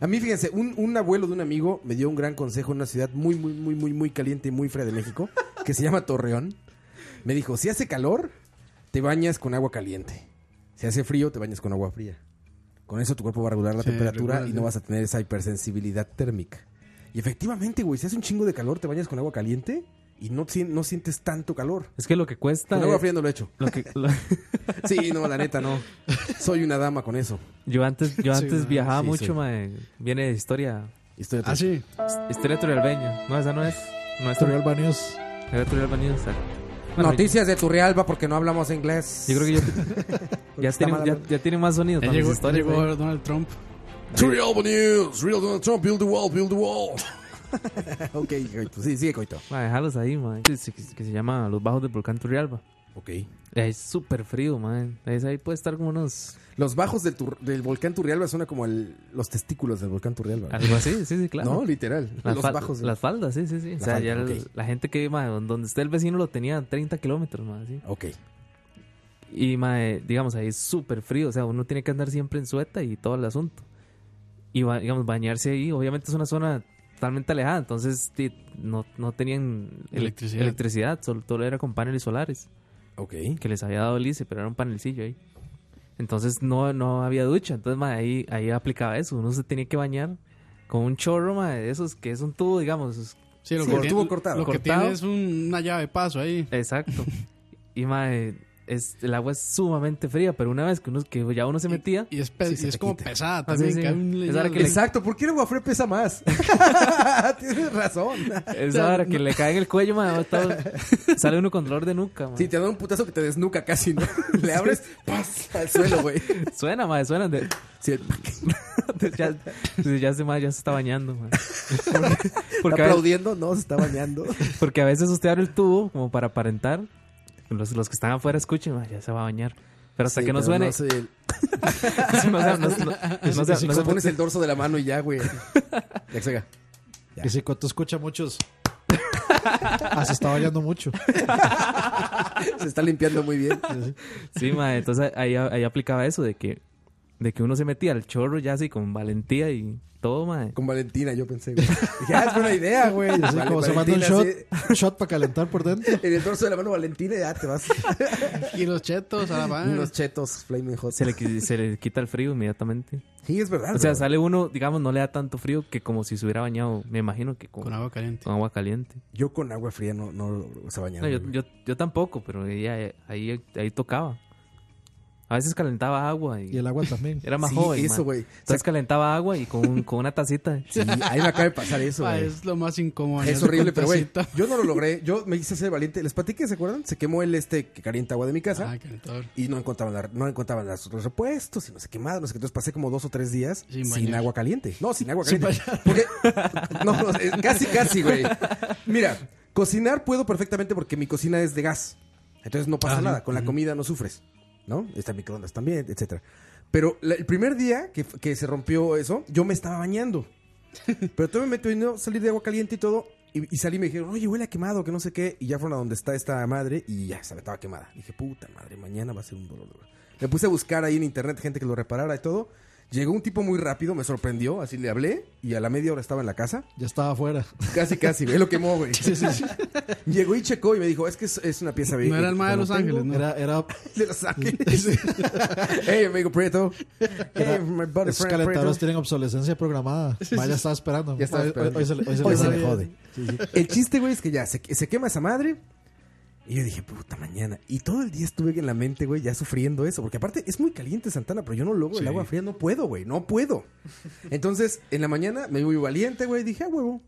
A mí, fíjense, un, un abuelo de un amigo me dio un gran consejo en una ciudad muy, muy, muy, muy, muy caliente y muy fría de México, que se llama Torreón. Me dijo, si hace calor, te bañas con agua caliente. Si hace frío, te bañas con agua fría. Con eso tu cuerpo va a regular la
Sí,
temperatura
regula,
y
sí.
no vas a tener esa hipersensibilidad térmica. Y efectivamente, güey, si hace un chingo de calor, te bañas con agua caliente y no, sien- no sientes tanto calor.
Es que lo que cuesta.
Con agua
es-
fría no lo he hecho.
Lo que, lo-
Sí, no, la neta, no. Soy una dama con eso.
Yo antes, yo
Sí,
antes
ma.
viajaba
Sí,
mucho,
soy.
mae. Viene de historia.
Historia
Ah, sí.
His- Historia turrialbeña. No, esa no es. No es
Turrialba News.
Era Turrialba News. ah. Bueno,
Noticias de Turrialba porque no hablamos inglés.
Yo creo que yo-
Porque
ya,
está
tiene,
mal
ya, ya tiene más sonido.
Ya
para mis
llegó,
historias,
llegó
eh.
Donald Trump.
Turrialba News, Real Donald Trump, build the wall, build the wall. ok, coito. Sí, sigue, coito.
Ma, dejalos ahí, man. Que, se- que se llama Los Bajos del Volcán Turrialba.
Ok.
Es súper frío, man. Es ahí puede estar como unos.
Los bajos del, Tur- del volcán Turrialba suena como el- los testículos del volcán Turrialba.
Algo así, ¿Ah, sí, sí, claro.
No, literal.
Las
los
fal-
bajos. del-
Las faldas, sí, sí, sí.
La
o sea,
falda,
ya el-
ok.
la gente que, ma, donde esté el vecino lo tenía a 30 kilómetros, más ¿sí?
Ok.
Y, ma, eh, digamos, ahí es súper frío. O sea, uno tiene que andar siempre en sueta y todo el asunto. Y, ba- digamos, bañarse ahí, obviamente es una zona totalmente alejada. Entonces, ti- no, no tenían ele-
Electricidad.
electricidad, sol- todo era con paneles solares.
Ok.
Que les había dado el ICE, pero era un panelcillo ahí. Entonces, no, no había ducha. Entonces, ma, ahí, ahí aplicaba eso. Uno se tenía que bañar con un chorro, ma, de esos que es un tubo, digamos.
Sí, lo que tiene- Lo que tiene es un- una llave de paso ahí.
Exacto. y mae, es, el agua es sumamente fría, pero una vez que uno que ya uno se metía.
Y, es, y es como pesada también, que hay un leñal.
Exacto, ¿por qué el agua fría pesa más? Tienes razón.
Es ahora que le cae en el cuello, mae, todo- sale uno con dolor de nuca, mae.
Si te da un putazo que te desnuca casi, ¿no? Le abres, ¡pas! al suelo, güey.
Suena, mae, suena. De... ya, ya, se, mae, ya se está bañando, mae. Porque- porque a veces-
Aplaudiendo, no, se está bañando.
Porque a veces usted abre el tubo como para aparentar. Los, los que están afuera escuchen, "Ah, ya se va a bañar. Pero hasta
Sí,
que no
pero
suene.
no se-
no se- no se- no-
Y
no
si-
se-
y si
no se-
pones el dorso de la mano y ya, güey. Ya que se haga.
Y si Coto escucha muchos. Ah, se está bañando mucho.
Se está limpiando muy bien.
Sí, mae, entonces ahí, ahí aplicaba eso de que, de que uno se metía al chorro ya así con valentía y todo, mae.
Con Valentina, yo pensé, güey. Dije, ah, es buena idea, güey.
Así
Vale,
como se manda un
Valentina,
shot,
sí.
shot para calentar por dentro.
En el dorso de la mano Valentina ya te vas.
y los chetos, a la
Ah.
madre.
Unos chetos flaming hot.
Se le, qui- se le quita el frío inmediatamente.
Sí, es verdad.
O sea,
bro.
sale uno, digamos, no le da tanto frío que como si se hubiera bañado, me imagino que con,
Con agua caliente.
con agua caliente.
Yo con agua fría no, no logro se bañar.
No, yo, yo, yo tampoco, pero ella, ahí, ahí tocaba. A veces calentaba agua y,
Y el agua también.
era más
Sí,
joven.
eso,
man.
güey.
Entonces calentaba agua y con, un- con una tacita.
Sí, ahí me acaba de pasar eso,
Ma,
Ah,
güey.
Ah, es lo más incómodo.
Es
bañarse
horrible,
con
pero güey,
tacita.
yo no lo logré. Yo me hice ser valiente. Les platiqué, ¿se acuerdan? Se quemó el este que calienta agua de mi casa.
Ah, calentador.
y no encontraban, la- no encontraban las- los repuestos y no sé qué más, no sé qué. Entonces pasé como dos o tres días
Sin
sin,
bañar.
agua caliente. No, sin agua
Sin
caliente. Porque, no, no, eh, casi, casi, güey. Mira, cocinar puedo perfectamente porque mi cocina es de gas. Entonces no pasa
Ah, sí.
nada. Con la comida no sufres, ¿no? Está en microondas también, etcétera. Pero la- el primer día que, que se rompió eso, yo me estaba bañando. Pero todo me meto y no salir de agua caliente y todo. Y, y salí y me dijeron, oye, huele a quemado, que no sé qué. Y ya fueron a donde está esta madre y ya se estaba quemada. Dije, puta madre, mañana va a ser un dolor. de verdad". Me puse a buscar ahí en internet gente que lo reparara y todo. Llegó un tipo muy rápido, me sorprendió, así le hablé y a la media hora estaba en la casa.
Ya estaba afuera.
Casi, casi, güey, lo quemó, güey. Llegó y checó y me dijo, es que es, es una pieza
No era el mae de Los Ángeles, ¿no?
Era, era
De Los Ángeles. hey, amigo Prieto. Hey, my buddy
Esos
friend Prieto.
calentadores tienen obsolescencia programada. Ma, ya estaba esperando.
Ya estaba
Hoy-
esperando.
Hoy, hoy se le, hoy se
Hoy
le
se
da
le
bien.
jode.
Sí, sí.
El chiste, güey, es que ya se, se quema esa madre. Y yo dije, puta mañana. Y todo el día estuve en la mente, güey, ya sufriendo eso. Porque aparte es muy caliente Santana, pero yo no logro el
Sí.
agua fría. No puedo, güey, no puedo. Entonces, en la mañana me voy valiente, güey. Dije, ah, huevo.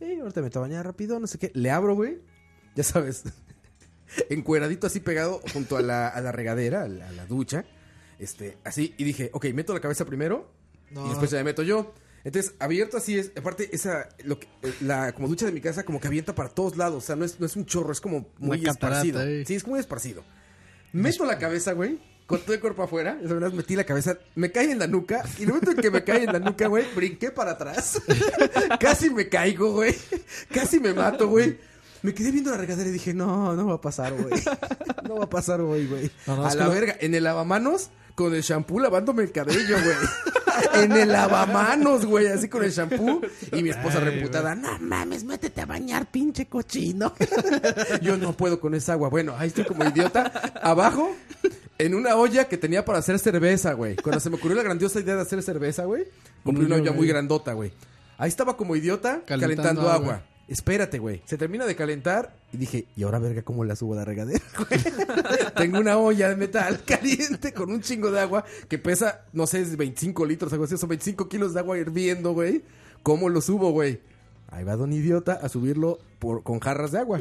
Eh, ahorita me meto a bañar rápido, no sé qué. Le abro, güey. Ya sabes. Encueradito así pegado junto a la, a la regadera, a la, a la ducha. Este, así. Y dije, ok, meto la cabeza primero. Y después ya me meto yo. Entonces, abierto así es. Aparte, esa, lo que- eh, la como ducha de mi casa, como que avienta para todos lados. O sea, no es, no es un chorro, es como muy
Una catarata,
esparcido.
eh.
Sí, es muy esparcido. Meto la cabeza, güey. Con todo el cuerpo afuera, esa vez metí la cabeza, me cae en la nuca, y el momento en que me cae en la nuca, güey, brinqué para atrás. Casi me caigo, güey. Casi me mato, güey. Me quedé viendo la regadera y dije, no, no va a pasar, güey. No va a pasar hoy, güey.
No, no,
a
es
la
que lo-
verga, en el lavamanos con el shampoo lavándome el cabello, güey. en el lavamanos, güey, así con el shampoo. Y mi esposa reputada, no mames, métete a bañar, pinche cochino. Yo no puedo con esa agua. Bueno, ahí estoy como idiota. Abajo, en una olla que tenía para hacer cerveza, güey. Cuando se me ocurrió la grandiosa idea de hacer cerveza, güey, compré una olla muy grandota, güey. Ahí estaba como idiota
Calentando
calentando,
agua.
agua. Espérate, güey. Se termina de calentar y dije, ¿y ahora verga cómo la subo a la regadera? güey? Tengo una olla de metal caliente con un chingo de agua que pesa, no sé, es 25 litros, algo así, son 25 kilos de agua hirviendo, güey. ¿Cómo lo subo, güey? Ahí va don idiota a subirlo por, con jarras de agua.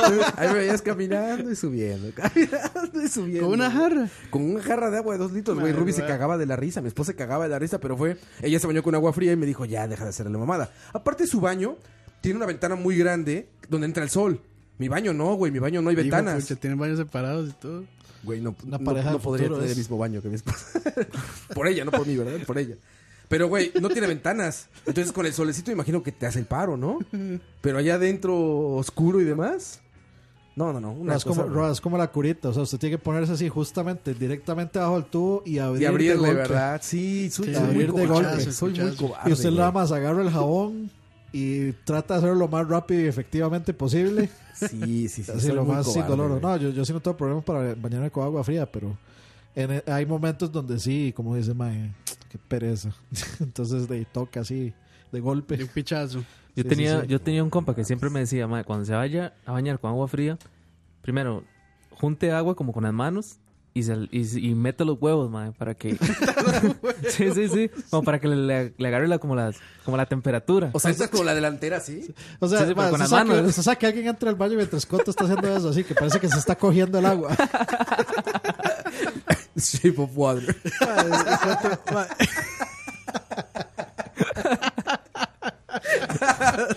Ahí me veías caminando y subiendo, caminando y subiendo.
Con una jarra.
Con una jarra de agua de dos litros, güey.
Madre,
Ruby se
güey.
cagaba de la risa, mi esposa se cagaba de la risa, pero fue. Ella se bañó con agua fría y me dijo, ya, deja de hacerle la mamada. Aparte, su baño tiene una ventana muy grande donde entra el sol. Mi baño no, güey, mi baño no hay
Hijo de
ventanas.
pucha, tienen baños separados y todo.
Güey, no,
Una
no-
pareja
no
de
podría
futuros.
tener el mismo baño que mi esposa. por ella, no por mí, ¿verdad? Por ella. Pero, güey, no tiene ventanas. Entonces, con el solecito, imagino que te hace el paro, ¿no? Pero allá adentro, oscuro y demás. No, no, no. Una
No, es,
cosa,
como, Roa, es como la curita, o sea, usted tiene que ponerse así justamente, directamente bajo el tubo y abrir.
Y abrirle,
de golpe.
¿verdad? Sí, soy,
Sí,
soy muy
abrir de
cobarde.
golpe.
Soy muy
Escuchazo.
cobarde.
Y usted
güey.
nada más agarra el jabón y trata de hacerlo lo más rápido y efectivamente posible.
Sí, sí, sí.
así
soy
lo
muy
más sin
cobarde,
dolor.
güey.
No, yo, yo sí no tengo problemas para bañarme con agua fría, pero en- e, hay momentos donde sí, como dice Mae, qué pereza. Entonces de toca así, de
De
golpe.
un pichazo.
Yo,
Sí,
tenía,
sí, sí.
yo tenía un compa que siempre me decía, "Mae, cuando se vaya a bañar con agua fría, primero, junte agua como con las manos y, se- y, y meta los huevos, mae, para que... sí, sí, sí. Como para que le, le agarre la, como, la, como la temperatura.
O sea, esta es como la delantera, ¿sí?
O sea,
Sí, sí, pero
mae, usted
con las
sabe que-
manos.
usted sabe que alguien entra al baño mientras Coto está haciendo eso, así que parece que se está cogiendo el agua.
Shape of water.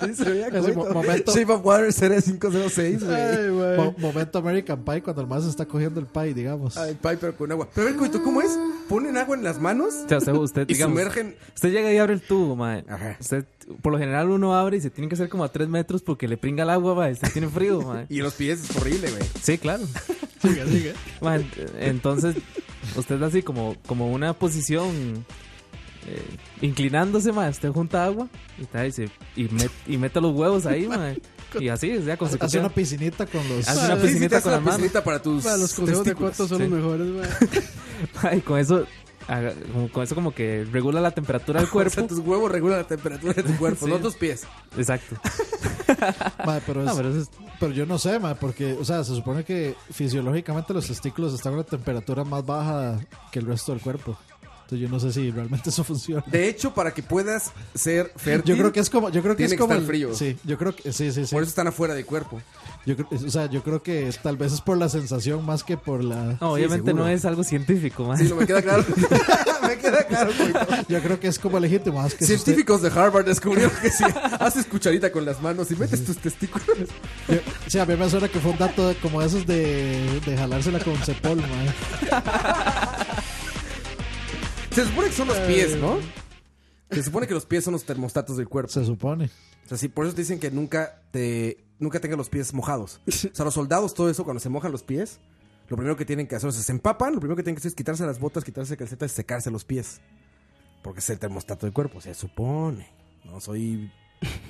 Sí, se veía
Ese
coito.
mo- momento-
Shape of Water sería 506, güey.
Mo- momento American Pie cuando el más está cogiendo el pie, digamos.
Ah, el pie, pero con agua. Pero a ver, coito, ¿cómo es? Ponen agua en las manos.
O sea, usted, usted,
Y
digamos,
sumergen-
Usted llega y abre el tubo, mae. Usted, por lo general uno abre y se tiene que hacer como a 3 metros porque le pringa el agua, mae. Usted tiene frío, mae.
Y los pies es horrible, güey.
Sí, claro.
Siga, siga.
Mae, ent- entonces, usted da así como, como una posición eh, inclinándose, mae. Usted junta agua y, tal, y, se- y, met- y mete los huevos ahí, mae. Y así, o sea,
Hace
consecución.
una piscinita con los.
Hace una piscinita con las manos.
Mae, los consejos de Coto son los
Sí.
mejores, mae.
Ay, con eso, haga- como- con eso como que regula la temperatura del
O
cuerpo.
sea, tus huevos regulan la temperatura de tu cuerpo,
Sí.
no tus pies.
Exacto.
Mae, pero, es-
No, Ah, pero eso
pero yo no sé, mae, porque, o sea, se supone que fisiológicamente los testículos están a una temperatura más baja que el resto del cuerpo. Entonces yo no sé si realmente eso funciona.
De hecho, para que puedas ser fértil.
yo creo que es como, yo creo que
tiene
es como
estar
el-
frío.
Sí, yo creo que sí, sí, sí.
Por eso están afuera del cuerpo.
Yo creo- o sea, yo creo que tal vez es por la sensación más que por la.
No, obviamente no es algo científico, mae.
me queda claro.
Yo creo que es como legítimo. Más que si usted-
Científicos de Harvard descubrieron que si haces cucharita con las manos y metes tus testículos.
Sí, a mí me suena que fue un dato de- como esos de, de jalársela con cepol, mae.
Se supone que son los pies, ¿no? Se supone que los pies son los termostatos del cuerpo.
Se supone.
O sea, sí, por eso te dicen que nunca te nunca tengas los pies mojados. O sea, los soldados, todo eso, cuando se mojan los pies, lo primero que tienen que hacer, o sea, se empapan, lo primero que tienen que hacer es quitarse las botas, quitarse calcetas y secarse los pies. Porque es el termostato del cuerpo, se supone. No soy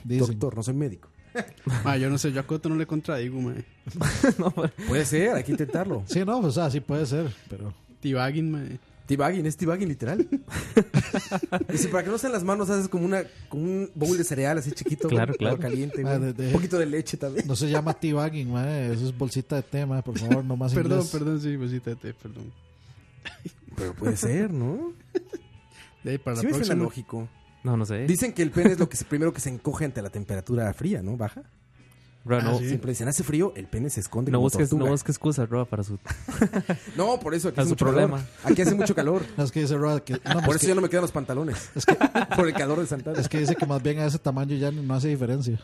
doctor, no soy médico.
Mae, Ah, yo no sé, yo a Coto no le contradigo, mae.
Puede ser, hay que intentarlo.
Sí, no, pues, o sea, sí puede ser, pero.
T-bagging, mae.
T-bagging, es T-bagging literal. Y si para que no sean las manos, haces como una como un bowl de cereal así chiquito, güey,
Claro, claro.
agua caliente,
Ah, de-
güey.
de-
un poquito de leche también.
No se llama teabagging, mae. Eso es bolsita de tema, por favor, no más
Perdón,
inglés.
perdón, sí, cosita de té, perdón.
Pero puede ser, ¿no?
De ahí para
Sí
la
me suena
próxima.
lógico.
No, no sé.
Dicen que el pene es lo que se- primero que se encoge ante la temperatura fría, ¿no? Baja.
Bro,
ah,
no,
Siempre dicen, hace frío, el pene se esconde
no
como
busques, no
tortuga.
busques excusas, Roa, para su...
No, por eso aquí
A
hace
su
mucho
problema.
calor. Aquí hace mucho calor.
No, es que dice Rod que. no, pues,
por
es
eso
que-
ya no me quedan los pantalones. por el calor de Santana.
Es que dice que más bien a ese tamaño ya no hace diferencia.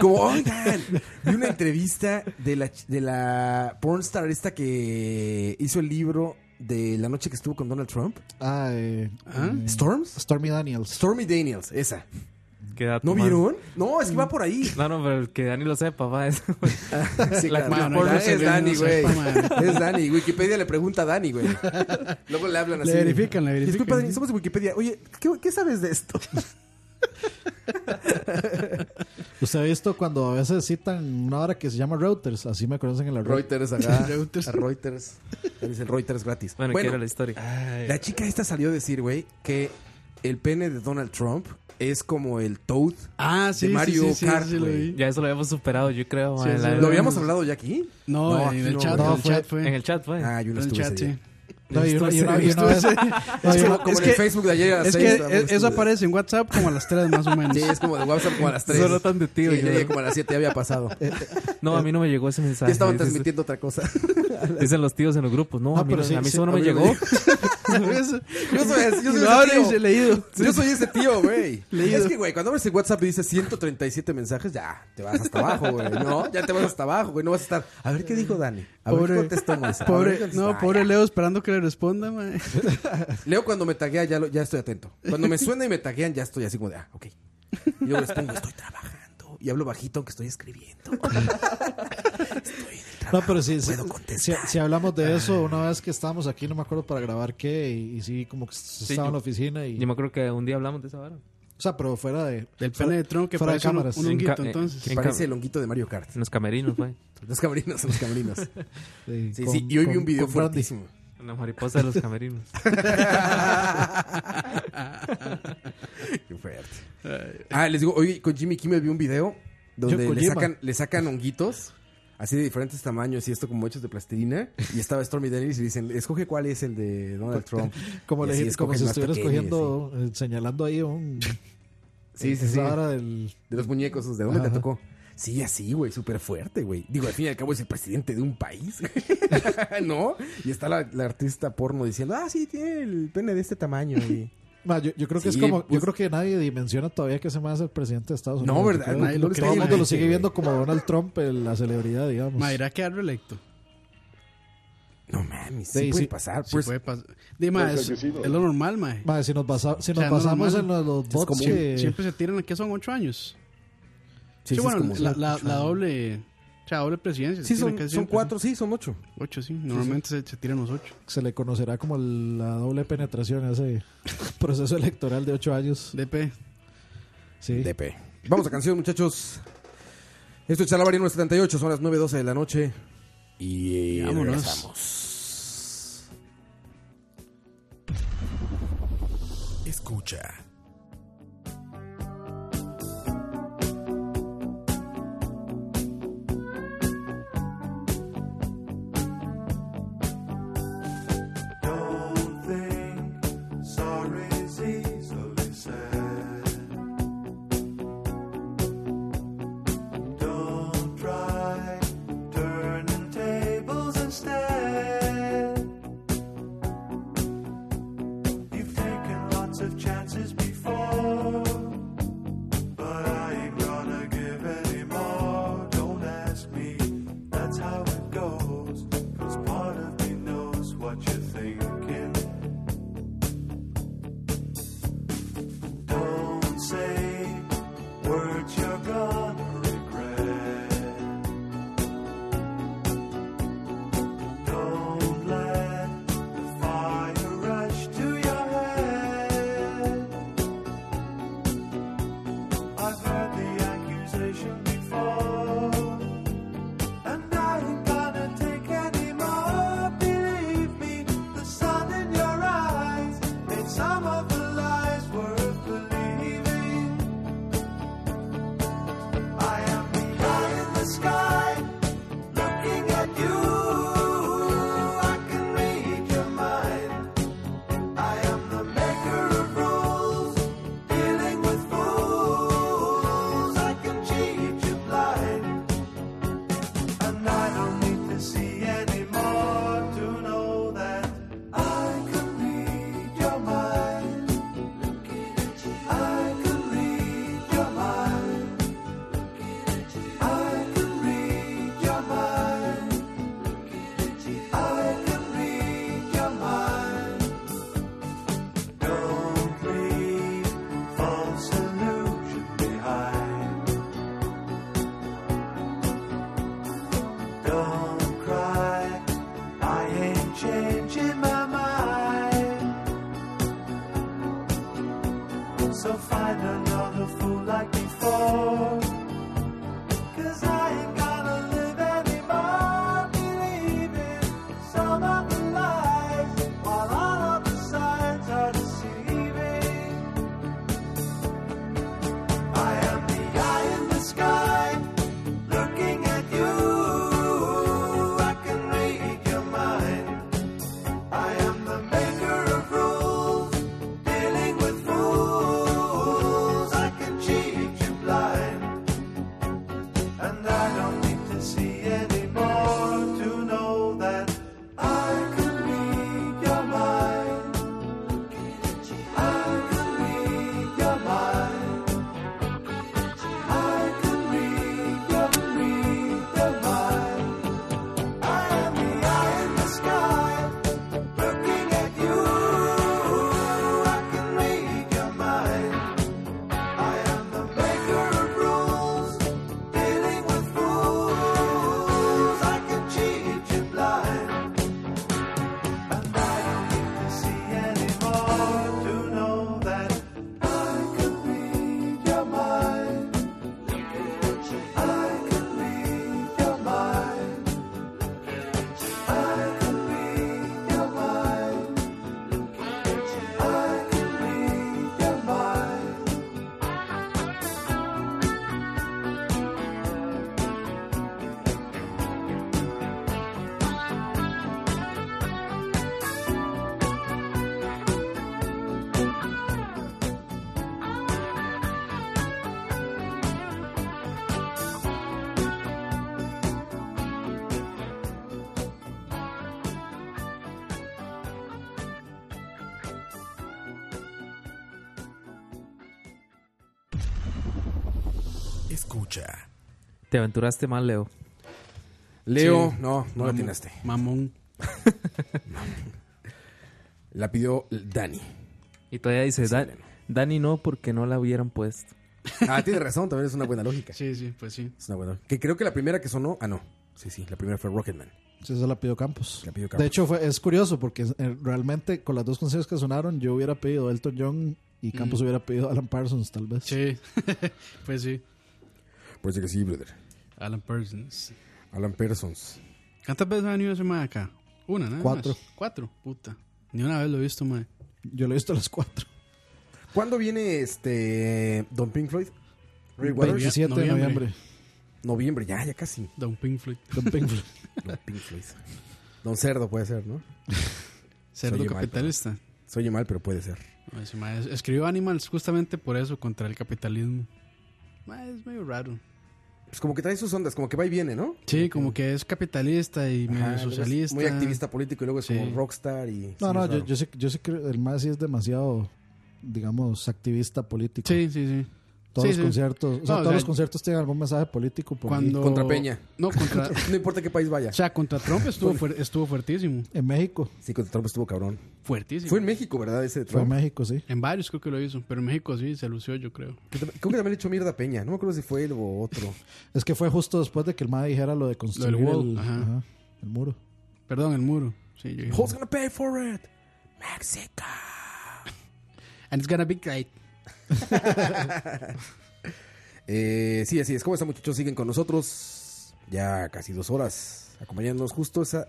Como, oigan, vi una entrevista de la, ch- de la pornstar esta que hizo el libro de la noche que estuvo con Donald Trump.
Ah, eh,
¿Ah?
eh,
¿Storms?
Stormy Daniels.
Stormy Daniels, esa.
Qué dato,
¿No
mae.
vieron? No, es que va por ahí.
No, no, pero que Dani lo sepa, va. Es...
Sí, claro.
La actriz
No,
porno
es,
se ve,
Dani,
no
güey.
sepa, mae.
Es Dani. Wikipedia le pregunta a Dani, güey. Luego le hablan así.
Le verifican, le verifican.
Disculpa, Dani, somos de Wikipedia. Oye, ¿qué, qué sabes de esto?
¿Usted ha visto cuando a veces citan una hora que se llama Reuters? Así me conocen en la red.
Reuters, acá.
Reuters.
A Reuters. Dice Reuters gratis.
Bueno, ¿qué
Bueno, ah.
era la historia?
la chica esta salió a decir, güey, que el pene de Donald Trump es como el Toad
Ah, sí,
de
sí,
Mario
sí, sí,
Kart,
sí, lo
güey.
vi.
Ya eso lo habíamos superado, yo creo,
Sí,
mae,
sí,
la-
¿Lo habíamos hablado ya aquí?
No, en
aquí
el chat,
güey.
en el chat fue.
En el chat, fue.
Ah, yo no
En el
estuve
chat,
ese día.
sí.
No, y una, y una- y una
Estuve
vez.
ese-
no, y
Es
una-
como, como en el Facebook de ayer a las
Es
seis,
que
estaba
es-
estuve.
eso aparece en WhatsApp como a las 3 más o menos.
Sí, es como de WhatsApp como a las 3.
Solo tan de tío,
Sí,
yo.
ya como a las 7 había pasado.
No, a mí no me llegó ese mensaje.
Ya estaban
Dices-
transmitiendo Ah, otra cosa.
Dicen los tíos en los grupos. No,
No,
a mí,
pero
no-
sí,
a mí
sí,
eso no me
a mí no
llegó.
me Yo soy, yo soy
Y
ese
lo abro y
tío.
se leído.
Yo soy ese tío, güey. Es que, güey, cuando abres el WhatsApp y dices 137 mensajes, ya te vas hasta abajo, güey. No, ya te vas hasta abajo, güey. No vas a estar. A ver qué dijo Dani. A ver qué contestó Moisés. A ver qué
Pobre,
contestó.
no,
Ah,
pobre
ya.
Leo esperando que le responda, mae.
Leo, cuando me taguea, ya, lo- ya estoy atento. Cuando me suena y me taguean, ya estoy así como de, ah, ok. Y yo les pongo, estoy trabajando. Y hablo bajito, aunque estoy escribiendo.
No, pero sí, sí,
Puedo
si,
contestar.
si hablamos de
Ah.
eso, una vez que estábamos aquí, no me acuerdo para grabar qué, y, y sí, como que estaba
yo-
en la oficina. Y,
Yo me acuerdo que un día hablamos de esa vara.
o sea, pero fuera de.
Del
fuera-
pene de Trump que
fuera de
parece un-
cámaras.
un
En
honguito,
ca- eh,
entonces.
en-
Parece el honguito de Mario Kart.
En los camerinos, fue.
Los camerinos, los camerinos.
Sí,
Sí,
con-
sí. Y hoy vi
con-
un video
con Brandy.
fuertísimo.
En la mariposa de los camerinos.
Qué fuerte. Ah, les digo, hoy con Jimmy Kimmel vi un video donde
Yo,
le
Kojima.
sacan, le sacan honguitos, así de diferentes tamaños y esto como hechos de plastilina. Y estaba Stormy Daniels y dicen, escoge cuál es el de Donald Trump.
Como,
Y
le
así
dije, como
escogen
si
más
estuvieras
pequeño y así.
cogiendo, eh, señalando ahí un. eh,
Sí, sí,
esa
sí.
vara del-
De los muñecos, ¿de dónde te tocó? Sí, así, güey, súper fuerte, güey. Digo, al fin y al cabo es el presidente de un país, ¿no? Y está la, la artista porno diciendo, ah, sí, tiene el pene de este tamaño. Y
Ma, yo, yo creo que
Sí,
es como,
pues-
yo creo que nadie dimensiona todavía que ese más es el presidente de Estados
No,
Unidos.
¿verdad?
Yo creo
Nadie
que
lo
todo
cree,
el mundo
ma.
lo sigue viendo como Donald Trump, el- la celebridad, digamos.
Ma, irá a quedar reelecto.
No mames,
sí Sí, puede sí.
pasar,
Sí
pues.
puede pasar. Dima,
Puede ser
es,
que sí, ¿no?
es lo normal, mae.
Ma, si nos, basa- si
O
nos
sea,
basamos
normal.
en los, los
Es
bots
como-
que-
Siempre se tiran, ¿qué son? ¿Ocho años? Sí,
Sí, sí, es
bueno,
como
la,
ocho
la-
años.
la doble... O sea, doble presidencia.
Sí,
se
son,
tiene casi
son
siempre,
cuatro, sí, son ocho.
Ocho, sí. Normalmente Se, se tiran los ocho.
se le conocerá como el- la doble penetración a ese proceso electoral de ocho años.
DP.
Sí.
DP. Vamos a canción, muchachos. Esto es Chalabar y 78, son las 9.12 de la noche. Y
Vámonos.
regresamos.
Escucha.
Don't think sorry's easily said. Don't try turning tables instead. You've taken lots of chances before, but I ain't gonna give any more. Don't ask me, that's how it goes. 'Cause part of me knows what you're thinking. Don't say words you're gonna regret. Don't let the fire rush to your head. I've heard the accusation before. And I ain't gonna take any more. Believe me, the sun in your eyes made some of the lies worth believing. I am the eye in the sky, looking at you. I can read your mind. I am the maker of rules, dealing with fools. I can cheat you blind. And I don't need to see anymore to know that I can read your mind. I can read your mind. I can read your mind. I can read your mind. Don't leave false illusion behind. Don't cry, I ain't changing my mind. So find another fool like before. Cause I ain't gonna live anymore believing some of the lies, while all of the signs are deceiving. I am the eye in the sky. Looking at you, I can read your mind. I am the maker of rules, dealing with fools. I can cheat you blind.
Escucha.
Te aventuraste mal, Leo.
Leo, no, no la atinaste.
Mamón.
La pidió Dani.
Y todavía dice, "Da- Dani no, porque no la hubieran puesto.
Ah, tienes razón, también es una buena lógica.
Sí, sí, pues sí.
Es una buena lógica. Que creo que la primera que sonó. Ah, no. Sí, sí, la primera fue Rocketman.
Sí, esa la pidió Campos.
La pidió Campos.
De hecho, fue, es curioso porque eh, realmente con las dos canciones que sonaron, yo hubiera pedido Elton John y Campos
Mm.
hubiera pedido Alan Parsons, tal vez.
Sí. pues sí.
Puede ser que sí, brother.
Alan Parsons.
Alan Persons.
¿Cuántas veces ha venido ese mae acá? Una, nada más.
Cuatro.
Cuatro, puta. Ni una vez lo he visto, mae.
Yo lo he visto a las cuatro.
¿Cuándo viene este. Don Pink Floyd? Roy Waters.
27 de noviembre.
Noviembre, ya, ya casi.
Don Pink Floyd.
Don Pink Floyd.
Don Pink Floyd. Don Cerdo puede ser, ¿no?
Cerdo
Soy yo mal,
capitalista.
pero- soy yo mal, pero puede ser.
No, ese mae es- escribió Animals justamente por eso, contra el capitalismo. Mae, es medio raro.
Pues como que trae sus ondas, como que va y viene, ¿no?
Sí, como que es capitalista y medio
Ajá, luego es
socialista.
Muy activista político y luego es
Sí.
como rockstar y.
No,
sí,
no, yo,
es raro.
yo, sé, yo sé que el más sí es demasiado, digamos, activista político.
Sí, sí, sí.
Todos
Sí,
los
sí.
conciertos, o sea,
No, o
todos
sea,
los conciertos tienen algún mensaje político por ahí.
Cuando...
Contra Peña.
No, contra...
No importa qué país vaya.
o sea, contra Trump estuvo, fuer- estuvo fuertísimo.
En México.
Sí, contra Trump estuvo cabrón.
Fuertísimo.
Fue en México, ¿verdad? Ese de
Fue en
Trump.
México, sí.
En varios creo que lo hizo, pero en México sí se lució, yo creo.
Que tam- Creo que también le echó mierda a Peña. No me acuerdo si fue él o otro.
Es que fue justo después de que el MAD dijera lo de construir
wall,
el,
ajá.
ajá, el muro.
Perdón, el muro. Sí, yo dije-
Who's gonna pay for it? Mexico.
And it's gonna be great.
Eh, sí, así es. ¿Cómo están, muchachos? Siguen con nosotros. Ya casi dos horas. Acompañándonos justo esa,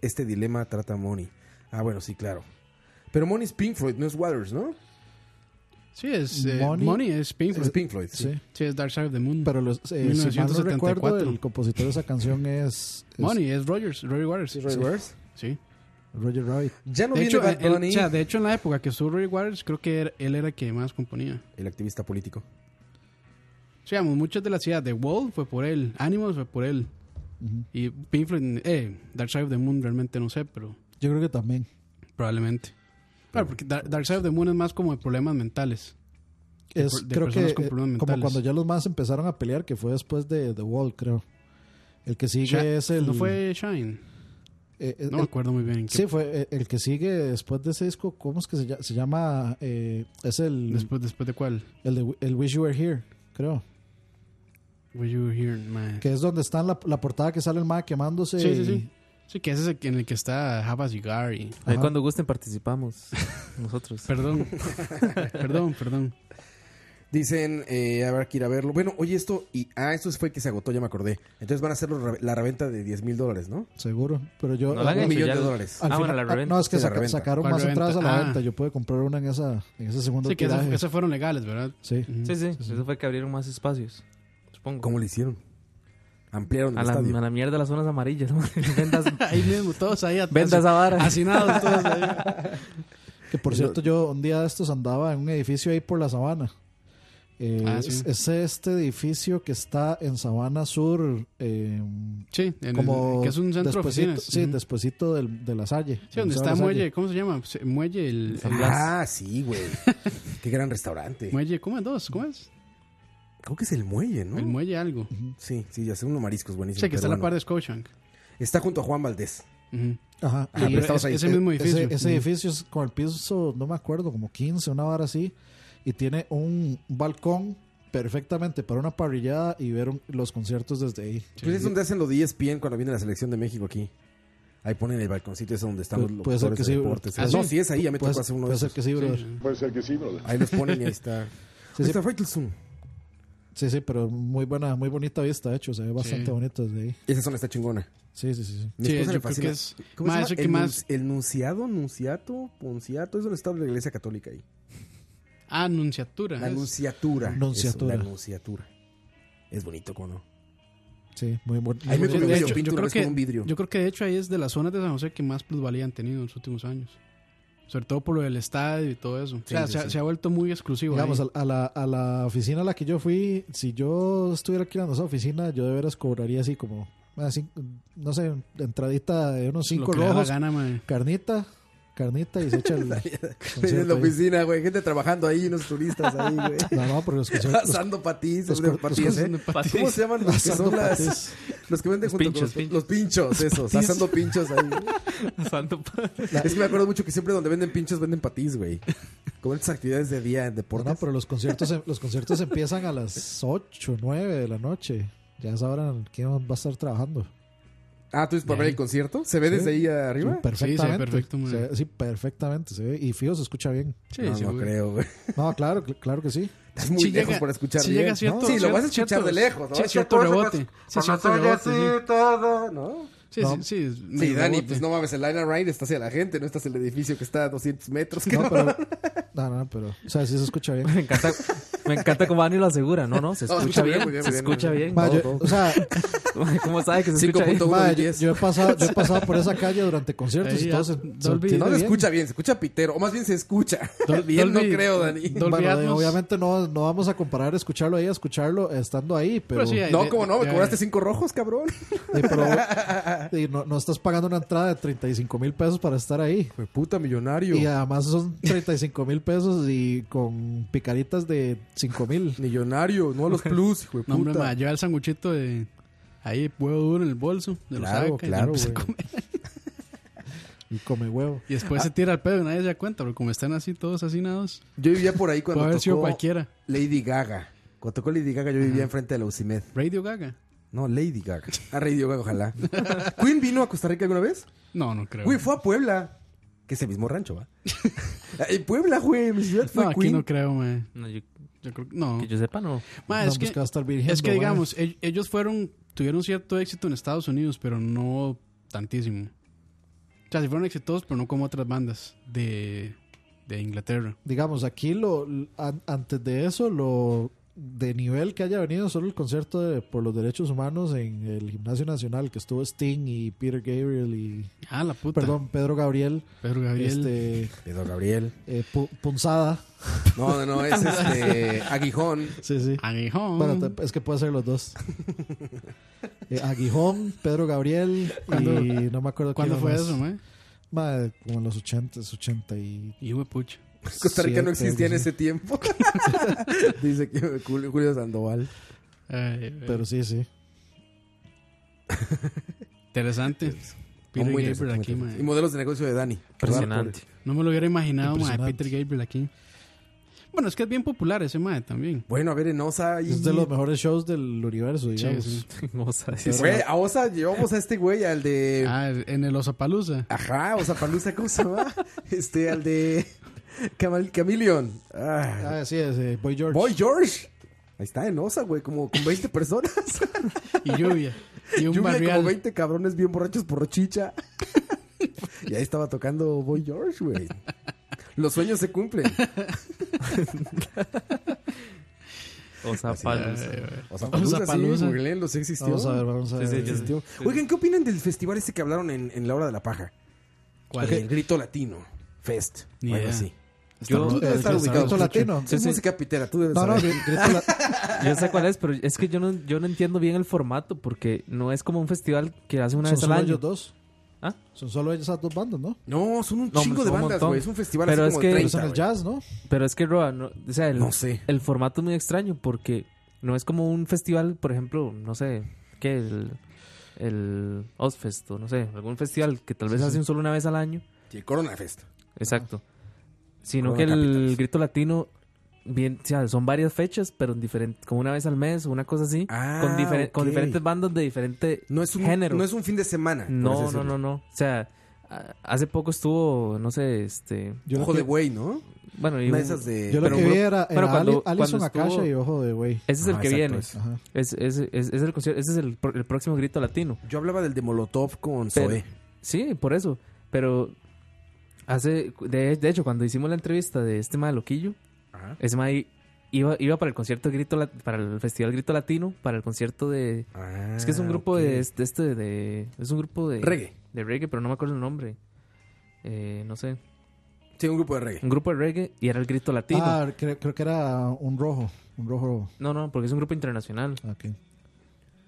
este dilema trata Moni. Ah, bueno, sí, claro. Pero Moni es Pink Floyd, no es Waters, ¿no?
Sí, es eh,
Money.
Money. es Pink Floyd.
Es Pink Floyd, sí.
Sí.
Sí, es Dark Side of the Moon.
Pero los, eh, si mal no recuerdo,
1974.
el compositor de esa canción es, es
Money es Rogers, Roger Waters.
Roy Waters.
Sí.
Roger Rabbit.
Ya no
de
viene
hecho,
Bad
el-
Bunny,
o sea, de hecho, en la época que estuvo Roger Waters, creo que era- él era el que más componía.
el activista político.
O sea, muchas de las ideas de Wall fue por él, Animals fue por él.
Ujú.
Y Pink Floyd, eh, Dark Side of the Moon realmente no sé, pero
Yo creo que también.
probablemente. Claro, porque Dark, Dark Side of the Moon es más como de problemas mentales. De
Es,
por- de
creo que
personas
eh,
con problemas
como
mentales.
cuando ya los más empezaron a pelear, que fue después de The Wall, creo. El que sigue
Sha-
es el...
¿No fue Shine?
eh, eh,
No me
el-
acuerdo muy bien. en qué-
Sí, fue eh, el que sigue después de ese disco. ¿Cómo es que se llama? Se llama eh, es el,
Después, ¿Después de cuál?
el, de- el Wish You Were Here, creo.
Were you here, man?
Que es donde está la, la portada que sale el MAD quemándose.
Sí, sí,
y-
sí. Sí, que ese es el que- en el que está Java Cigar y...
Ahí
Ajá.
cuando gusten participamos. Nosotros.
Perdón, perdón, perdón.
Dicen, eh, a ver, que ir a verlo. Bueno, oye, esto, y ah, esto fue que se agotó, ya me acordé. Entonces van a hacer los re- la reventa de 10 mil dólares, ¿no?
Seguro. Pero yo.
No la
al-
hagan
Un millón
ya
de
lo-
dólares.
Ah,
al
bueno, la
final-
reventa.
no, es que
Sí, la
saca-
reventa.
sacaron
¿Cuál
más
reventa?
entradas a la
Ah.
venta. Yo pude comprar una en, esa, en ese segundo
Sí, que esas,
tiraje.
esas fueron legales, ¿verdad?
Sí.
Sí, sí, Eso fue que abrieron más espacios. Supongo.
¿Cómo le hicieron? Ampliaron el
A la,
estadio.
a la mierda las zonas amarillas. ¿no? Vendas,
Ahí mismo, todos ahí. atrás.
vendas a vara.
Hacinados todos ahí.
Que por cierto, yo un día de estos andaba en un edificio ahí por la sabana. Eh,
Ah, sí.
es, es este edificio que está en Sabana Sur. eh,
Sí, en el-
como
que es un centro de
despuesito-
oficinas.
Sí,
Ujú.
despuesito del, de la Salle.
Sí, donde está
la Salle.
Muelle, ¿cómo se llama? Se- Muelle, el... el-
Ah, sí, güey. Qué gran restaurante.
muelle, ¿cómo es? ¿Dos? ¿Cómo es?
Creo que es el muelle, ¿no?
El muelle algo.
Sí, sí, ya sé, unos mariscos buenísimos.
Sí, que está a la
peruano.
par de Scotiabank.
Está junto a Juan Valdés.
Ujú.
Ajá.
Ah, pero
Y
estamos
es-
ahí.
Ese mismo edificio.
Eh, Ese, ese
Ujú.
edificio es con el piso, no me acuerdo, como 15, una vara así. Y tiene un balcón perfectamente para una parrillada y ver un- los conciertos desde ahí.
Pues es donde hacen lo de ESPN cuando viene la selección de México aquí. Ahí ponen el balconcito ese donde están los
Pu- puede ser
locutores
que
de
sí, bro.
deportes. ¿eh?
Ah,
no,
sí.
sí es Pues ahí, ya me
Puede
tocó hacer uno de
puede ser
esos.
que sí, brother.
Sí.
Puede ser que sí, brother.
Ahí los ponen y ahí está.
Sí,
Ahí
sí,
está Faitelson.
Sí, sí, pero muy buena, muy bonita vista, de hecho, se ve bastante
Sí.
bonito desde ahí.
Esa zona está chingona.
Sí, sí, sí. sí.
Mi
Sí,
esposa
yo
le
creo
fascina.
que es
¿Cómo se
más-
llama?
eso que
el, nun-
más-
el nunciado, nunciato, ponciato, es donde está la iglesia católica ahí.
Ah, Anunciatura.
La
es.
nunciatura. eso,
Nunciatura.
la nunciatura. Es bonito, ¿cómo no?
Sí, muy bon-
Ahí me
muy
comió
bonito.
de
yo
hecho,
pinto
yo
una
creo
vez
que-
con un vidrio.
Yo creo que de hecho ahí es de las zonas de San José que más plusvalía han tenido en los últimos años. Sobre todo por lo del estadio y todo eso. o sea,
sí,
se, ha-
sí.
se ha vuelto muy exclusivo.
Digamos,
ahí.
a, a la, a la oficina a la que yo fui, si yo estuviera alquilando esa oficina, yo de veras cobraría así como, ah, cin- no sé, entradita de unos
Lo
cinco
que le da la
rojos,
gana, mae.
carnita, carnita y se echa el.
en la oficina, güey. Gente trabajando ahí, unos turistas ahí, güey.
No, no, porque los que son- los-
Asando patís,
los-
de
los-
patías,
los-
¿eh?
patías.
¿Cómo se llaman los que
Asando
son las-
patías.
Los que venden
Los
junto
pinchos,
con
pinchos.
los, los pinchos, esos.
patías.
Asando pinchos ahí. La- Es que me acuerdo mucho que siempre donde venden pinchos venden patís, güey. Como estas actividades de día, deportes.
No, pero los conciertos, em, los conciertos empiezan a las 8, 9 de la noche. Ya sabrán quién va a estar trabajando.
Ah, ¿tú dices para ver el concierto? ¿Se ve desde ahí arriba?
Sí, perfectamente.
Sí, perfecto,
Se ve- sí, perfectamente. se ve. Y Fío se escucha bien.
Sí, No, sí, no güey. creo, güey.
No, claro, cl- claro que sí.
Estás muy lejos para escuchar bien, ¿no? Sí, lo vas a escuchar de lejos. ¿no? Todo eso con- con la soya así, todo, ¿no?
Sí,
¿No?
sí, sí, es medio
Sí, Dani,
rebote.
pues no mames, el Line Ride está hacia la gente, no estás en el edificio que está a 200 metros.
No, pero... No, no, pero... O sea, sí se escucha bien.
Me encanta, me encanta cómo Dani lo asegura. No, no, se
No,
escucha
escucha bien,
bien.
muy bien,
se
muy bien,
escucha
muy bien.
bien.
Ma,
todo,
yo-
todo.
o sea,
Ma, ¿cómo sabe que se escucha bien?
Ma, yo, yo he pasado, yo he pasado por esa calle durante conciertos
Ahí
y
ya,
todo se,
Dolby,
se
no
entiende
se
bien.
escucha bien, se escucha pitero. O más bien se escucha. bien, no creo, Dani.
Bueno, obviamente no, no vamos a comparar escucharlo ahí a escucharlo estando ahí, pero...
no, como no, me cobraste cinco rojos, cabrón.
Y no, no estás pagando una entrada de 35 mil pesos para estar ahí.
Fue puta millonario.
Y además son 35 mil pesos y con picaritas de 5 mil.
Millonario, no los plus, hijo de
No, hombre,
puta.
ma, lleva el sanguchito de. Ahí, huevo duro en el bolso. De
Claro,
lo saca, y lo
claro,
empieza
pues,
a
güey.
comer.
Y come huevo.
Y después se tira al pedo y nadie se da cuenta, pero como están así todos hacinados.
Yo vivía por ahí cuando
Puede haber sido
tocó
cualquiera.
Lady Gaga. Cuando tocó Lady Gaga, yo vivía enfrente de la UCIMED.
¿Radio Gaga?
No, Lady Gaga. Ah, Radio Gaga, ojalá. ¿Queen vino a Costa Rica alguna vez?
No, no creo.
Güey, fue a Puebla. Que es el mismo rancho, ¿va? en Puebla, güey, mi ciudad fue
no, aquí
Queen.
no creo, man.
No, yo,
creo que no.
Que yo sepa, no.
Ma,
pues
es, que, es que, digamos, e- ellos fueron, tuvieron cierto éxito en Estados Unidos, pero no tantísimo. O sea, sí fueron exitosos, pero no como otras bandas de, de Inglaterra.
Digamos, aquí lo an- antes de eso, lo de nivel que haya venido solo el concierto de- por los derechos humanos en el Gimnasio Nacional, que estuvo Sting y Peter Gabriel y...
Ah, la puta.
Perdón, Pedro Gabriel.
Pedro Gabriel.
Este,
Pedro Gabriel.
eh, pu- punzada.
No, no, no, es este. Aguijón.
Sí, sí.
Aguijón.
Bueno, te- es que puede ser los dos. Eh, Aguijón, Pedro Gabriel
¿Cuándo-
y no me acuerdo
cuándo
quién
fue
más.
eso, mae?
Mae, como en los 80, 80 y...
Hijo de pucha.
Costa Rica no existía en
ese
ese tiempo. Dice que Julio Julio Sandoval.
Pero sí, sí.
Interesante. Peter
Muy
Gabriel
interesante,
aquí,
muy
mae.
interesante. Y modelos de negocio de Dani.
Impresionante.
No me lo hubiera imaginado, mae,
Impresionante.
Peter Gabriel aquí. Bueno, es que es bien popular ese mae también.
Bueno, a ver, en Osa y...
Es de los mejores shows del universo,
Sí,
digamos.
sí.
Güey, a Osa llevamos a este güey, al de...
Ah, en el Osapalusa.
Ajá, Osapalusa, ¿cómo se llama? Este, al de... Camal- Camillion. Ah,
sí, es eh, Boy George.
Boy George. Ahí está en Osa, güey, como con 20 personas.
Y lluvia. Y un
Lluvia
barrial.
como 20 cabrones bien borrachos por rochicha. y ahí estaba tocando Boy George, güey. Los sueños se cumplen.
O sea, palos.
Osapalusa, sí, googleenlo, sí existió.
Vamos a ver, vamos a
Sí, sí,
ver.
yo sé.
Existió. Oigan, ¿qué opinan del festival ese que hablaron en, en La Hora de la Paja?
¿Cuál?
El grito latino. Fest.
Ni
o algo
idea.
así.
Yo-
tú debes
el
estar
Grito
ubicado.
Latino.
Es
Sí, sí.
música pitera, tú debes
No, no,
saber.
Gr- Yo sé cuál es, pero es que yo no, yo no entiendo bien el formato porque no es como un festival que hace una
Son
vez al
solo
año.
ellos dos.
¿Ah?
Son solo esas dos bandas, ¿no?
No, son un
No,
chingo de
hombre, son un
bandas,
montón.
güey. Es un festival
Pero
así
es
como
que-
de
Pero son
30,
el
güey.
jazz, ¿no?
Pero es que, Roa, no, o sea, el, el formato es muy extraño porque no es como un festival, por ejemplo, no sé, que el, el Ozfest o no sé, algún festival que tal vez
Sí, sí.
hacen solo una vez al año.
Sí, Corona Fest.
Exacto. Sino
Corona
que el grito latino, bien, o sea, son varias fechas, pero en diferente, como una vez al mes o una cosa así, con, diferen-
Ah,
con
ok.
diferentes bandas de diferente
No es un,
género.
No es un fin de semana. por así
No, no,
decirlo.
no, no. O sea, a- hace poco estuvo, no sé, este.
Yo lo
Ojo
que-
de güey, ¿no?
Bueno, y
Una de
un-
esas de.
Yo lo
pero
que
un
vi
grupo-
era,
bueno,
era
cuando-
Ali- Alison
cuando estuvo-
Akasha y Ojo de Güey.
Ese es el
Ah,
que
exacto,
viene.
ese. Ajá.
Es, es, es, es el concierto- ese es el, pro- el próximo grito latino.
Yo hablaba del de Molotov con
Pero-
Zoe.
Sí, por eso. Pero hace, de, de hecho, cuando hicimos la entrevista de este mae Loquillo,
Ajá.
ese mae iba, iba para el concierto de grito, Lat- para el festival grito latino, para el concierto de. es que es un grupo de,
Ah, ok.
este- este de, es un grupo de
Reggae.
de reggae, pero no me acuerdo el nombre. Eh, no sé.
Sí, un grupo de reggae.
Un grupo de reggae y era el grito latino.
Ah, creo, creo que era un rojo. Un rojo.
No, no, porque es un grupo internacional.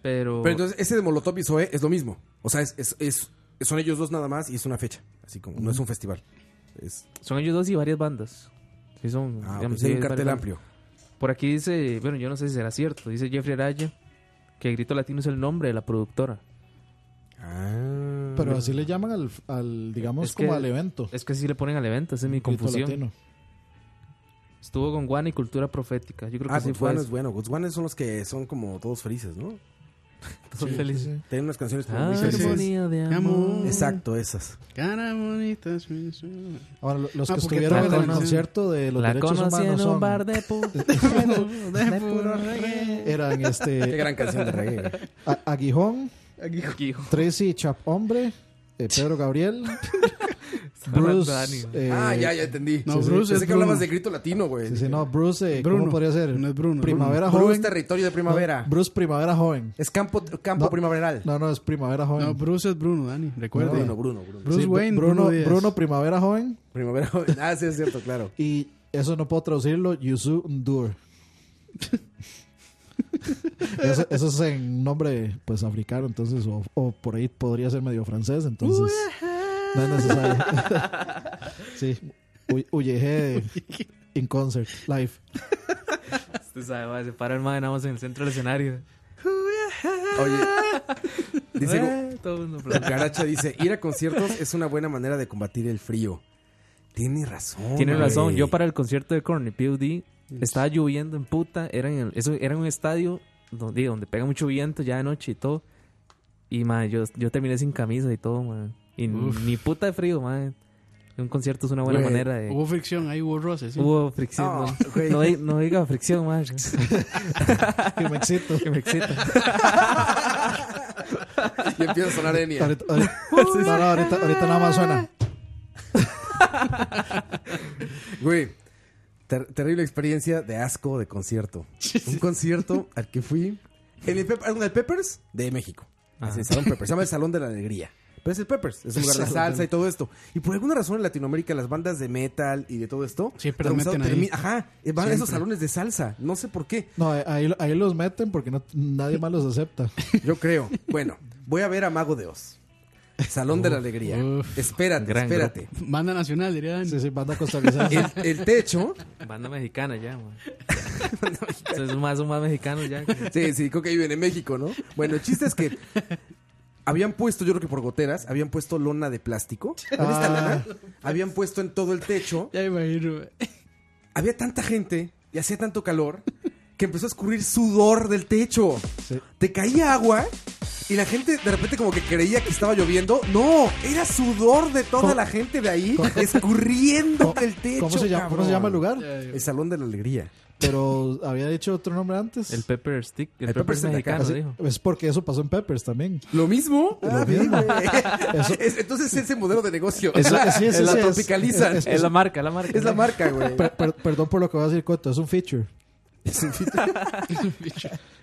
Pero.
Pero entonces, ese de Molotov y Zoe es lo mismo. O sea, es, es, es- son ellos dos nada más y es una fecha. Así como, no es un festival. Es-
Son ellos dos y varias bandas. Sí, son,
Ah,
Pues
ok,
digamos,
sí, hay un
varias
cartel
bandas.
amplio.
Por aquí dice, bueno, yo no sé si será cierto, dice Jeffrey Araya que Grito Latino es el nombre de la productora.
Ah.
Pero así le llaman al, al digamos,
Es
como
que-
al evento.
Es que si le ponen al evento, esa es mi
Grito
confusión.
Latino.
Estuvo con Guana y Cultura Profética. Yo creo
Ah,
que sí
Good
fue.
One
eso.
es bueno. Good One son los que son como todos felices, ¿no?
Todos Sí, felices. sí, sí.
Tienen unas canciones como
Ah,
muy felices.
armonía de amor.
Exacto, esas.
Cara bonita. sí, sí.
Ahora, lo- los
Ah,
que
porque
estuvieron
la
en el
conocí-
concierto de los
La
derechos
conocí en
humanos
un
son-
bar de pu-
de puro reggae.
eran este...
Qué gran canción de reggae.
A- Aguijón,
Aguijón.
Tracy Chap Hombre, eh, Pedro Gabriel, Bruce... eh,
ah, ya, ya entendí.
No,
Sí, sí.
Bruce es
Pensé que hablabas
Bruno.
de grito latino, güey.
Sí, sí, no, Bruce, eh,
Bruno.
¿cómo podría ser?
No es Bruno,
Primavera
Bruno.
joven.
Bruce, territorio de primavera.
No, Bruce Primavera joven.
Es campo, campo primaveral.
No, no, es primavera joven.
No, Bruce es Bruno, Dani. Recuerda.
Bruno, Bruno, Bruno.
Bruce
Sí,
Wayne.
Bruno,
Bruno,
Bruno,
Díaz.
Primavera joven.
Primavera joven. Ah, sí, es cierto, claro.
Y eso no puedo traducirlo, Yusu Ndur. eso, eso es en nombre pues africano, entonces, o, o por ahí podría ser medio francés, entonces no es necesario. sí, Uy- Uyejé in concert, live.
Usted sabe, va, se para el madre nada más en el centro del escenario.
Oye,
Eh,
dice
todo el mundo aplaude.
Garacha dice, ir a conciertos es una buena manera de combatir el frío. Tiene razón.
Tiene
güey.
razón. Yo para el concierto de Corny PUD estaba lloviendo en puta. Era en, el- eso, era en un estadio donde, donde pega mucho viento ya de noche y todo. Y ma, yo, yo terminé sin camisa y todo, ma. Y
Uf.
ni puta de frío, ma. Un concierto es una buena
Güey,
manera de.
Hubo fricción, ahí hubo roces. ¿sí?
Hubo fricción,
Ah,
ma.
güey.
no, di- no diga fricción, ma.
que me excito.
Que me excito.
Y empieza a sonar Enya.
Ahorita, ahorita- no, no, ahorita, ahorita nada más suena.
Güey, ter- terrible experiencia de asco de concierto. Un concierto al que fui en el, Pep- en el Peppers de México.
Ah.
Es el Salón Peppers. Se llama el Salón de la Alegría. Pero es el Peppers. Es un lugar de
Salón.
salsa y todo esto. Y por alguna razón en Latinoamérica las bandas de metal y de todo esto...
Siempre
de
lo meten
algún lado
ahí.
termi- Ajá. eh, Van a esos
Siempre.
salones de salsa. No sé por qué.
No, ahí, ahí los meten porque no, nadie más los acepta.
Yo creo. Bueno, voy a ver a Mago de Oz. Salón de la Alegría. espérate, espérate.
Banda nacional, diría Dani. Sí,
sí, banda
Este,
costarricense.
El, el techo...
Banda mexicana ya, ma. Entonces, son más, son más mexicanos ya.
Sí, sí, creo que viven en México, ¿no? Bueno, el chiste es que habían puesto, yo creo que por goteras, habían puesto lona de plástico. ¿Con esta
Ah,
lona?
este.
Habían puesto en todo el techo.
Ya imagino.
Había tanta gente y hacía tanto calor que empezó a escurrir sudor del techo. Te caía agua y la gente de repente como que creía que estaba lloviendo. No, era sudor de toda la gente de ahí escurriendo del techo.
¿Cómo se llama- cómo se
cabrón.
llama el lugar?
El Salón de la Alegría.
Pero había dicho otro nombre antes.
El Pepper Stick. El,
El
Pepper
Pepper Stick
mexicano,
Así-
dijo.
Es porque eso pasó en Peppers también.
¿Lo mismo?
Lo
Ah,
mismo.
bien, güey.
Eso-
Es- entonces ese modelo de negocio.
Es la- sí,
es
sí,
la
sí, es-
tropicalizan.
es- es- Es la
marca, la marca.
Es la marca, güey.
Per- per- perdón por lo que voy a decir, Coto. Es un feature. Eso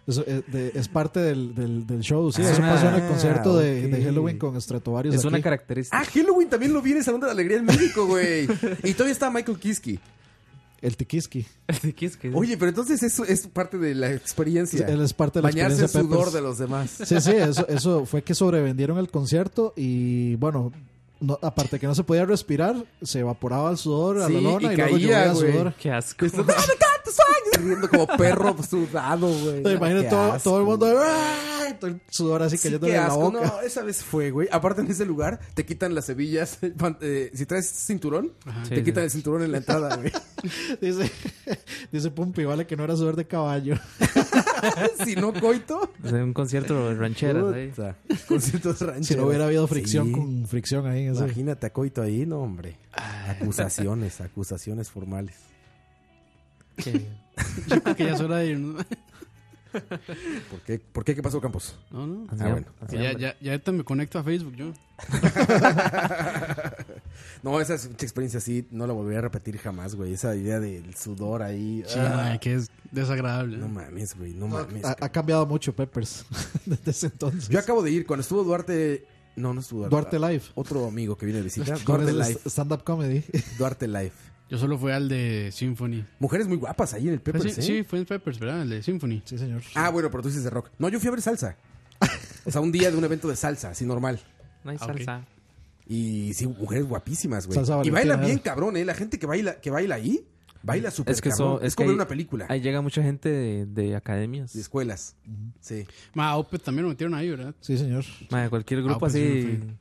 Es, eh, de- es parte del, del- del show, sí.
Ah,
eso pasó en el concierto de,
ok.
de Halloween con Stratovarius.
Es una
aquí.
característica.
Ah, Halloween también lo vi en el Salón de la Alegría en México, güey. Y todavía está Michael Kiske.
El tiquiski.
¿Qué es que-
Oye, pero entonces eso es parte de la experiencia.
Él es parte de la
Bañarse
experiencia
en sudor
Peppers.
de los demás.
Sí, sí, eso, eso fue que sobrevendieron el concierto y bueno, no- aparte que no se podía respirar, se evaporaba el sudor a
Sí,
la lona
y
y, luego llovía
caía,
el
güey.
sudor.
Qué asco.
Riendo como perro sudado, güey.
Te imagino
Qué
todo,
asco.
todo el mundo ¡ah! todo el sudor así
Sí,
cayéndole
qué
en la
asco.
boca.
No, esa vez fue, güey. Aparte en ese lugar te quitan las hebillas. pan- eh, si traes cinturón, te
Sí,
quitan
sí.
el cinturón en la entrada, güey.
Dice, dice Pumpi, vale que no era sudor de caballo.
si no coito.
Es un concierto de rancheras ahí.
Puta, Ah, Conciertos rancheros.
Si no hubiera habido fricción
Sí.
con fricción ahí. en ese-
Imagínate a Coito ahí, no, hombre. Acusaciones, acusaciones formales.
Yo creo que ya es hora de irnos.
¿Por qué? ¿Por qué? ¿Qué pasó, Campos?
No, no.
Ah, bueno.
Que ya, ya, ya ahorita me conecto a Facebook yo.
No, esa es- esa experiencia así no la volvería a repetir jamás, güey. Esa idea del sudor ahí.
Sí,
ah,
mae, que es desagradable.
no mames, güey, no mames.
Ha, ha cambiado mucho Peppers desde ese entonces.
Yo acabo de ir, cuando estuvo Duarte... No, no estuvo
Duarte Live.
Otro amigo que viene de visita.
Con
Duarte
el
Live.
stand-up comedy.
Duarte Live.
Yo solo fui al de Symphony.
Mujeres muy guapas ahí en el Peppers,
Pues sí,
¿eh?
sí, fue en Peppers, ¿verdad? El de Symphony.
Sí, señor.
Ah, bueno, pero tú dices de rock. No, yo fui a ver salsa. O sea, un día de un evento de salsa, así normal.
No hay
Ah, ok.
salsa.
Y sí, mujeres guapísimas, güey.
Salsa
Y bailan
Valentina.
bien cabrón, ¿eh? La gente que baila, que baila ahí, baila súper
es que
cabrón.
eso-
es,
es que
como
ahí-
una película.
Ahí llega mucha gente de, de academias.
De escuelas. Sí.
Ma, Ope también lo metieron ahí, ¿verdad?
Sí, señor.
Madre, cualquier
Ah,
grupo
pues sí,
así.
me fui.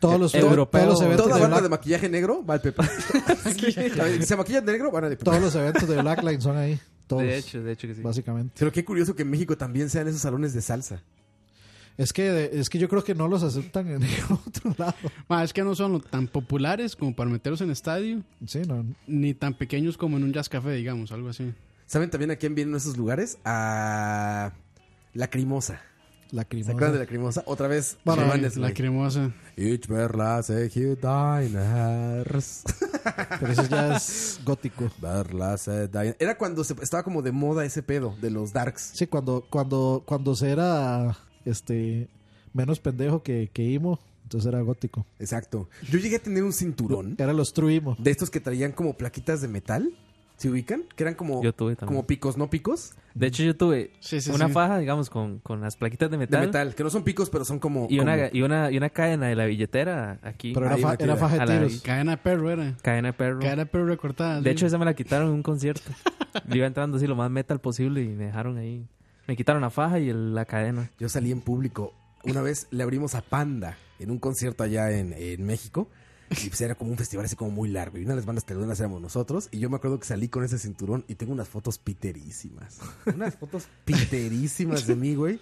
Todos los- todos los eventos
Toda
de
banda
Black-
de maquillaje negro va al Pepe. Sí. A ver, ¿Se maquillan de negro? Van a de Pepe.
Todos los eventos de Blackline son ahí. Todos.
De hecho, de hecho que sí.
Básicamente.
Pero qué curioso que en México también sean esos salones de salsa.
Es que, es que yo creo que no los aceptan en ningún otro lado.
Ma, es que no son lo tan populares como para meterlos en estadio.
Sí, no.
Ni tan pequeños como en un jazz café, digamos, algo así.
¿Saben también a quién vienen esos lugares? A la crimosa.
La crimosa.
¿Se acuerdan de la crimosa? Otra vez.
Bueno,
Giovannes,
la
güey.
cremosa.
Ich wär las Ejidainers.
Pero eso ya es gótico.
Wär las Ejidainers. Era cuando se- estaba como de moda ese pedo de los darks.
Sí, cuando, cuando, cuando se era este menos pendejo que, que Imo, entonces era gótico.
Exacto. Yo llegué a tener un cinturón.
Era los True Imo.
De estos que traían como plaquitas de metal. ¿Se ubican? Que eran como,
Yo tuve también.
como picos, no picos.
De hecho, yo tuve
Sí, sí,
una
sí.
faja, digamos, con, con las plaquitas de
De
metal.
metal. Que no son picos, pero son como.
Y
como-
una, y, una, y una cadena de la billetera aquí.
Pero era
Ahí
fa-
metida.
era faja de
A la-
tiros.
Cadena de perro era.
Cadena de perro.
Cadena de perro recortada.
De
sí.
hecho, esa me la quitaron en un concierto. Yo iba entrando así lo más metal posible y me dejaron ahí. Me quitaron la faja y el- la cadena.
Yo salí en público. Una vez le abrimos a Panda en un concierto allá en, en México. Y pues era como un festival así como muy largo. Y una de las bandas telunas éramos nosotros. Y yo me acuerdo que salí con ese cinturón y tengo unas fotos piterísimas. Unas fotos piterísimas de mí, güey.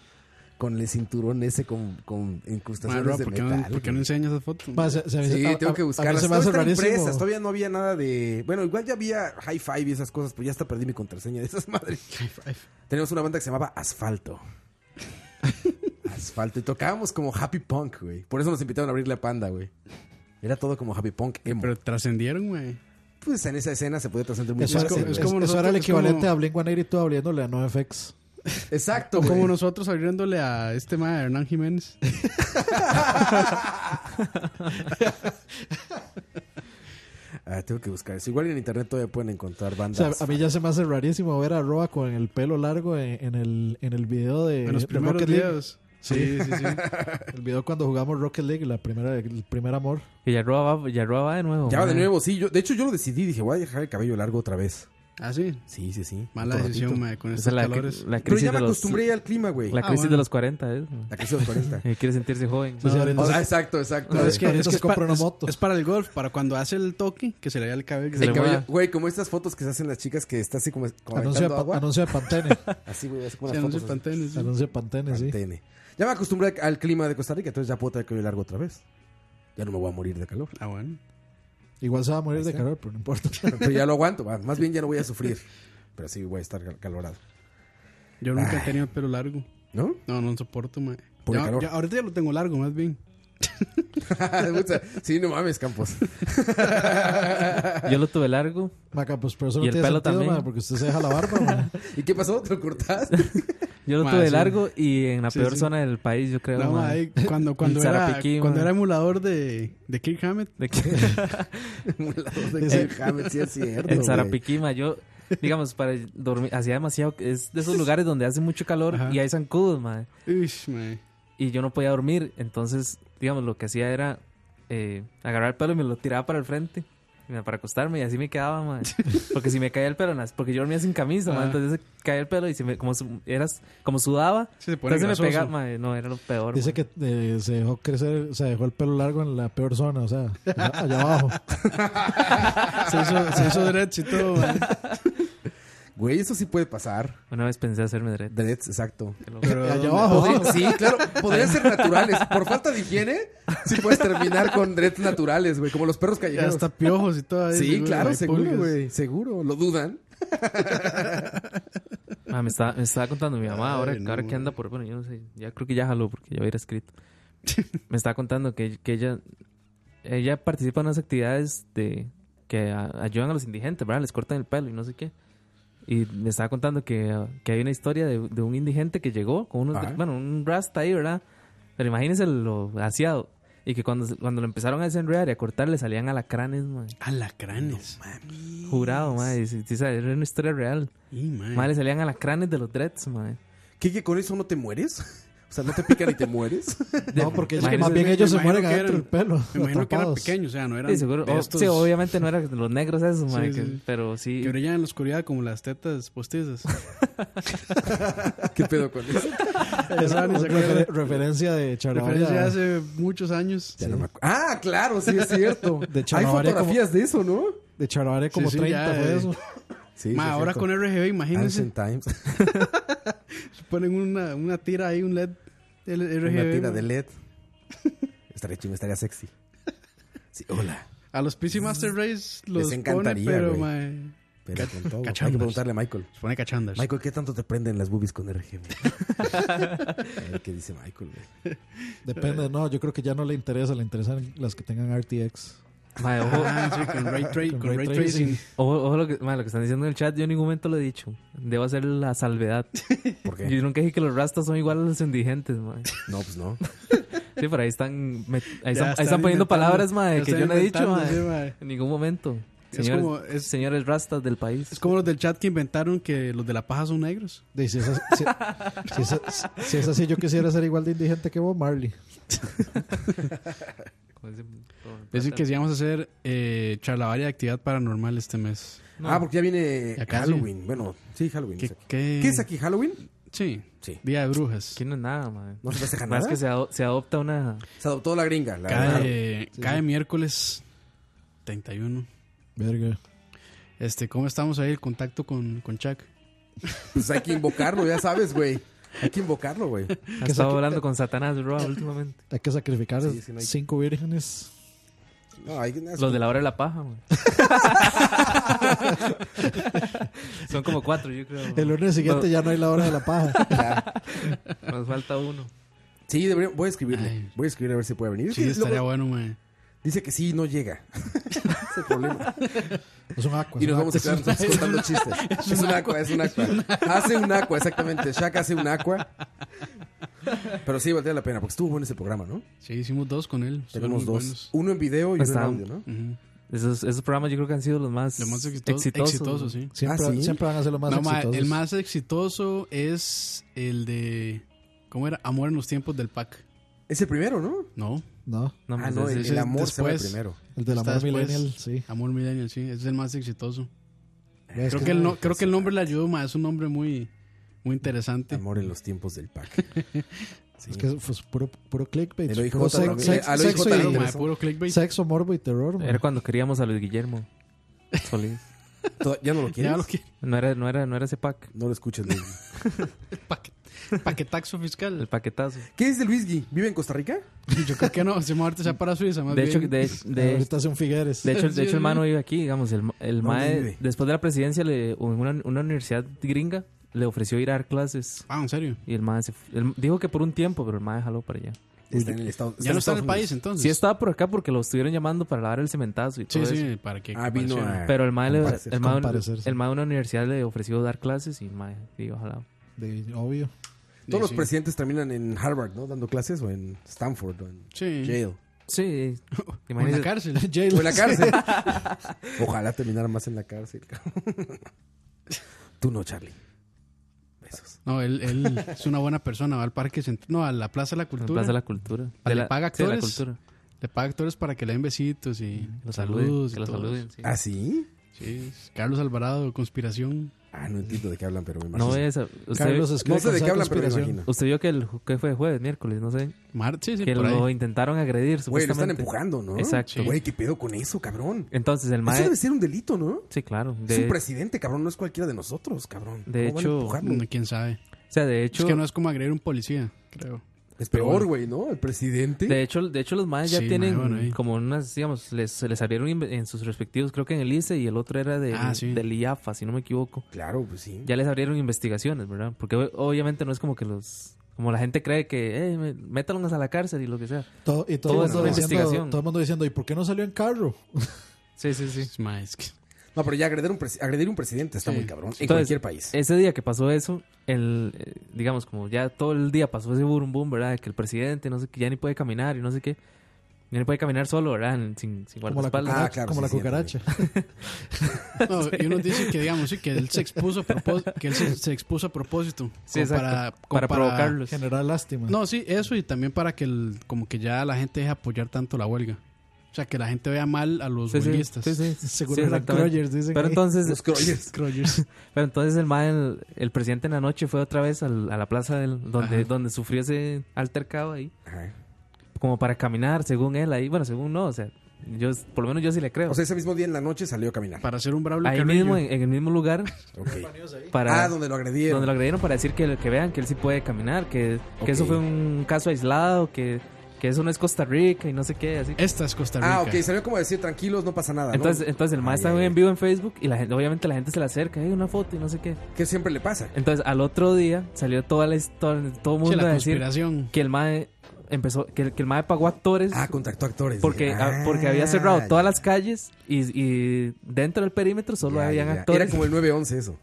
Con el cinturón ese con, con
Ma,
incrustaciones
Rob,
de
¿por qué,
metal.
no, ¿por qué no
güey.
enseñas esa foto?
Ma, se- se-
Sí,
a-
tengo
a-
que
a mí
buscarlas.
se me hace
Todavía están
rarísimo.
impresas, todavía no había nada de. Bueno, igual ya había High Five y esas cosas, pues ya hasta perdí mi contraseña de esas madres. Teníamos una banda que se llamaba Asfalto. Asfalto. Y tocábamos como Happy Punk, güey. Por eso nos invitaron a abrirle a Panda, güey. Era todo como Happy Punk emo.
Pero trascendieron, güey.
Pues en esa escena se podía trascender muy
Eso, es
fácil,
como- es
güey.
como eso era el equivalente a Blink-182 abriéndole a NoFX.
Exacto, güey.
Como nosotros abriéndole a este ma de Hernán Jiménez.
Ah, tengo que buscar eso. Igual en internet todavía pueden encontrar
O
bandas.
sea, a mí ya se me hace rarísimo ver a Roa con el pelo largo en, en el, en el video de,
En los
de
primeros
Rocket League.
videos. Sí, sí, sí.
El video cuando jugamos Rocket League, la primera, el primer amor.
Y ya roba, va- ya roba va de nuevo.
Ya va de
madre.
nuevo, sí. Yo, de hecho, yo lo decidí. Dije, voy a dejar el cabello largo otra vez.
¿Ah, sí?
Sí, sí, sí.
Mala
Otro
decisión,
ratito.
ma, con
Esa
estos
es la que-
calores.
la
Pero ya
crisis
me
de los-
acostumbré al clima, güey.
La
Ah,
crisis
bueno.
de los 40, ¿eh?
La crisis de los 40.
Eh, Quiere sentirse joven.
Sí, sí, ahorita
Ah,
se-
exacto, exacto.
No, es que,
Ahorita
es, que
se
es pa-
compra una
es-
moto.
es para el golf, para cuando hace el toque, que se le vea el cabello. que
El
se le
cabello-
mueva.
güey, como estas fotos que se hacen las chicas que está así como, como
Anuncio de,
aventando
pa-
agua.
anuncio de Pantene.
Así, güey, así como
Sí,
las
anuncio
fotos. así.
Pantene, sí.
anuncio de Pantene, sí.
Pantene. Ya me acostumbré al clima de Costa Rica, entonces ya puedo traer el cabello largo otra vez. Ya no me voy a morir de calor.
Ah, bueno.
Igual se va a morir de
está.
calor, pero no importa.
Pero ya lo aguanto, va, más bien ya no voy a sufrir. Pero sí voy a estar cal- calorado.
Yo nunca he tenido pelo largo.
¿No?
No, no soporto, ma.
Por el
Ya-
calor.
ya- ahorita ya lo tengo largo, más bien.
Mucha- sí, no mames, Campos.
Yo lo tuve largo.
Maca, pues pero eso no
Y el
tiene
pelo
sentido,
también.
madre, porque usted se deja la barba, madre.
¿Y qué pasó? ¿Te lo cortaste?
Yo lo
Ma,
tuve
Ah, sí.
largo y en la
Sí,
peor
sí.
zona del país, yo creo.
No,
ma.
ma, ahí cuando, cuando,
El
era,
Zarapiquí,
cuando
ma.
era emulador de, de Kirk Hammett.
De que-
Emulador de Kirk Hammett, sí es cierto.
en
güey.
Zarapiquima, yo, digamos, para dormir, hacía demasiado. Es de esos lugares donde hace mucho calor
Ajá.
y hay zancudos, madre.
Uish, ma.
Y yo no podía dormir. Entonces, digamos, lo que hacía era eh, agarrar el pelo y me lo tiraba para el frente. mira, Para acostarme y así me quedaba, madre. Porque si me caía el pelo, en las- porque yo dormía sin camisa, madre.
Ah.
Entonces caía el pelo y se me, como, su- eras, como sudaba.
Sí, se pone
entonces me
grasoso.
pegaba, madre. No, era lo peor.
Dice
madre.
que eh, se dejó crecer, se dejó el pelo largo en la peor zona, o sea, allá, allá abajo.
Se hizo, se hizo dreads y todo, ma.
Güey, eso sí puede pasar.
Una vez pensé hacerme derecho.
Dreads, exacto.
Pero,
allá abajo.
Podría- sí, claro, podrían ser naturales. Por falta de higiene, sí puedes terminar con dreads naturales, güey, como los perros
ya
callejeros.
hasta piojos y todo. ahí,
sí,
seguro,
claro,
ahí
seguro,
pulgas.
güey, seguro. Lo dudan.
Ah, me, estaba, me estaba contando mi mamá ahora,
Ay, no,
ahora que anda por... Bueno, yo no sé, ya creo que ya jaló porque ya hubiera escrito. me estaba contando que, que ella, ella participa en unas actividades de, que a- ayudan a los indigentes, ¿verdad? Les cortan el pelo y no sé qué. Y me estaba contando que, ah, que hay una historia de, de un indigente que llegó con unos...
Ajá.
Bueno, un rasta ahí, ¿verdad? Pero imagínense lo aseado. Y que cuando, se- cuando lo empezaron a desenredar y a cortar le salían alacranes, man.
Alacranes.
Jurado, man. Y sí- sí, Era una historia real.
Y, ma.
Man, le salían alacranes de los dreads, man.
¿Qué, que con eso no te mueres? O sea, no te pican y te mueres.
No, porque ellos- más bien ellos se mueren adentro del pelo.
Me imagino que eran
atrapados.
pequeños, o sea, no eran.
Sí, seguro.
de
o-
estos-
sí, obviamente no eran los negros esos,
Sí,
mae,
sí,
que-
sí.
pero sí.
Que brillan en la oscuridad como las tetas postizas.
¿Qué pedo con eso?
Esa ni se acuerda.
Refer- referencia de Charabaya.
Referencia de hace muchos años.
Ah, claro, sí es cierto.
De
Hay
Charabaré como-
fotografías de eso, ¿no?
De Charabaré como pues, 30 fue eso.
eh.
Sí,
Ma,
sí es
ahora
cierto.
con RGB, imagínense.
Ancient Times.
Ponen una, una tira ahí, un LED. del RGB,
Una tira
ma.
de LED. Estaría chingón, estaría sexy. Sí, hola.
A los PC Master Race los
Les encantaría,
pone, pero,
güey.
mae,
Pero
ca-
con todo. Hay que
cachambas.
preguntarle a Michael.
Se pone cachandas.
Michael, ¿qué tanto te prenden las boobies con RGB? a ver qué dice Michael, güey.
Depende, no, yo creo que ya no le interesa, le interesan las que tengan RTX.
Mae, ojo.
Ah, sí, con ray tra- con ray tracing.
Ojo, ojo lo, que, mae, lo que están diciendo en el chat, yo en ningún momento lo he dicho. Debo hacer la salvedad.
¿Por
Yo nunca dije que los rastas son igual a los indigentes, mae.
No, pues no.
Sí, pero ahí están, me-
Ya
ahí están, ahí
están
están poniendo
inventando,
palabras, mae,
ya
que
están
yo no he dicho,
inventando,
mae,
sí, mae.
En ningún momento.
Es
Señores,
como- es-
señores rastas del país.
Es como los del chat que inventaron que los de la paja son negros.
De, si, es, as- si- si es as- si es así, yo quisiera ser igual de indigente que Bob Marley.
Dicen que sí vamos a hacer eh, charlavaria de actividad paranormal este mes.
Ah, porque ya viene
Ya casi.
Halloween. Bueno, sí, Halloween.
¿Qué,
es aquí.
qué?
¿Qué es aquí, Halloween?
Sí.
Sí.
Día de brujas.
Que no es nada, mae.
¿No se festeja
Más
nada?
que se, ado- se adopta una...
Se adoptó la gringa. La
Cada,
verdad.
cada miércoles 31.
Verga.
Este, ¿cómo estamos ahí el contacto con, con Chuck?
Pues hay que invocarlo, ya sabes, güey. Hay que invocarlo, güey.
Ha estado hablando con Satanás, bro, últimamente.
Hay que sacrificar
Sí, sí, no hay-
cinco vírgenes.
No, hay-
Los de la hora de la paja, mae. Son como cuatro, yo creo.
El lunes siguiente ya no hay la hora de la paja.
Nos falta uno.
Sí, debería- voy a escribirle. Voy a escribir a ver si puede venir.
Sí,
Sí,
estaría
luego-
bueno, mae.
Dice que sí, no llega. es el problema.
Es un
Pues
aqua.
y
es
nos
un
vamos a quedar
aqua.
nosotros contando chistes. Es un aqua, es un aqua. Hace un aqua, exactamente. Shaq hace un aqua. Pero sí, valdría la pena, porque estuvo bueno ese programa, ¿no?
Sí, hicimos dos con él. Estuvieron
Tenemos
muy
dos.
buenos.
Uno en video y uno en
Está-
audio, ¿no?
Ujú.
Esos, esos programas yo creo que han sido los más,
Los más exito-
exitosos.
exitosos,
¿no?
sí.
Siempre,
Ah, ¿sí?
siempre van a ser los más
No, mae,
exitosos.
el más exitoso es el de. ¿Cómo era? Amor en los tiempos del pack.
Es el primero, ¿no?
No.
No,
No,
ah,
pues,
no,
ese-
el,
ese
el
es
amor se va
después.
primero.
el del
Está
amor
después.
millennial, sí.
Amor Millennial, sí. Ese es el más exitoso.
Es
Creo que el, no- creo que el nombre le ayudó, mae. Es un nombre muy, muy interesante.
Amor en los tiempos del pack. Sí.
Es que fue puro, puro clickbait.
Me lo dijo
Puro
Jota
sex-
también.
sex-
Ah, lo dijo
sexo
Jota
y-
Pero,
también.
mae, puro clickbait.
Sexo, morbo y terror. man.
Era cuando queríamos a Luis Guillermo Solís.
Toda- ¿Ya no lo quieres?
Ya lo que-
No era, no era, no era ese pack,
No lo escuches, Luigi.
paque- Paquetaxo
el
fiscal.
paquetazo.
¿Qué es de Luisgui? ¿Vive en Costa Rica?
Yo creo que no. Se muerte sea para Suiza, más
De hecho,
bien.
de, de,
Ahorita hace un Figueres.
de hecho, de
Sí,
hecho,
sí.
el mano vive aquí, digamos. El, el
¿Dónde
mae,
vive?
después de la presidencia, le, una, una universidad gringa le ofreció ir a dar clases.
Ah, en serio.
Y el mae se fu- él dijo que por un tiempo, pero el mae jaló para allá.
Está en el estado.
Ya no está en el
Estados
país,
Unidos.
entonces.
Sí estaba por acá porque lo estuvieron llamando para dar el cementazo y todo
Sí,
eso.
sí, para que.
Ah, vino
apareciera.
a...
Pero el mae, le-
Comparecerse,
el, mae,
comparecerse.
el mae de una universidad le ofreció dar clases y el mae, y ojalá.
De- obvio.
Todos los
Sí.
presidentes terminan en Harvard, ¿no? Dando clases o en Stanford o en
Sí.
Yale.
Sí,
O en la
imagínese-
cárcel.
O en la cárcel. Ojalá terminara más en la cárcel. cabrón. Tú no, Charlie. Besos.
No, él, él es una buena persona. Va al parque. cent- No, a la Plaza de la
en
Cultura.
Plaza de la Cultura.
Ah,
De
¿le
la,
paga
sí, de la
actores?
cultura.
Le paga actores para que le den besitos y
Que los saluden.
saludos.
Que
y
los
todo.
saluden, sí.
¿Ah, sí?
Sí, es Carlos Alvarado, conspiración.
Ah, no entiendo de qué hablan, pero me imagino.
No
No,
es. Usted,
Carlos escribe
sé de qué
cosas
hablan, pero me
conspiración.
imagino.
usted vio que, el, que fue jueves, miércoles, no sé.
Mar sí, sí,
que
por ahí.
lo intentaron
Güey, lo
agredir,
están
supuestamente.
empujando, ¿no?
Exacto.
Güey, ¿qué pedo con eso, cabrón?
Entonces el
Eso
mae.
debe ser un delito, ¿no?
Sí, claro.
Es un
De,
presidente, cabrón. No es cualquiera de nosotros, cabrón.
De
¿Cómo van a
hecho,
empujarlo?
Mm, ¿Quién sabe?
o sea, de hecho.
es que no es como agredir un policía, creo.
es peor, güey, ¿no? El presidente.
De hecho, de hecho los maes ya
Sí,
tienen
mae, bueno, ahí.
como unas, digamos, les, se les abrieron inve- en sus respectivos, creo que en el ICE y el otro era de,
Ah, sí.
del IAFA, si no me equivoco.
Claro, pues sí.
Ya les abrieron investigaciones, ¿verdad? Porque o- obviamente no es como que los... Como la gente cree que, eh, me- métalos a la cárcel y lo que sea.
Todo, y todo,
Todo
el mundo
es una
diciendo,
investigación.
todo el mundo diciendo, ¿y por qué no salió en carro?
Sí, sí, sí.
Es más, es que-
No, pero ya agredir un, presi- agredir un presidente está
Sí.
muy cabrón. En
Entonces,
cualquier
eh,
país.
Ese día que pasó eso, el, eh, digamos, como ya todo el día pasó ese boom boom, ¿verdad? De que el presidente, no sé qué, ya ni puede caminar y no sé qué. Ya no puede caminar solo, ¿verdad? Sin, sin
Como la,
guardaespaldas.
Ah,
cucaracha- como la cucaracha.
No, y uno dice que, digamos, sí, que él se expuso a propósito. Que él se, se expuso a propósito.
Sí,
como
exacto,
como
para provocarlos.
Generar lástima.
No, sí, eso y también para que el- como que ya la gente deje apoyar tanto la huelga. O sea, que la gente vea mal a los
Sí, sí,
huelguistas.
sí, sí. Sí, exactamente. Pero entonces, Pero entonces el, mae, el, el presidente en la noche fue otra vez al- a la plaza del, donde,
Ajá.
donde sufrió ese altercado ahí. Como para caminar, según él ahí. Bueno, según no, o sea, yo, por lo menos yo sí le creo.
O sea, ese mismo día en la noche salió a caminar.
Para hacer un bravo
ahí mismo, en, en el mismo lugar. para,
Ah, donde lo agredieron.
Donde lo agredieron para decir que, que vean que él sí puede caminar, que, que eso
Ok.
fue un caso aislado, que, que eso no es Costa Rica y no sé qué. Así.
Esta es Costa
Ah, ok, salió como a decir, tranquilos, no pasa nada. ¿no?
Entonces, entonces el
Ah,
maestro
ya,
está
ya.
en vivo en Facebook y la gente, obviamente la gente se le acerca, hay una foto y no sé qué.
Que siempre le pasa.
Entonces al otro día salió toda la historia, todo el mundo
la
a decir
conspiración.
que el mae empezó, que, el- que el mae pagó actores.
Ah, contactó actores.
Porque,
Ah,
ah, porque había cerrado
ya.
todas las calles y, y dentro del perímetro solo
Ya,
habían
ya, ya.
actores.
Era como el 911 eso.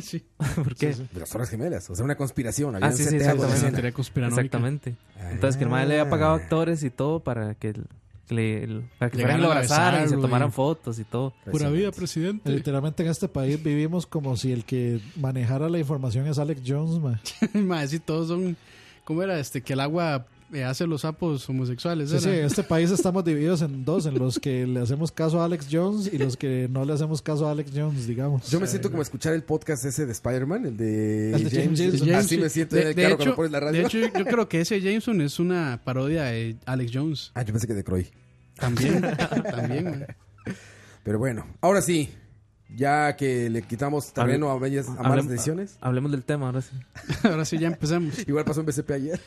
sí.
¿Por qué?
De las Torres Gemelas. O sea, una conspiración.
Ah,
habían
sí, sí,
seteado la
exactamente.
escena.
Exactamente.
Ah.
Entonces, que el mae le había pagado actores y todo para que el- le, el- para que fueran y lo
Llegaran a
abrazaran y se
besarlo y-
tomaran fotos y todo.
presidente.
Literalmente en este país vivimos como si el que manejara la información es Alex Jones, ma.
Mae, sí, todos son. ¿Cómo era? Este, que el agua eh, hace los sapos homosexuales.
Sí, sí, en
era.
este país estamos divididos en dos, en los que le hacemos caso a Alex Jones y los que no le hacemos caso a Alex Jones, digamos.
Yo me siento como escuchar el podcast ese de Spider-Man, el de
El de
James.
James
Jameson.
Jameson.
Así me siento en el carro cuando pones la radio.
de hecho, yo- yo creo que ese Jameson es una parodia de Alex Jones.
Ah, yo pensé que de Croy.
También, también, güey.
Pero bueno, ahora sí. Ya que le quitamos terreno a, bellas, a malas
Hablem-
decisiones.
Hablemos del tema ahora sí.
Ahora sí, ya empezamos.
Igual pasó un BCP ayer.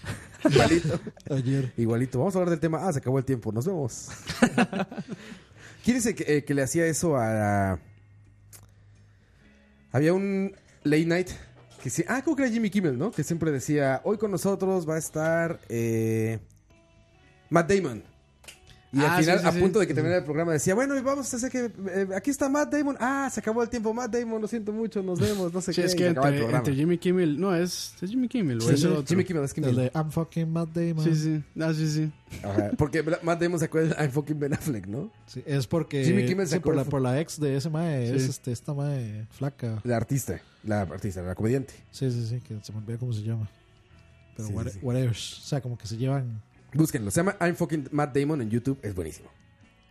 Igualito. ayer. Igualito. Vamos a hablar del tema. Ah, se acabó el tiempo. Nos vemos. ¿Quién es el que, eh, que le hacía eso a... Había un late night que sí... Ah, creo que era Jimmy Kimmel, ¿no? Que siempre decía, hoy con nosotros va a estar eh, Matt Damon. Y
Ah,
al final,
sí, sí,
a
sí.
punto de que terminara el programa, decía, bueno, y vamos a hacer que... eh, aquí está Matt Damon. Ah, se acabó el tiempo. Matt Damon, lo siento mucho. Nos vemos. No sé
Sí,
qué.
es
y
que
se acaba el
entre,
programa.
entre Jimmy Kimmel. No, es, es Jimmy Kimmel. o
Sí,
es
sí,
el otro.
Jimmy Kimmel, es Kimmel.
El de I'm fucking Matt Damon.
Sí, sí. Ah, sí, sí.
Ajá, porque Matt Damon sacó el I'm fucking Ben Affleck, ¿no?
Sí, es porque
Jimmy Kimmel
sí,
sacó
por, la,
el-
por la ex de ese mae, es
Sí.
este, esta mae flaca.
La artista, la artista, la comediante.
Sí, sí, sí, que se me olvida cómo se llama. Pero
Sí,
what-
sí, sí.
whatever, o sea, como que se llevan.
Búsquenlo, se llama I'm fucking Matt Damon en YouTube, es buenísimo.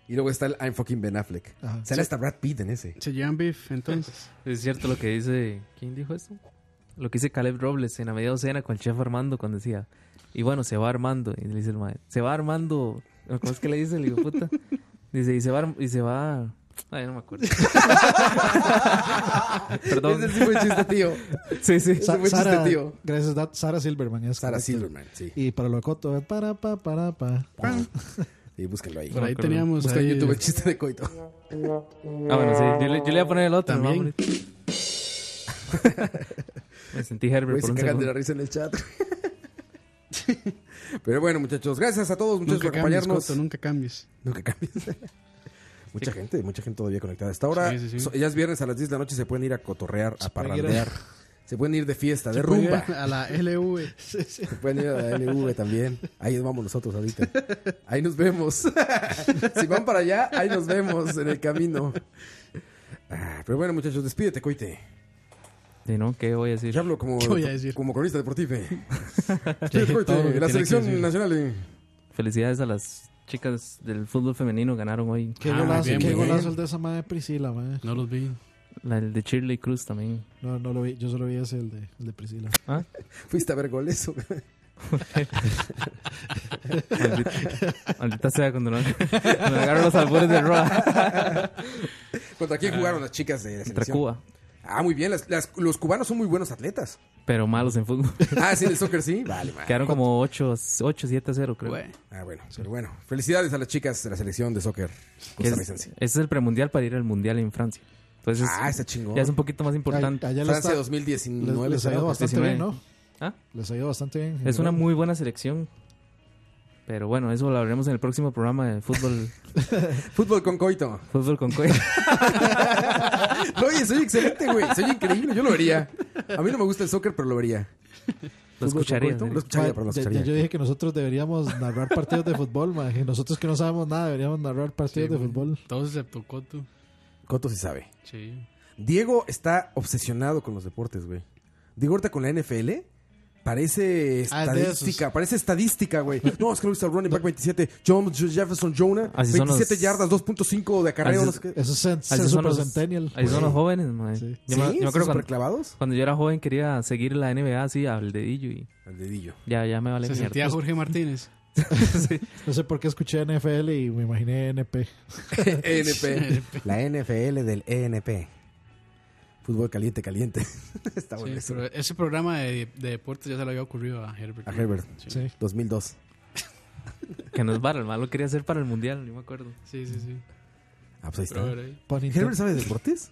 Y luego está el I'm fucking Ben Affleck.
Ajá.
Sale hasta Brad Pitt en ese.
Se llevan beef, entonces.
Es cierto lo que dice. ¿Quién dijo eso? Lo que dice Caleb Robles en la media docena con el chef Armando cuando decía. Y bueno, se va Armando. Y le dice el maestro. Se va Armando. ¿Cómo es que le dice el hijo de puta? Dice, y se va. Arm- Y se va. Ay, no me acuerdo. Perdón.
Ese sí fue chiste, tío.
Sí, sí.
Ese fue chiste,
Sara,
tío.
Gracias, a Sara Silverman. es
Sarah
correcto.
Silverman, sí.
Y para lo acoto, eh, para, pa, para, pa.
Y búsquenlo ahí.
Por ahí teníamos
Busca en
ahí-
YouTube el chiste de coito.
Ah, bueno, sí. Yo le, yo le voy a poner el otro.
También.
vamos. Me sentí Herbert
Güey,
por
se
un
cagan
segundo.
de la risa en el chat. Pero bueno, muchachos, gracias a todos muchachos
Nunca
por
cambies,
acompañarnos.
Coto, nunca cambies.
Nunca cambies. Mucha gente, mucha gente todavía conectada. Hasta ahora,
Sí, sí, sí.
so- ya es viernes a las 10 de la noche, se pueden ir a cotorrear, a
pueden ir a-
parrandear. Se pueden ir de fiesta, de
Se puede
rumba.
ir A la LV.
Se pueden ir a la LV también. Ahí nos vamos nosotros ahorita. Ahí nos vemos. si van para allá, ahí nos vemos en el camino. Ah, pero bueno, muchachos, despídete, coite.
Sí, ¿no? ¿Qué voy a decir?
Yo hablo como,
¿Qué voy a decir?
como cronista deportivo.
dije
Despídete,
todo lo
coite.
que tenía
La
que decir.
selección nacional. eh.
Felicidades a las chicas del fútbol femenino. Ganaron hoy.
Qué golazo, qué golazo el de esa madre Priscila, mae.
No los vi.
La, el de Shirley Cruz también.
No, no lo vi, yo solo vi ese, el de, el de Priscila.
¿Ah?
Fuiste a ver goles. o-
Maldita, maldita sea cuando no, cuando agarro los albores de Roa.
¿Contra quién jugaron las chicas de la
Ah, Contra
selección?
Cuba.
Ah, muy bien. Las- las- los cubanos son muy buenos atletas.
Pero malos en fútbol.
Ah, sí, en el soccer sí. Vale, vale.
Quedaron como 8, 8 7 a 0, creo.
Ah, bueno, pero bueno. Felicidades a las chicas de la selección de soccer
Que es-
costarricense.
ese es el premundial para ir al mundial en Francia. Entonces,
Ah, está chingón.
Ya es un poquito más importante.
Allá le
Francia
está-
2019,
Les, les ha ido
creo,
bastante
19.
bien, ¿no?
¿Ah?
Les ha ido bastante bien. en
Es una
general.
muy buena selección. Pero bueno, eso lo hablaremos en el próximo programa de fútbol.
Fútbol con coito.
Fútbol con coito.
Oye, soy excelente, güey. Soy increíble. Yo lo vería. A mí no me gusta el soccer, pero lo vería.
Lo escucharía.
Ma, ya- ya yo dije que nosotros deberíamos narrar partidos de fútbol, ma, que nosotros que no sabemos nada deberíamos narrar partidos de fútbol.
Todos excepto Coto.
Coto sí sabe.
Sí.
Diego está obsesionado con los deportes, güey. Diego ahorita con la NFL. Parece
Ah, es de
estadística, parece estadística, güey. No, es que lo hizo el running back 27, John Jefferson Jonah,
Así son los-
27 yardas, 2.5 de acarreo.
Así-
no sé qué.
Eso es
Ahí son los, ahí son los jóvenes, mae.
¿Sí?
me- me
¿Son
acuerdo cuando,
superclavados?
cuando yo era joven quería seguir la NBA así al dedillo y...
Al dedillo.
Ya, ya me vale
Se
mierda.
sentía Jorge Martínez.
No sé por qué escuché NFL y me imaginé NP.
La NFL del ENP. Fútbol caliente, caliente. Está
Sí,
bueno eso.
pero ese programa de, de deportes ya se le había ocurrido a Herbert.
A Herbert.
Sí.
2002.
Que no es para el malo, quería hacer para el mundial, no me acuerdo.
Sí, sí, sí.
Ah, pues ahí
Pero a ver eh. ahí.
está. ¿Herbert sabe de deportes?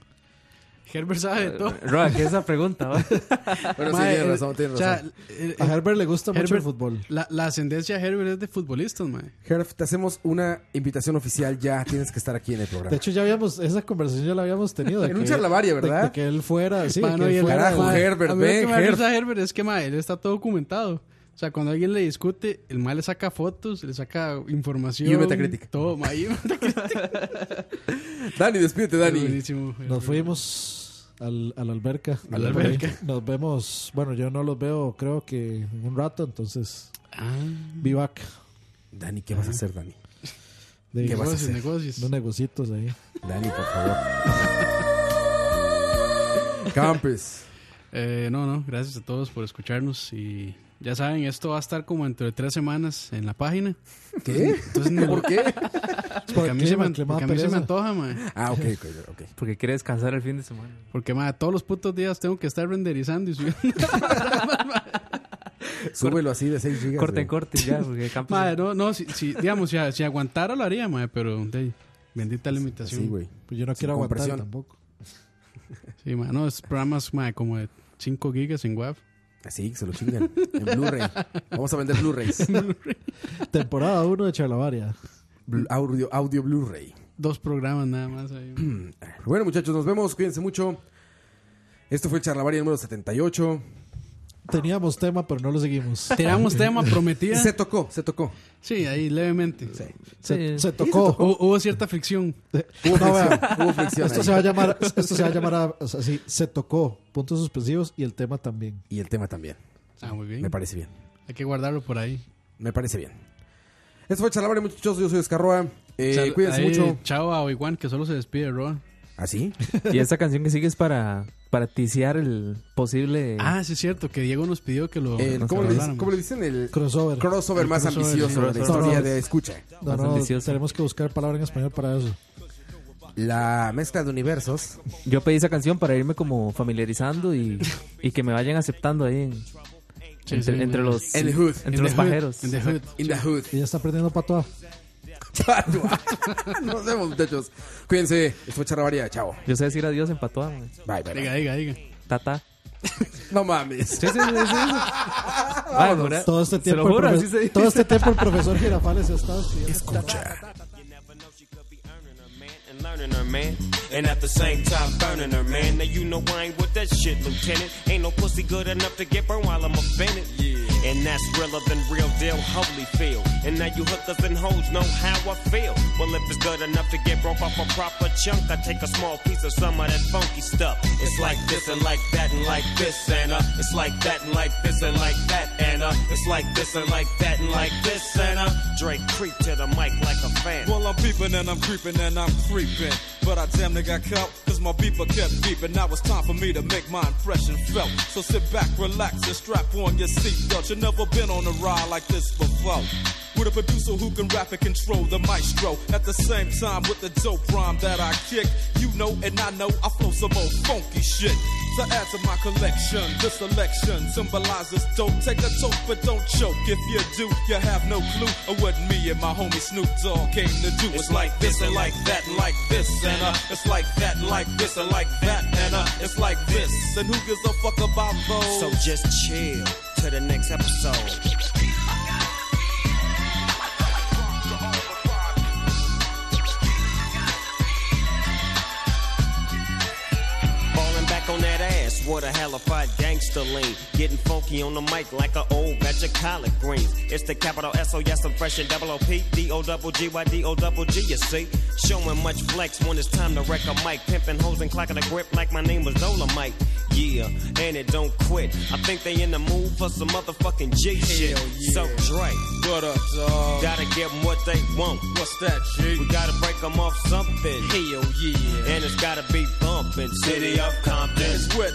Herbert sabe de todo.
Eh, Roa, ¿qué es esa pregunta? va?
Pero
Mae,
tiene
el-
razón, tiene
o sea,
razón.
el-
A Herbert le gusta mucho el
Herbert-
fútbol.
La, la ascendencia de Herbert es de futbolistas, mae.
Herf, te hacemos una invitación oficial ya. Tienes que estar aquí en el programa.
De hecho, ya habíamos, esa conversación ya la habíamos tenido. de
En un
que-
charlavaria, ¿verdad?
De, de que él fuera, sí, de
Mano,
que
y
él
el-
fuera.
Carajo,
mae,
Herbert,
a mí lo
ven,
que me da
Herb.
risa de Herbert es que, mae, él está todo documentado. O sea, cuando alguien le discute, el mae le saca fotos, le saca información.
Y un Metacritic.
Todo, mae. y un
Dani, despídete,
Qué
Dani.
buenísimo.
Nos fuimos al, a la alberca.
A la alberca.
Nos vemos, bueno, yo no los veo creo que en un rato, entonces,
Ah,
vivac.
Dani, ¿qué vas a hacer, Dani?
De
¿Qué vas a
Negocios,
hacer?
negocios.
unos negocitos ahí.
Dani, por favor. Campes.
Eh, no, no, gracias a todos por escucharnos y ya saben, esto va a estar como entre tres semanas en la página.
¿Qué?
Entonces, no-
¿Por qué?
Porque a mí
qué,
se me,
man? ¿Le da
porque a mí se me
pereza?
antoja, man.
Ah, ok, ok, ok.
Porque quiere descansar el fin de semana.
Porque, man, todos los putos días tengo que estar renderizando y subiendo.
Súbelo así de 6 gigas.
Corten,
güey.
corten ya, porque Campos-
Man, no, no, si, si- digamos, si, si aguantara lo haría, man, pero de ahí, bendita limitación.
Sí, güey.
Pues yo no
Sin
quiero aguantar
compresión.
tampoco.
Sí, man, no, es programas, man, como de 5 gigas en WAV.
Así, se lo chingan. En Blu-ray. Vamos a vender Blu-rays.
Temporada 1 de Charlavaria.
Blu- audio audio Blu-ray.
Dos programas nada más ahí. man.
Bueno, muchachos, nos vemos. Cuídense mucho. Esto fue el Charlavaria número 78.
Teníamos tema, pero no lo seguimos.
Tiramos tema prometida.
Se tocó, se tocó.
Sí, ahí levemente.
Se,
Sí.
se tocó.
Hu- hubo cierta fricción.
No,
Hubo fricción,
vea.
hubo fricción
Esto
ahí.
se va a llamar, esto se va a llamar a- así, se tocó, puntos suspensivos y el tema también.
Y el tema también.
Ah, muy bien.
Me parece bien.
Hay que guardarlo por ahí.
Me parece bien. Esto fue el Charlavaria, muchachos. Yo soy Escarroa. Eh,
Sal-
cuídense
ahí,
mucho. ¿Ah,
Chao a Oiguan, que solo se despide, Roa.
¿Así?
Y esta canción que sigue es para, para ticiar el posible...
Ah, sí, es cierto, que Diego nos pidió que lo.
El-
nos
Eh, ¿cómo, le,
habláramos.
dicen- cómo le dicen? El
Crossover.
crossover más
crossover,
ambicioso
sí.
de la
Crossover.
historia de escucha.
No, no,
ambicioso.
tenemos que buscar palabra en español para eso.
La mezcla de universos.
Yo pedí esa canción para irme como familiarizando y, y que me vayan aceptando ahí en-
Sí,
entre,
sí,
entre
güey.
los...
En the hood.
Entre
In
los
the
pajeros.
hood, in the hood.
In the hood.
Y ya está aprendiendo patoa.
Nos vemos, muchachos. Cuídense. Esto fue Charlavaria. Chao.
Yo sé decir adiós en patoa, mae.
Bye, bye. bye.
Diga, diga, diga.
Tata.
No mames.
Sí, sí, sí, sí, sí. Mae, jura-
Todo este
se
tiempo,
lo juro,
el, profe-
así se dice.
todo este tiempo el profesor Girafales ha estado estudiando.
Escucha.
You never know she could be earning her man and learning her man. And at the same time burning her man. Now you know I ain't with that shit, Lieutenant. Ain't no pussy good enough to get burned while I'm offended. Yeah. And that's realer than real deal, holy feel. And now you hookers and hoes know how I feel. Well, if it's good enough to get broke off a proper chunk, I take a small piece of some of that funky stuff. It's like this and like that and like this and uh. It's like that and like this and like that and uh. It's like this and like that and like this and uh. Drake creep to the mic like a fan.
Well, I'm peeping and I'm creeping and I'm creeping. But I damn near got caught because my beeper kept beeping. Now it's time for me to make my impression felt. So sit back, relax, and strap on your seatbelt. you never been on a ride like this before. With a producer who can rap and control the maestro. At the same time, with the dope rhyme that I kick, you know and I know I flow some old funky shit. To add to my collection, this selection symbolizes dope. Take a toke, but don't choke. If you do, you have no clue of what me and my homie Snoop Dogg came to do. It's like this and like that and like this and uh. It's like that and like this and like that and uh. It's like this and who gives a fuck about those?
So just chill to the next episode. Falling back on that ass,
That's what a halified gangster lean. Getting funky on the mic like an old batch of collard greens. It's the capital S O yes, I'm fresh and double O P D O double G Y D O double G. You see, showing much flex when it's time to wreck a mic. Pimping hoes and clocking a grip like my name was Dolomite. Yeah, and it don't quit. I think they in the mood for some motherfucking G shit. So Dre,
what up, dog?
Gotta give 'em what they want.
What's that, G?
We gotta break 'em off something.
Hell yeah.
And it's gotta be bumpin'. City of Compton.
It's where it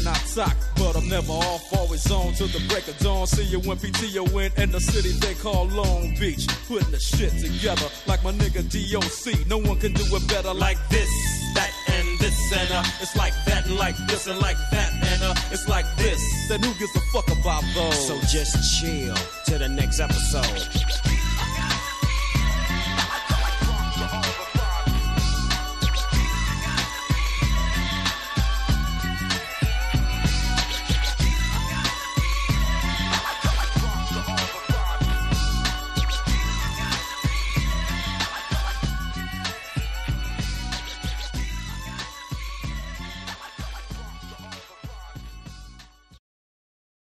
I talk. But I'm never off, always on till the break of dawn. See you when PTO in, in the city they call Long Beach. Putting the shit together like my nigga DOC. No one can do it better like this, that, and this, and uh. It's like that, and like this, and like that, and uh. It's like this, then who gives a fuck about those?
So just chill till the next episode.